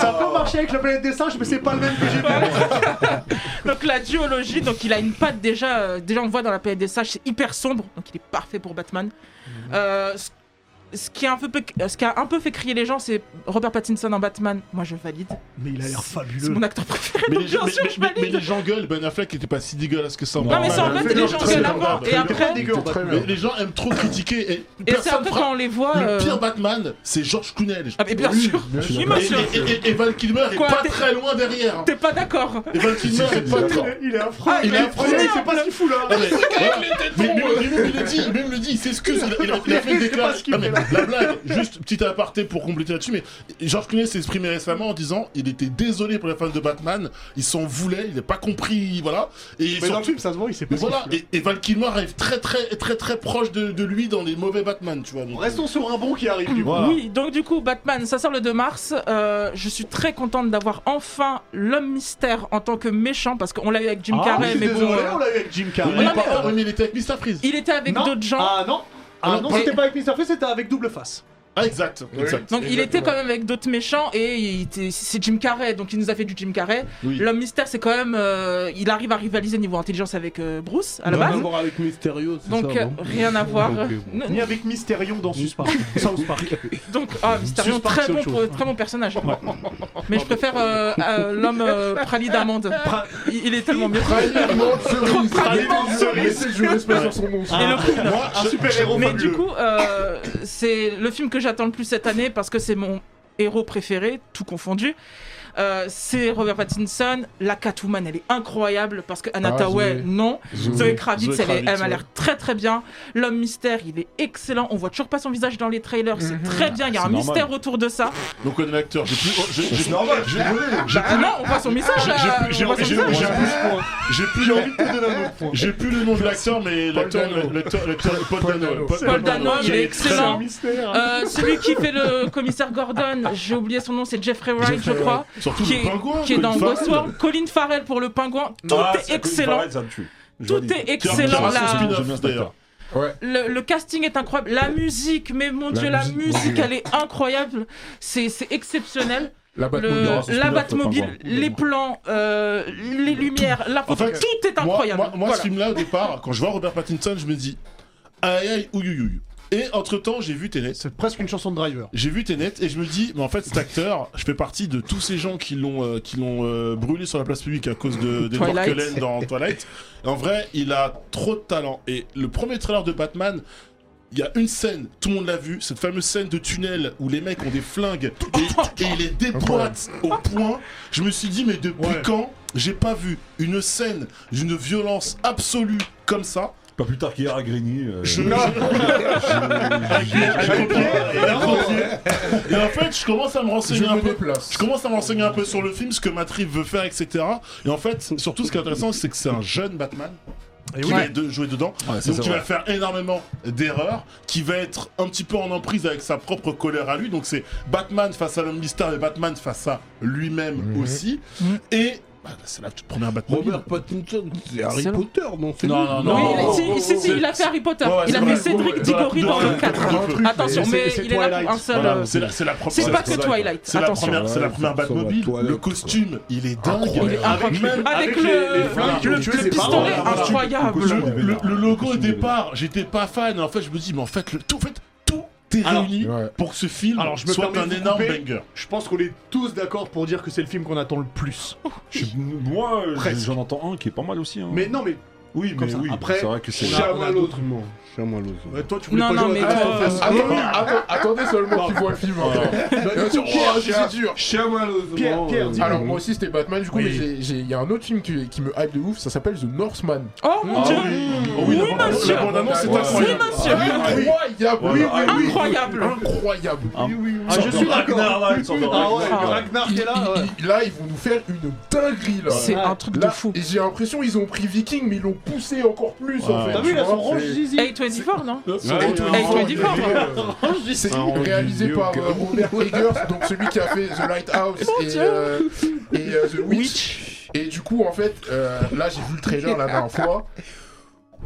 S1: ça peut marcher avec la planète des singes, mais c'est pas le même que j'ai fait.
S3: Donc la duologie, donc il a une patte déjà. euh, déjà, on voit dans la planète des sages, c'est hyper sombre. Donc il est parfait pour Batman.
S6: Mhm.
S3: Euh, ce, ce qui a un peu, pe- ce qui a un peu fait crier les gens, c'est Robert Pattinson en Batman. Moi, je valide.
S1: Mais il a l'air
S3: C'est
S1: fabuleux.
S3: mon acteur préféré.
S6: mais,
S3: donc
S6: les, gens-
S3: bien sûr,
S6: mais-
S3: je
S6: mais- mais
S3: valide.
S6: les gens gueulent, Ben Affleck était pas si dégueulasse que ça.
S3: Non, mais c'est en
S6: Batman.
S3: fait les
S6: C'est
S3: gens gueulent
S6: Batman.
S3: avant et après.
S1: dégueu en Batman.
S6: Mais les gens aiment trop critiquer. Et,
S3: Et c'est un
S6: personne
S3: peu
S6: fera-
S3: quand on les voit.
S6: Le
S3: euh,
S6: pire Batman, c'est George Clooney. les gens.
S3: Ah, mais bien sûr.
S6: Et,
S3: Il m'a sûr.
S6: et- et- et Val Kilmer est
S3: Quoi,
S6: pas
S3: t'es-
S6: très loin derrière.
S3: T'es pas d'accord
S6: Et Val Kilmer est pas très
S1: Il est affreux.
S3: Ah,
S6: il est
S1: affreux, il sait pas ce qu'il fout là.
S6: Ah, mais- mais, mais- mais même il le dit, même le dit, il s'excuse, il, a- il a- il a fait une
S1: Je sais pas
S6: déclaration.
S1: ce qu'il
S6: Ah, mais
S1: fait là.
S6: la blague, juste petit aparté pour compléter là-dessus, mais Georges Clooney s'est exprimé récemment en disant il était désolé pour la fans de Batman, il s'en voulait, il n'a pas compris, voilà. Et
S1: Mais dans le
S6: surtout,
S1: film, ça se voit, il sait pas
S6: mais
S1: ce qu'il
S6: voilà,
S1: fout là.
S6: et, et Val Kilmer arrive très très très très proche de, de lui dans les mauvais Batman, tu vois. donc-
S1: Restons sur un bon qui arrive du coup.
S6: Voilà.
S3: Oui, donc du coup, Batman, ça sort le 2 mars. Euh, je suis très contente d'avoir enfin l'homme mystère en tant que méchant, parce qu'on l'a eu avec Jim
S1: Ah,
S3: Carrey,
S1: oui,
S3: mais bon.
S1: désolé,
S3: euh,
S1: on l'a eu avec Jim
S6: Oui,
S1: Carrey.
S6: mais
S3: non, mais-
S6: pas- oui, mais il était avec Mr. Freeze.
S3: Il était avec
S1: Non.
S3: d'autres gens.
S1: Ah non Ah
S6: Ah,
S1: non,
S3: pas-
S1: c'était pas avec Mr. Freeze, c'était avec Double Face.
S6: Ah, exact, exact.
S3: donc il était quand même avec d'autres méchants et il était- c'est Jim Carrey, donc il nous a fait du Jim Carrey.
S6: Oui.
S3: L'homme mystère, c'est quand même, euh, il arrive à rivaliser niveau intelligence avec euh, Bruce à la
S7: Rien
S3: base.
S7: à voir avec Mysterio, c'est
S3: Donc
S7: ça,
S3: euh,
S7: non
S3: rien à voir.
S7: Ok, bon.
S3: Non,
S1: Ni avec Mysterion dans South Park. South Park.
S3: Donc, ah, Mysterion,
S1: Suspense,
S3: très
S1: c'est
S3: bon,
S1: autre
S3: pro-
S1: chose.
S3: très bon personnage. Mais je préfère euh, euh, l'homme euh, Prali d'Amande.
S1: Pra-
S3: Il, il est tellement mieux.
S4: Pralirement
S3: Pralirement
S4: cerise. Pralirement cerise. Laissez du respect sur son nom.
S3: Et le
S6: Moi,
S1: Un
S6: je-
S1: super héros
S3: Mais du
S1: fabuleux.
S3: coup, euh, c'est le film que j'attends le plus cette année parce que c'est mon héros préféré, tout confondu. Euh, c'est Robert Pattinson. La Catwoman, elle est incroyable parce que Anna
S4: Ah,
S3: Thaoué,
S4: Zoé.
S3: non.
S6: Zoé.
S3: Zoé Kravitz,
S6: Zoé
S3: elle, est- elle
S6: Kravitz,
S3: m'a l'air très très bien. L'homme mystère, il est excellent. On voit toujours pas son visage dans les trailers. C'est très bien. Il y a un
S2: C'est normal.
S3: mystère autour de ça.
S6: donc on est acteur. J'ai plus, oh, j'ai- j'ai-
S2: C'est normal, je suis désolé.
S3: Ah non, on voit son message. là.
S6: j'ai- j'ai-
S3: On voit son
S6: j'ai-
S3: visage.
S6: j'ai- j'ai plus envie de J'ai plus le nom de l'acteur, mais l'acteur,
S4: Dano.
S6: l'acteur, l'acteur, Paul,
S4: Paul
S6: Dano.
S4: Dano.
S3: Paul Dano, il est
S6: très-
S3: excellent.
S1: mystère.
S3: Euh, celui qui fait le commissaire Gordon, j'ai oublié son nom, c'est Jeffrey Wright, je crois.
S6: Surtout
S3: qui
S6: le
S3: est,
S6: pingouin,
S3: qui est dans
S6: Colin Farrell.
S3: Westworld. Colin Farrell pour le pingouin. Tout
S2: Ah, c'est à
S3: est
S2: cause du
S3: excellent.
S2: Barrett, ça me tue. Je
S3: Tout
S2: valide.
S3: est
S6: Qui a
S3: excellent.
S6: un
S3: La-
S6: spin-off,
S2: J'aime bien cet
S6: d'ailleurs.
S2: acteur.
S3: le, le casting est incroyable. La musique, mais mon dieu, la
S4: musique, mon
S3: musique,
S4: Dieu.
S3: elle est incroyable. C'est c'est exceptionnel.
S4: La
S3: Le-
S4: Batmobile.
S3: la
S2: spin-off, le
S3: Batmobile, les plans, euh, les lumières, la photo,
S6: fait,
S3: tout est
S6: Moi,
S3: incroyable.
S6: moi, moi,
S3: Voilà.
S6: ce film-là, au départ, quand je vois Robert Pattinson, je me dis Aïe aïe ouïe ouïe, ouïe. Et entre temps, j'ai vu Tenet.
S1: C'est presque une chanson de Driver.
S6: J'ai vu Tenet et je me dis, mais en fait, cet acteur, je fais partie de tous ces gens qui l'ont euh, qui l'ont euh, brûlé sur la place publique à cause de d'Edward
S3: Twilight.
S6: Cullen dans Twilight. Et en vrai, il a trop de talent. Et le premier trailer de Batman. Il y a une scène, tout le monde l'a vu, cette fameuse scène de tunnel où les mecs ont des flingues et, et ils les déboîtent au point. Je me suis dit, mais depuis
S1: Ouais.
S6: quand j'ai pas vu une scène d'une violence absolue comme ça
S2: Pas plus tard qu'hier à Grigny. euh,
S6: Je-
S2: je- je-
S6: Avec Pierre et Laurent. Et en fait, je commence à me
S4: Je
S6: renseigner un
S4: me
S6: peu.
S4: déplace.
S6: Je commence à me renseigner un peu sur le film, ce que Matt Reeves veut faire, etc. Et en fait, surtout, ce qui est intéressant, c'est que c'est un jeune Batman
S1: Et
S6: qui
S1: oui.
S6: va de- jouer dedans.
S2: Ouais, ça,
S6: donc,
S2: c'est
S6: qui va
S2: vrai.
S6: faire énormément d'erreurs, qui va être un petit peu en emprise avec sa propre colère à lui. Donc, c'est Batman face à l'homme mystère et Batman face à lui-même aussi.
S3: Mhm.
S6: Et bah, c'est la toute première Batman.
S7: Robert Pattinson, c'est Harry
S3: Excellent.
S7: Potter, non c'est
S6: Non,
S7: lui.
S6: non,
S3: Non,
S6: non.
S3: il,
S6: Oh,
S3: si,
S6: oh,
S3: si,
S6: oh,
S3: si,
S6: c'est-
S3: il a fait Harry Potter.
S6: Ouais, ouais,
S3: il a
S6: c'est
S3: fait
S6: vrai.
S3: Cédric
S6: Ouais,
S3: Diggory
S6: dans
S3: dans
S6: le-
S3: le 4.
S4: truc,
S3: Attention,
S1: mais
S3: mais
S1: c'est-
S3: il est là
S1: Twilight.
S3: pour un seul.
S6: Voilà,
S3: euh,
S6: c'est la, c'est la propre.
S3: C'est pas que
S6: Twilight.
S3: Twilight,
S6: C'est la
S3: attention.
S6: première, c'est la
S7: Ouais,
S6: première
S7: ça va,
S6: Batmobile.
S7: Twilight,
S6: Le costume, il est dingue.
S3: Il est
S6: Avec même
S3: incroyable. Avec le
S6: voilà.
S1: le-
S4: Tu
S1: le
S4: sais, c'est
S6: pistolet,
S4: marrant.
S3: pistolet
S6: voilà.
S3: incroyable.
S2: Costume.
S6: le, le- le logo au départ, j'étais pas fan. En fait, je me dis, mais en fait, le, tout, en fait, tout est
S1: Alors,
S6: réuni
S4: ouais.
S6: pour que ce film
S1: Alors, je me
S6: soit
S1: permets
S6: un
S1: de vous
S6: énorme
S1: couper.
S6: banger.
S1: Je pense qu'on est tous d'accord pour dire que c'est le film qu'on attend le plus.
S2: je- Moi, euh,
S1: Presque.
S2: j'en entends un qui est pas mal aussi. hein.
S1: Mais non, mais
S2: oui,
S1: comme
S2: mais
S1: ça.
S2: oui.
S1: Après,
S2: c'est vrai que c'est.
S1: on a- on a d'autres.
S7: Non, Shyamalan.
S1: Ouais, toi, tu voulais
S3: Non,
S1: pas
S3: non,
S1: jouer
S3: mais.
S1: à Christophe
S3: euh,
S1: Lambert.
S4: Attendez, atten- attendez seulement qu'il voit le film. hein. encore.
S1: Bah, du coup,
S4: oh,
S1: Pierre,
S4: Pierre,
S1: c'est dur.
S5: Chien malheureusement.
S1: Pierre, Pierre, dis-nous.
S4: Alors moi aussi c'était Batman du coup
S1: Oui.
S4: mais j'ai- j'ai- il y a un autre film qui, qui me hype de ouf ça s'appelle The Northman.
S3: Oh mon dieu!
S6: Oh
S3: Oui,
S6: la bande-
S3: monsieur.
S6: La bande-annonce, c'est
S4: Oui,
S6: incroyable.
S3: monsieur.
S4: Incroyable oui, oui, oui,
S3: Incroyable.
S4: Incroyable
S1: Ah, je suis d'accord.
S2: Ragnar, là, il sort de
S1: Ah ouais,
S2: Ragnar.
S1: Ragnar qui est là. ouais.
S4: Ils- Là ils vont nous faire une dinguerie là.
S3: C'est un truc de
S4: Là,
S3: fou.
S4: et j'ai l'impression ils ont pris Viking mais ils l'ont poussé encore plus en fait.
S1: T'as vu,
S4: tu
S1: il a son
S4: vois,
S1: range
S4: c'est-
S1: zizi.
S3: A24, non?
S4: Et tout,
S3: Ah,
S4: ils ont
S3: ils sont
S4: animé, euh, C'est
S1: Ah,
S4: réalisé par euh, Robert Eggers, donc celui qui a fait The Lighthouse et, euh, et, euh, The Witch. Et du coup, en fait, euh, là, j'ai vu le trailer la dernière fois.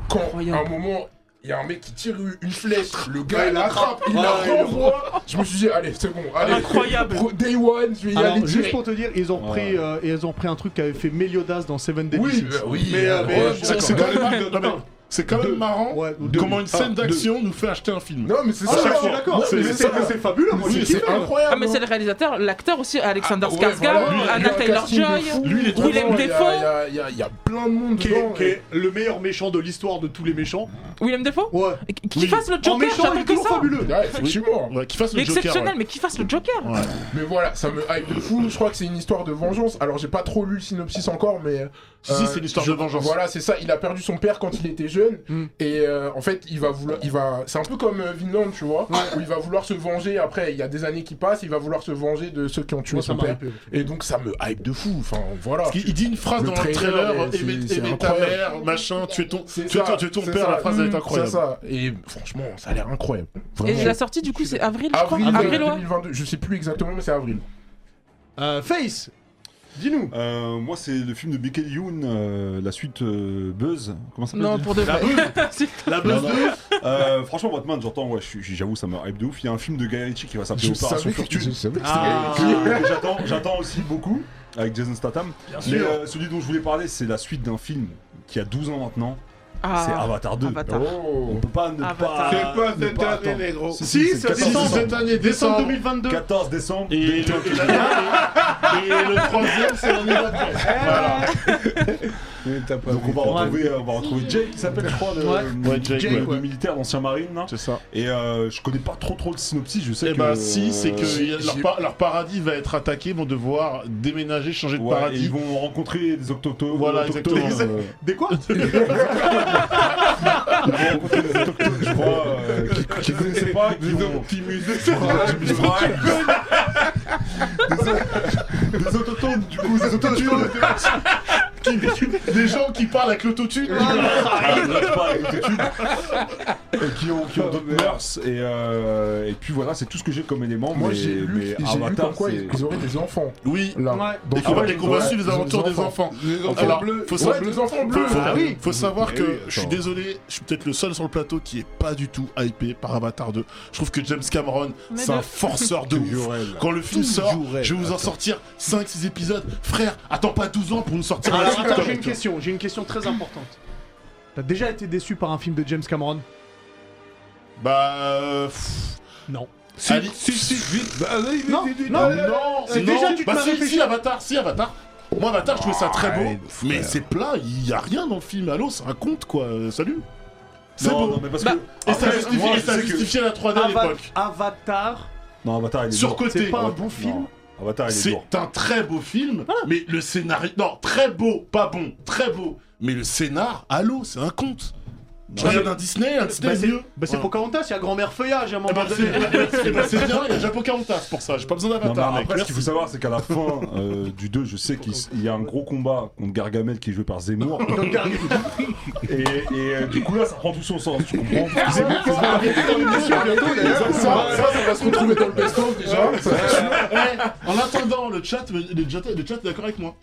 S4: Quand
S3: Incroyable.
S4: à un moment, il y a un mec qui tire une flèche, le gars
S1: il
S4: l'attrape, il la
S1: Ouais, il
S4: renvoie. Je me suis dit, allez, c'est bon, allez.
S3: Incroyable.
S4: Pro- Day one, je vais y
S1: Alors,
S4: aller
S1: juste
S4: direct.
S1: pour te dire, ils ont repris, euh, et elles ont repris un truc qu'avait fait Meliodas dans Seven Deadly
S4: Oui,
S1: Sins.
S4: euh, oui.
S1: Mais, euh, mais,
S4: Ouais,
S1: je-
S6: C'est- C'est quand même marrant. Non, ah, mais C'est quand même marrant
S1: Ouais, ou deux.
S6: comment une scène d'action nous fait acheter un film.
S4: Non, mais c'est
S1: Ah,
S4: ça.
S1: je
S6: chaque
S1: suis
S6: fois.
S1: d'accord,
S6: C'est-
S1: mais
S6: c'est
S1: c'est
S6: ça.
S1: c'est fabuleux, moi j'ai
S6: Oui,
S1: kiffé.
S4: C'est incroyable. hein.
S3: Ah, mais c'est le réalisateur, l'acteur aussi, Alexander
S4: Ah, ouais,
S3: Skarsgård,
S4: voilà. Lui, il a
S3: Anna
S4: un casting de
S3: Taylor-Joy.
S4: fou.
S6: Lui, il est trop
S3: Willem
S6: fort.
S4: Il y a-
S3: Dafoe.
S4: il y a- Il y a- il y a plein de monde
S1: Qui
S4: dedans.
S1: est, qui est le meilleur méchant de l'histoire de tous les méchants.
S3: Willem Dafoe?
S1: Ouais.
S3: Qui fasse le
S1: En
S3: Joker,
S1: méchant, il
S3: j'attends
S1: est
S3: que
S1: toujours
S3: ça!
S1: fabuleux.
S4: Ouais, effectivement.
S6: Ouais, qu'il fasse
S3: Mais
S6: le Joker.
S3: exceptionnel,
S6: ouais.
S3: mais qui fasse le Joker!
S4: Mais voilà, ça me hype de fou. Je crois que c'est une histoire de vengeance. Alors, j'ai pas trop lu le synopsis encore, mais.
S6: Si, si, c'est une histoire
S4: je-
S6: de vengeance.
S4: Voilà, c'est ça. Il a perdu son père quand il était jeune.
S1: Mm.
S4: Et euh, en fait, il va vouloir. Il va... C'est un peu comme euh, Vinland, tu vois. Où il va vouloir se venger. Après, il y a des années qui passent. Il va vouloir se venger de ceux qui ont tué
S1: Moi, ça
S4: son
S1: m'a
S4: père.
S1: hypé, ouais.
S4: Et donc, ça me hype de fou. Enfin, voilà.
S6: Parce qu'il il dit une phrase
S4: Le
S6: dans le
S4: trailer,
S6: trailer,
S4: c'est-
S6: aimer
S4: c'est
S6: aimer ta
S4: incroyable.
S6: mère, machin, tu es ton, tu
S4: C'est
S6: es
S4: ça,
S6: ton, tu es ton
S4: c'est
S6: père,
S4: ça.
S6: la phrase elle est incroyable.
S4: C'est ça. Et franchement, ça a l'air incroyable.
S3: Et
S4: Vraiment.
S3: la sortie, du coup, c'est avril, je crois.
S4: Avril,
S3: Avril, ouais.
S4: 2022. Je sais plus exactement, mais c'est avril.
S1: Euh, Face, dis-nous.
S2: Euh, moi, c'est le film de Michael Youn, euh, la suite euh, Buzz. Comment ça s'appelle
S3: Non,
S2: déjà
S3: pour de vrai.
S1: La
S2: Non,
S1: buzz
S2: non.
S1: 2.
S2: Euh, franchement, Batman, j'entends, ouais, je suis- j'avoue, ça me hype de ouf. Il y a un film de Guy Ritchie qui va s'appeler
S4: Je
S2: Opération
S4: savais que je
S2: Fortune.
S4: savais que c'était-
S1: Ah.
S2: que J'attends, j'attends aussi beaucoup avec Jason Statham. Mais euh, celui dont je voulais parler, c'est la suite d'un film qui a 12 ans maintenant. c'est
S3: Ah,
S2: Avatar 2.
S3: Avatar.
S2: On
S4: Oh.
S2: peut pas ne
S3: Avatar.
S2: pas.
S5: C'est
S1: Ah,
S5: pas
S2: ne
S5: cette
S2: pas
S5: année,
S2: attendre.
S5: négro.
S2: Si,
S1: Si,
S2: si,
S1: c'est
S2: c'est le
S1: décembre.
S2: 14
S1: cette
S6: année,
S1: Décembre 2022.
S2: 14 décembre.
S6: Et le, et la- et le troisième, c'est l'année d'après. Voilà.
S2: Donc on va
S1: Ouais.
S2: retrouver, euh, on va retrouver Jake qui s'appelle je crois le,
S1: Ouais.
S6: Ouais, Jake,
S2: le-
S6: ouais.
S2: le militaire d'ancien marine là.
S6: C'est ça.
S2: Et euh, je connais pas trop trop le synopsis, je sais
S6: Eh
S2: que euh,
S6: ben si, c'est que
S4: j'ai-
S6: leur,
S4: j'ai-
S6: pa- leur paradis va être attaqué, vont devoir déménager, changer de
S2: Ouais, et
S6: paradis.
S2: ils vont rencontrer des autochtones.
S6: Voilà,
S2: autochtones,
S6: exactement.
S2: euh,
S1: Des quoi
S2: ils vont rencontrer des autochtones, je crois, euh, qui, qui connaissaient pas, qui vont... Ouais. Des autochtones, du coup, des autochtones.
S6: Des gens qui parlent avec l'autotune.
S2: Ah, je blague pas, avec l'autotune. Et qui ont, qui ont d'autres mœurs. Et, euh, et puis voilà, c'est tout ce que j'ai comme élément.
S4: Moi
S2: mais,
S4: j'ai lu,
S2: mais
S4: j'ai lu
S2: Avatar,
S4: comme quoi
S2: c'est-
S4: ils ils auraient des enfants.
S6: Oui.
S4: Là,
S1: Ouais.
S4: dans
S6: Et
S4: ce
S6: qu'on va-
S4: film.
S6: et qu'on va
S4: Ouais,
S6: suivre les aventures des enfants.
S5: Les enfants
S6: Alors,
S5: bleus.
S6: faut
S4: Ouais,
S6: savoir,
S4: des enfants
S6: faut,
S4: bleus.
S6: faut-
S4: Ah oui.
S6: faut savoir
S2: oui,
S6: que
S2: attends.
S6: je suis désolé, je suis peut-être le seul sur le plateau qui est pas du tout hypé par Avatar 2. Je trouve que James Cameron,
S3: Mais
S6: c'est
S3: de-
S6: un forceur de ouf. Quand le film
S7: Toujours
S6: sort,
S7: elle,
S6: je vais vous en sortir 5-6 épisodes. Frère, attends pas 12 ans pour nous sortir un
S1: Alors
S6: film
S1: Ah, attends,
S6: comme
S1: j'ai une
S6: ça.
S1: question, j'ai une question très importante. T'as déjà été déçu par un film de James Cameron
S6: Bah. euh, pff,
S1: Non.
S6: Ali-
S5: Bah,
S1: Non, non,
S6: euh,
S1: non, c'est
S6: Non,
S1: déjà tu te
S6: bah
S1: m'as
S6: si,
S1: réfléchi.
S6: si, Avatar, si, Avatar. Moi, Avatar, je trouvais ça très beau. mais c'est plat, il y a rien dans le film. Allô, c'est un conte, quoi. Euh, Salut. C'est
S2: Non,
S6: beau.
S2: non, mais parce
S3: Bah,
S2: que.
S6: Et ça
S2: Après, moi,
S6: justifiait, et ça
S2: je sais que-
S6: justifiait la 3D à
S1: Ava-
S6: l'époque.
S1: Avatar,
S2: Non, Avatar, il est lourd.
S6: Surcoté.
S1: c'est pas un
S2: Avatar-
S1: bon film.
S2: non.
S6: Ah,
S2: Avatar, il est lourd.
S6: C'est un très beau film, mais le scénario. Non, très beau, pas bon, très beau. Mais le scénar, allô, c'est un conte. Je regarde un Disney, un Disney
S1: Bah, c'est
S6: mieux.
S1: bah, c'est
S6: Voilà.
S1: Pocahontas, il y a grand-mère feuillage à un
S6: Eh
S1: moment
S6: ben,
S1: donné.
S6: c'est eh ben, c'est bien, il y a déjà Pocahontas pour ça, j'ai pas besoin
S2: Non, mais
S6: d'avatar, mec.
S2: après, ce qu'il
S6: Merci.
S2: faut savoir, c'est qu'à la fin euh, du 2, je sais qu'il s- il y a un gros combat contre Gargamel qui est joué par Zemmour. et et, euh, du coup, là, ça prend tout son sens, tu comprends Parce que Zemmour,
S4: Ça, ça, ça va se retrouver dans le best-of déjà.
S6: Eh, en attendant, le chat, me- le chat, le chat est d'accord avec moi.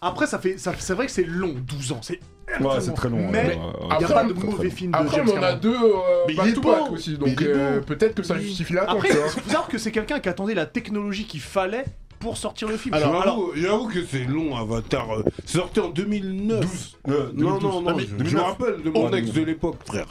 S1: Après, ça fait, ça- c'est vrai que c'est long, 12 ans. C'est
S2: Ouais, c'est très long. hein, euh,
S1: Mais-
S2: ouais, ouais, ouais.
S1: Il n'y a
S4: Après,
S1: pas de
S4: on-
S1: mauvais film de
S4: Après,
S1: James
S4: on en a
S1: Cameron.
S4: deux euh,
S6: Mais il est
S4: back to back
S6: beau.
S4: aussi,
S6: Mais
S4: donc
S6: il est
S4: euh,
S6: beau.
S4: peut-être que ça justifie l'attente.
S1: Après,
S4: tu
S1: il
S4: vois.
S1: faut savoir que c'est quelqu'un qui attendait la technologie qu'il fallait pour sortir le film.
S6: Alors,
S5: J'avoue- J'avoue que c'est long, Avatar. euh, Sorti en 2009.
S2: Euh,
S5: Non, non, non,
S6: mais
S5: je- je me rappelle de mon ex de l'époque, frère.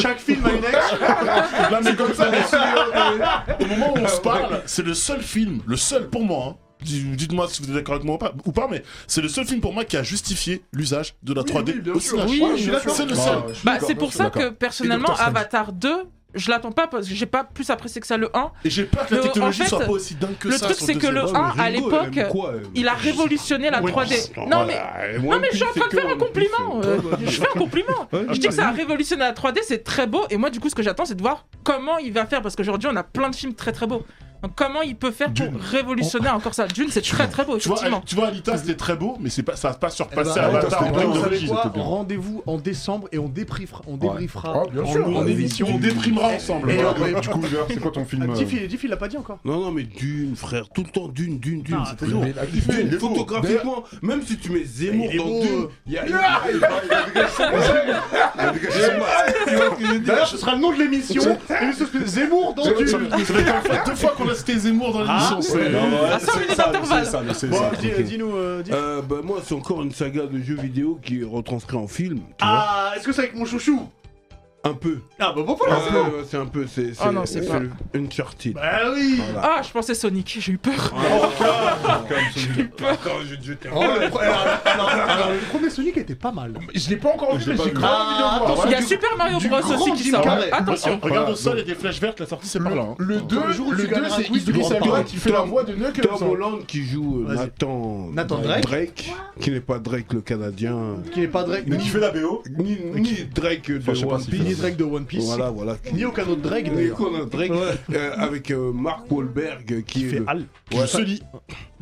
S1: chaque film a une ex.
S6: Là, mais comme ça, euh, au moment où on se parle, c'est le seul film, le seul pour moi. hein. Dis- Dites-moi si vous êtes d'accord avec moi ou pas, ou pas, mais c'est le seul film pour moi qui a justifié l'usage de la 3D
S4: oui, bien
S6: au
S4: sûr.
S6: cinéma.
S3: Oui, je suis
S4: d'accord.
S6: C'est le seul.
S4: Ah, je suis
S3: Bah,
S4: d'accord,
S3: c'est
S4: non,
S3: pour
S4: je suis
S3: ça
S4: d'accord.
S3: que personnellement,
S4: Doctor Strange.
S3: Avatar 2, je l'attends pas parce que j'ai pas plus apprécié que ça le 1.
S6: Et j'ai peur que la
S3: Le- en
S6: technologie
S3: fait,
S6: soit pas aussi dingue que
S3: le
S6: ça.
S3: truc,
S6: sur
S3: c'est que
S6: deuxième.
S3: le
S5: Oh, mais
S3: 1 à
S5: Ringo, elle aime
S3: l'époque,
S5: quoi, euh,
S3: il a révolutionné la
S6: Oui,
S3: 3D.
S5: non,
S3: Non, mais.
S5: voilà, et
S3: Non
S5: One
S3: mais je suis en
S5: Piece,
S3: train de
S5: c'est
S3: faire
S5: que
S3: un
S5: One Piece,
S3: compliment.
S5: c'est-
S3: euh, je fais un compliment. Je dis que ça a révolutionné la 3D, c'est très beau. Et moi, du coup, ce que j'attends, c'est de voir comment il va faire parce qu'aujourd'hui, on a plein de films très très beaux. Donc, comment il peut faire pour révolutionner encore ça Dune, c'est très très beau,
S6: Tu vois,
S3: effectivement.
S6: Ali- tu vois, Alita, c'était très beau, mais c'est pas, ça va pas surpasser
S1: bah,
S6: Avatar
S2: Alita,
S6: en
S2: c'était
S6: termes
S1: Vous
S6: de
S2: bien.
S1: savez
S6: régie.
S1: quoi
S2: c'était bien.
S1: Rendez-vous en décembre et on débriefera, on débriefera
S4: Ah, bien
S1: en,
S4: sûr.
S1: en
S4: Ah, oui.
S1: émission.
S6: On déprimera ensemble.
S1: Et
S6: Voilà.
S1: on-
S2: Du coup, Gérard, c'est quoi ton film euh,
S1: Diffie, Diffie, il l'a pas dit encore.
S5: Non, non, mais d'une, frère. Tout le temps d'une, d'une, d'une.
S1: Non,
S5: c'est
S1: attends,
S5: très long.
S4: mais la-
S5: Il fait
S4: il est beau.
S5: photographiquement, même si tu mets Zemmour
S1: Il est
S5: dans
S1: beau,
S5: d'une,
S1: euh.
S5: il y a il y a- il y a- il y a des gars qui sont- il y a des gars qui sont- Tu vois ce que je veux dire
S1: D'ailleurs, ce sera le nom de l'émission. Et une espèce- Zemmour dans
S6: Ça
S1: Dune.
S6: fait- ça fait quand même faire deux fois qu'on a cité Zemmour dans l'émission. c'est- Ah,
S2: Non, ouais,
S3: À cinq
S2: c'est
S3: minutes
S2: ça,
S3: d'intervalle.
S2: c'est ça, c'est
S1: Bon,
S2: ça.
S1: dis- Dis-nous. euh, dis-
S5: Euh, bah, moi, c'est encore une saga de jeux vidéo qui est retranscrit en film. tu vois.
S1: Ah, est-ce que c'est avec mon chouchou
S5: Un peu.
S1: Ah bah bon
S5: Ouais,
S1: voilà. c'est bon.
S5: ouais, c'est un peu. C'est
S3: Ah non, c'est pas-
S5: le- Uncharted.
S1: Bah oui.
S3: Ah, je pensais Sonic, j'ai eu peur.
S5: Attends, je- je t'ai-
S1: Oh, le pre- alors- alors- alors, le premier Sonic était pas mal.
S4: Je l'ai pas encore
S2: Je
S4: vu,
S2: l'ai
S4: mais
S2: pas
S4: j'ai
S2: vu.
S4: grave envie de le voir.
S3: Il y a
S4: Ah, Du-
S3: Super Mario
S4: du
S3: Bros
S4: grand
S3: aussi qui
S4: Jim
S3: sort.
S1: Carrey.
S3: Attention.
S6: Regarde au sol, il y a des flashs vertes, la sortie c'est par là. hein.
S4: Le 2,
S1: jour où
S4: le
S1: tu
S4: deux,
S1: gagneras un
S4: c'est
S1: quiz, tu
S4: Idris
S1: prends
S4: Elba
S1: pas.
S4: qui fait la voix de Knuckles.
S5: Tom Holland qui joue euh,
S1: Vas-y.
S5: Nathan,
S1: Nathan Drake.
S5: qui n'est pas Drake le Canadien,
S1: Qui n'est pas Drake.
S2: Qui
S1: Ni,
S2: fait la BO
S5: ni, ni Drake de
S2: Enfin, je sais pas
S5: One
S2: s'il
S5: Piece.
S2: fait
S1: ni Drake de One Piece.
S5: Voilà, voilà.
S1: Ni aucun autre Drake.
S5: Ni
S1: d'ailleurs.
S5: Conan Drake euh, avec euh, Mark Wahlberg euh, qui,
S1: Il
S5: est
S1: fait
S5: le-
S1: Al.
S5: Ouais.
S1: Sully.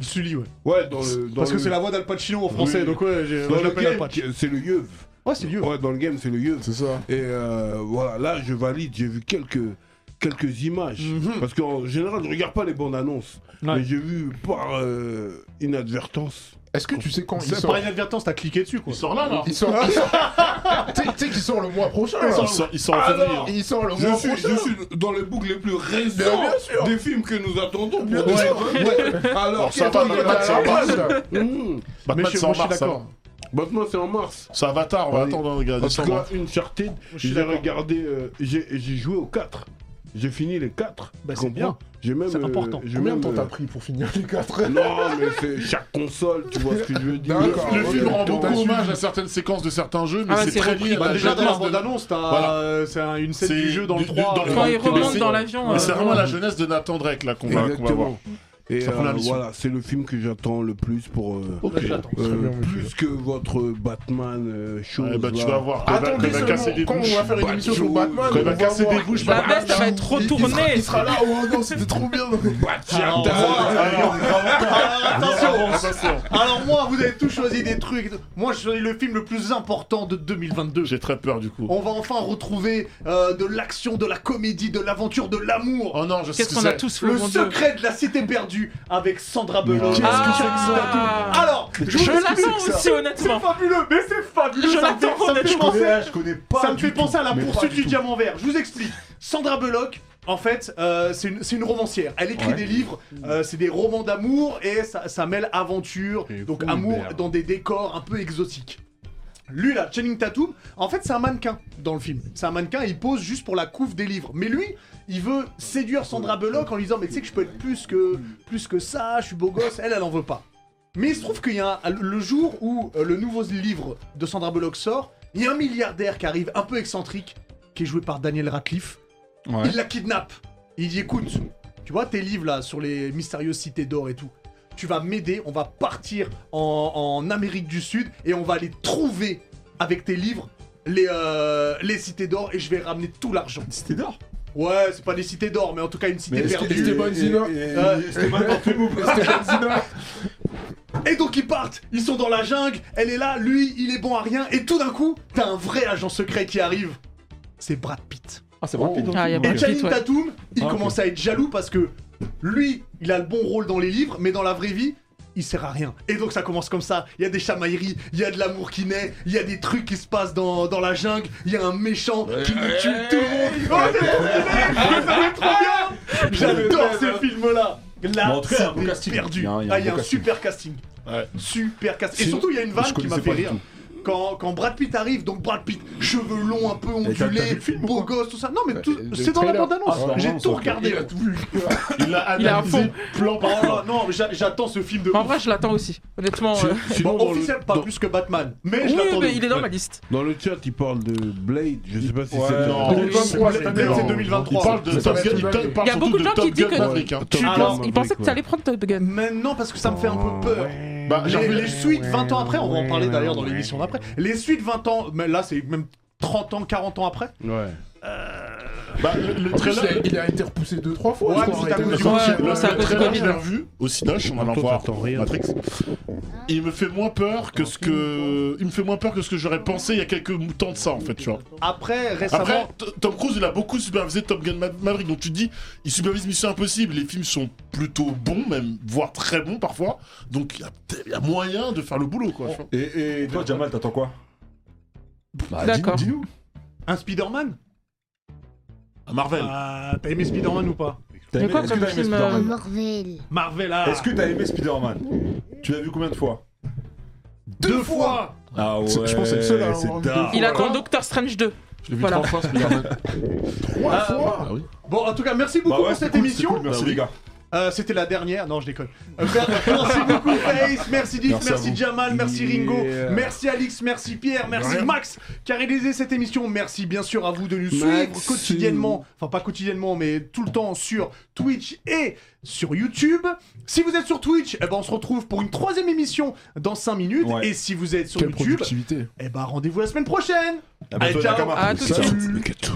S1: Sully, ouais.
S5: ouais dans le dans
S1: Parce que
S5: le-
S1: c'est la voix d'Al Pacino en français,
S5: Oui.
S1: donc ouais, j'ai-
S5: dans
S1: moi, je
S5: le
S1: l'appelle Al
S5: game
S1: Pacino.
S5: qui- c'est le Yeuve.
S1: Ouais, c'est vieux.
S5: Ouais, dans le game c'est le Yeuve.
S4: C'est ça.
S5: Et euh, voilà, là je valide, j'ai vu quelques quelques images
S1: Mhm.
S5: parce qu'en général je regarde pas les bandes annonces,
S1: Ouais.
S5: mais j'ai vu par euh, inadvertance.
S4: Est-ce que tu sais quand il
S1: C'est
S4: sort
S1: par inadvertance, t'as cliqué dessus quoi.
S6: Il sort là, là.
S4: Il sort. il sort- Tu sais- tu sais qu'il sort le mois prochain. là.
S6: Il sort, il sort en février. hein.
S4: Il sort le
S5: Je
S4: mois
S5: suis,
S4: prochain.
S5: je suis dans les boucles les plus
S4: Bien,
S5: récents
S4: bien sûr.
S5: des films que nous attendons.
S4: Bien
S5: pour
S4: sûr.
S5: Ouais. Alors,
S6: ça
S5: qu'est-ce
S6: va,
S5: qu'il y a
S6: mais
S4: Ah,
S6: pas de ça.
S5: derrière
S4: Ouais.
S5: Mmh.
S6: Batman,
S1: Mais je-
S6: c'est en
S1: moi, je suis
S6: mars, ça.
S1: d'accord.
S5: Batman, c'est en mars.
S6: C'est Avatar, on va
S5: Oui.
S6: attendre, hein, regarde.
S5: En tout
S6: décembre.
S5: cas, Uncharted,
S1: suis
S5: j'ai
S1: d'accord.
S5: regardé, euh, j'ai j'ai joué aux 4. J'ai fini les 4.
S1: Bah, c'est bien.
S5: J'ai même.
S1: C'est important.
S5: j'ai
S4: Combien de
S5: même,
S4: temps t'as
S5: euh,
S4: pris pour finir les 4
S5: Non, mais c'est chaque console, tu vois ce que je veux dire.
S4: D'accord.
S6: Le
S4: Ouais,
S6: film rend
S4: t'as
S6: beaucoup
S4: suivi.
S6: hommage à certacertaines séquences de certains jeux, mais
S3: Ah,
S6: c'est
S3: c'est
S6: très
S3: repris.
S6: lié à
S1: Bah,
S6: la
S1: déjà dans la
S6: jeunesse.
S1: bande
S6: de-
S1: annonce, t'as
S6: Voilà.
S1: euh, c'est un- une scène
S6: C'est
S1: du jeu dans le
S6: du- du-
S1: 3.
S6: dans le
S1: euh,
S3: Quand il
S6: Mais
S3: remonte
S6: c'est-
S3: dans l'avion.
S6: Mais
S3: euh,
S6: c'est vraiment la jeunesse de Nathan Drake, là, qu'on va qu'on va voir.
S5: Exactement. Et
S6: Sa première
S5: euh,
S6: mission.
S5: voilà, c'est le film que j'attends le plus pour. euh,
S6: Ok.
S5: euh,
S4: Très bien, monsieur.
S5: plus que votre Batman euh, chose.
S6: Eh ben, tu
S5: là.
S6: vas voir. quand il va-
S4: Attendez
S6: quand il va casser des
S4: seulement, quand on
S6: bouches.
S4: va faire une
S5: Bah,
S4: émission
S5: je-
S4: sur Batman,
S6: Quand il
S4: on
S6: va casser
S4: voir.
S6: des bouches,
S3: La
S6: Batman,
S3: baisse, ça va être
S4: Il- il sera-
S3: retournée.
S4: Il sera là, oh non, c'était trop bien.
S1: Ah, Alors attention
S6: Attention.
S1: Alors moi, vous avez tous choisi des trucs. Moi, je choisis le film le plus important de 2022.
S6: J'ai très peur, du coup.
S1: On va enfin retrouver euh, de l'action, de la comédie, de l'aventure, de l'amour.
S6: Oh non, je sais
S3: Qu'est-ce
S6: ce que
S3: qu'on a
S6: c'est.
S3: tous fait,
S1: Ah, Le
S3: mon Dieu.
S1: secret de la cité perdue avec Sandra Bullock.
S6: qu'est-ce
S3: que c'est que ça
S1: Tatum. Alors, je,
S3: Je
S1: vous explique
S3: l'attends
S1: ce que c'est.
S3: aussi,
S1: C'est
S3: honnêtement.
S1: fabuleux, mais c'est fabuleux.
S3: Je
S1: ça me fait-
S3: l'attends,
S1: ça me fait
S3: honnêtement.
S1: penser à-
S2: Je connais pas.
S1: ça me fait
S2: du
S1: penser
S2: tout,
S1: à la
S2: mais pas
S1: poursuite du
S2: tout.
S1: diamant vert. Je vous explique. Sandra Bullock, en fait, euh, c'est une, c'est une romancière. Elle écrit
S2: Ouais.
S1: des livres, euh, c'est des romans d'amour et ça, ça mêle aventure, donc amour dans des décors un peu exotiques. Lui là, Channing Tatum, en fait c'est un mannequin dans le film. C'est un mannequin, il pose juste pour la couve des livres. Mais lui, il veut séduire Sandra Bullock en lui disant mais tu sais que je peux être plus que plus que ça, je suis beau gosse. Elle, elle en veut pas. Mais il se trouve qu'il y a un- le jour où euh, le nouveau livre de Sandra Bullock sort, il y a un milliardaire qui arrive, un peu excentrique, qui est joué par Daniel Radcliffe.
S2: Ouais.
S1: Il la kidnappe. Il dit écoute, tu vois tes livres là sur les mystérieuses cités d'or et tout. Tu vas m'aider, on va partir en, en Amérique du Sud et on va aller trouver avec tes livres les, euh, les cités d'or et je vais ramener tout l'argent.
S2: C'était d'or.
S1: Ouais, c'est pas des cités d'or, mais en tout cas une cité perdue.
S4: Esteban Zina.
S6: Eh,
S5: Ah,
S1: Euh,
S4: Esteban Zina.
S1: Et donc ils partent, ils sont dans la jungle, elle est là, lui il est bon à rien, et tout d'un coup, t'as un vrai agent secret qui arrive. C'est Brad Pitt.
S2: Ah, c'est Brad Pitt. donc.
S3: Ah, y a Brad
S1: Et Channing
S3: Pitt, ouais.
S1: Tatum, il
S2: Ah, ok.
S1: commence à être jaloux parce que lui, il a le bon rôle dans les livres, mais dans la vraie vie, il sert à rien. Et donc ça commence comme ça, il y a des chamailleries, il y a de l'amour qui naît, il y a des trucs qui se passent dans, dans la jungle, il y a un méchant qui tue tout le monde. Oh, c'est trop bien, ça fait trop bien J'adore ce film-là Là,
S2: Bon, en tout cas, il y a un
S1: c'est
S2: bon casting.
S1: perdu.
S2: Il y a un- il y a un
S1: Ah, il y a
S2: bon
S1: un
S2: casting.
S1: super casting.
S6: Ouais.
S1: Super casse. Et
S2: Sinon,
S1: surtout, il y a une
S2: je
S1: vanne qui
S2: connaissais
S1: m'a fait
S2: pas du
S1: rire.
S2: tout.
S1: Quand, quand Brad Pitt arrive, donc Brad Pitt, cheveux longs, un peu ondulés, beau gosse, tout ça. Non,
S6: Bah,
S1: mais tout-
S8: Euh, le
S1: c'est dans la
S8: trailer.
S1: bande-annonce.
S2: Ah, c'est dans la
S1: J'ai
S2: bande-annonce,
S1: tout
S2: ok.
S1: regardé.
S4: a tout vu.
S6: Il l'a
S3: Il a un
S6: analysé plan
S1: Oh
S6: par plan.
S1: là, non, mais j'a- j'attends ce film de
S3: En
S1: ouf.
S3: vrai, je l'attends aussi. Honnêtement, euh,
S6: Sinon,
S1: Bon,
S6: dans le-
S1: officiel, pas
S6: dans-
S1: plus que Batman. Mais je
S3: oui,
S1: l'attendais.
S3: mais il est dans ma liste.
S7: Dans le chat, il parle de Blade. Je sais pas si
S2: Ouais,
S7: c'est.
S6: non.
S7: Blade.
S6: Blade, Ah, c'est
S1: Blade, c'est
S6: Non.
S1: 2023.
S6: Il parle de
S4: Ça
S6: Top
S4: va être
S6: Gun, il
S4: une blague.
S6: parle
S3: Il y a
S6: surtout
S3: beaucoup de gens qui
S6: Top
S3: disent
S6: Gun
S3: que-
S6: Maverick, hein.
S7: Top
S3: Tu
S7: Gun,
S3: penses-
S7: Maverick,
S3: il pensait que
S7: ouais.
S3: t'allais prendre Top Gun.
S1: Mais non, parce que ça me fait un peu peur.
S6: Bah, j'ai
S1: Les,
S6: revu
S1: les suites 20 ans après, on va en parler d'ailleurs dans l'émission d'après. Les suites 20 ans, mais là c'est même 30 ans, 40 ans après.
S7: Ouais.
S6: Bah, le, le
S4: En plus, il
S6: trailer,
S4: a- il a été repoussé deux trois fois.
S1: Ouais,
S4: je
S1: mais
S4: crois,
S1: c'est
S4: il a
S1: à
S4: été
S1: cause du
S4: repoussé.
S3: Covid.
S6: le,
S3: Ouais, c'est à
S6: le
S3: cause du
S6: trailer,
S3: Covid,
S6: je l'ai
S3: hein.
S6: revu au Cinoche, on
S7: Toi,
S6: allait voir
S7: t'entends rien.
S6: Matrix. Il me fait moins peur que ce que il me fait moins peur que ce que j'aurais pensé il y a quelques temps de ça en fait, tu vois.
S1: Après, récemment.
S6: Après, T- Tom Cruise, il a beaucoup supervisé Top Gun Ma- Maverick, donc tu te dis, il supervise Mission Impossible, les films sont plutôt bons, même, voire très bons parfois, donc il y a peut-être- il y, a moyen de faire le boulot, quoi. tu vois.
S2: Et, et toi, Jamal, t'attends quoi Bah,
S3: D'accord.
S2: dis- Dis-nous.
S1: Un Spider-Man
S6: À Marvel.
S1: Ah, T'as aimé Spider-Man ou pas
S2: T'as
S3: Mais
S2: aimé-
S3: quoi
S2: Est-ce que
S3: comme
S2: t'as aimé
S3: film, euh,
S2: Spider-Man
S9: Marvel.
S1: Marvel ah. a.
S2: Est-ce que t'as aimé Spider-Man Tu l'as vu combien de fois
S1: deux fois
S2: Ah ouais.
S4: C'est- je pense que c'est le seul à
S2: C'est
S4: avoir vu
S2: tard.
S4: deux
S3: Il
S4: Voilà.
S3: attend Doctor Strange 2.
S6: Je l'ai vu
S3: Voilà.
S6: trois fois, Spider-Man.
S4: Trois fois.
S1: Ah, bah Bon, en tout cas, merci beaucoup
S2: Bah ouais,
S1: pour
S2: c'est
S1: cette
S2: cool, c'est
S1: émission.
S2: cool, merci les gars.
S1: Euh, C'était la dernière, non, je déconne. Euh, mer- merci beaucoup, Face, merci Dick,
S2: Merci
S1: merci,
S2: à vous.
S1: Jamal, merci
S7: Yeah.
S1: Ringo, merci Alix, merci Pierre, merci Max qui a réalisé cette émission. Merci bien sûr à vous de nous suivre
S7: Maxou.
S1: quotidiennement, enfin pas quotidiennement, mais tout le temps sur Twitch et sur YouTube. Si vous êtes sur Twitch, eh ben, on se retrouve pour une troisième émission dans 5 minutes.
S2: Ouais.
S1: Et si vous êtes sur
S8: Quelle
S1: YouTube,
S8: productivité.
S1: eh ben, rendez-vous la semaine prochaine.
S2: À bientôt,
S1: ciao.
S2: Nakama.
S3: À tout de
S2: Salut.
S3: suite.
S7: Le gâteau.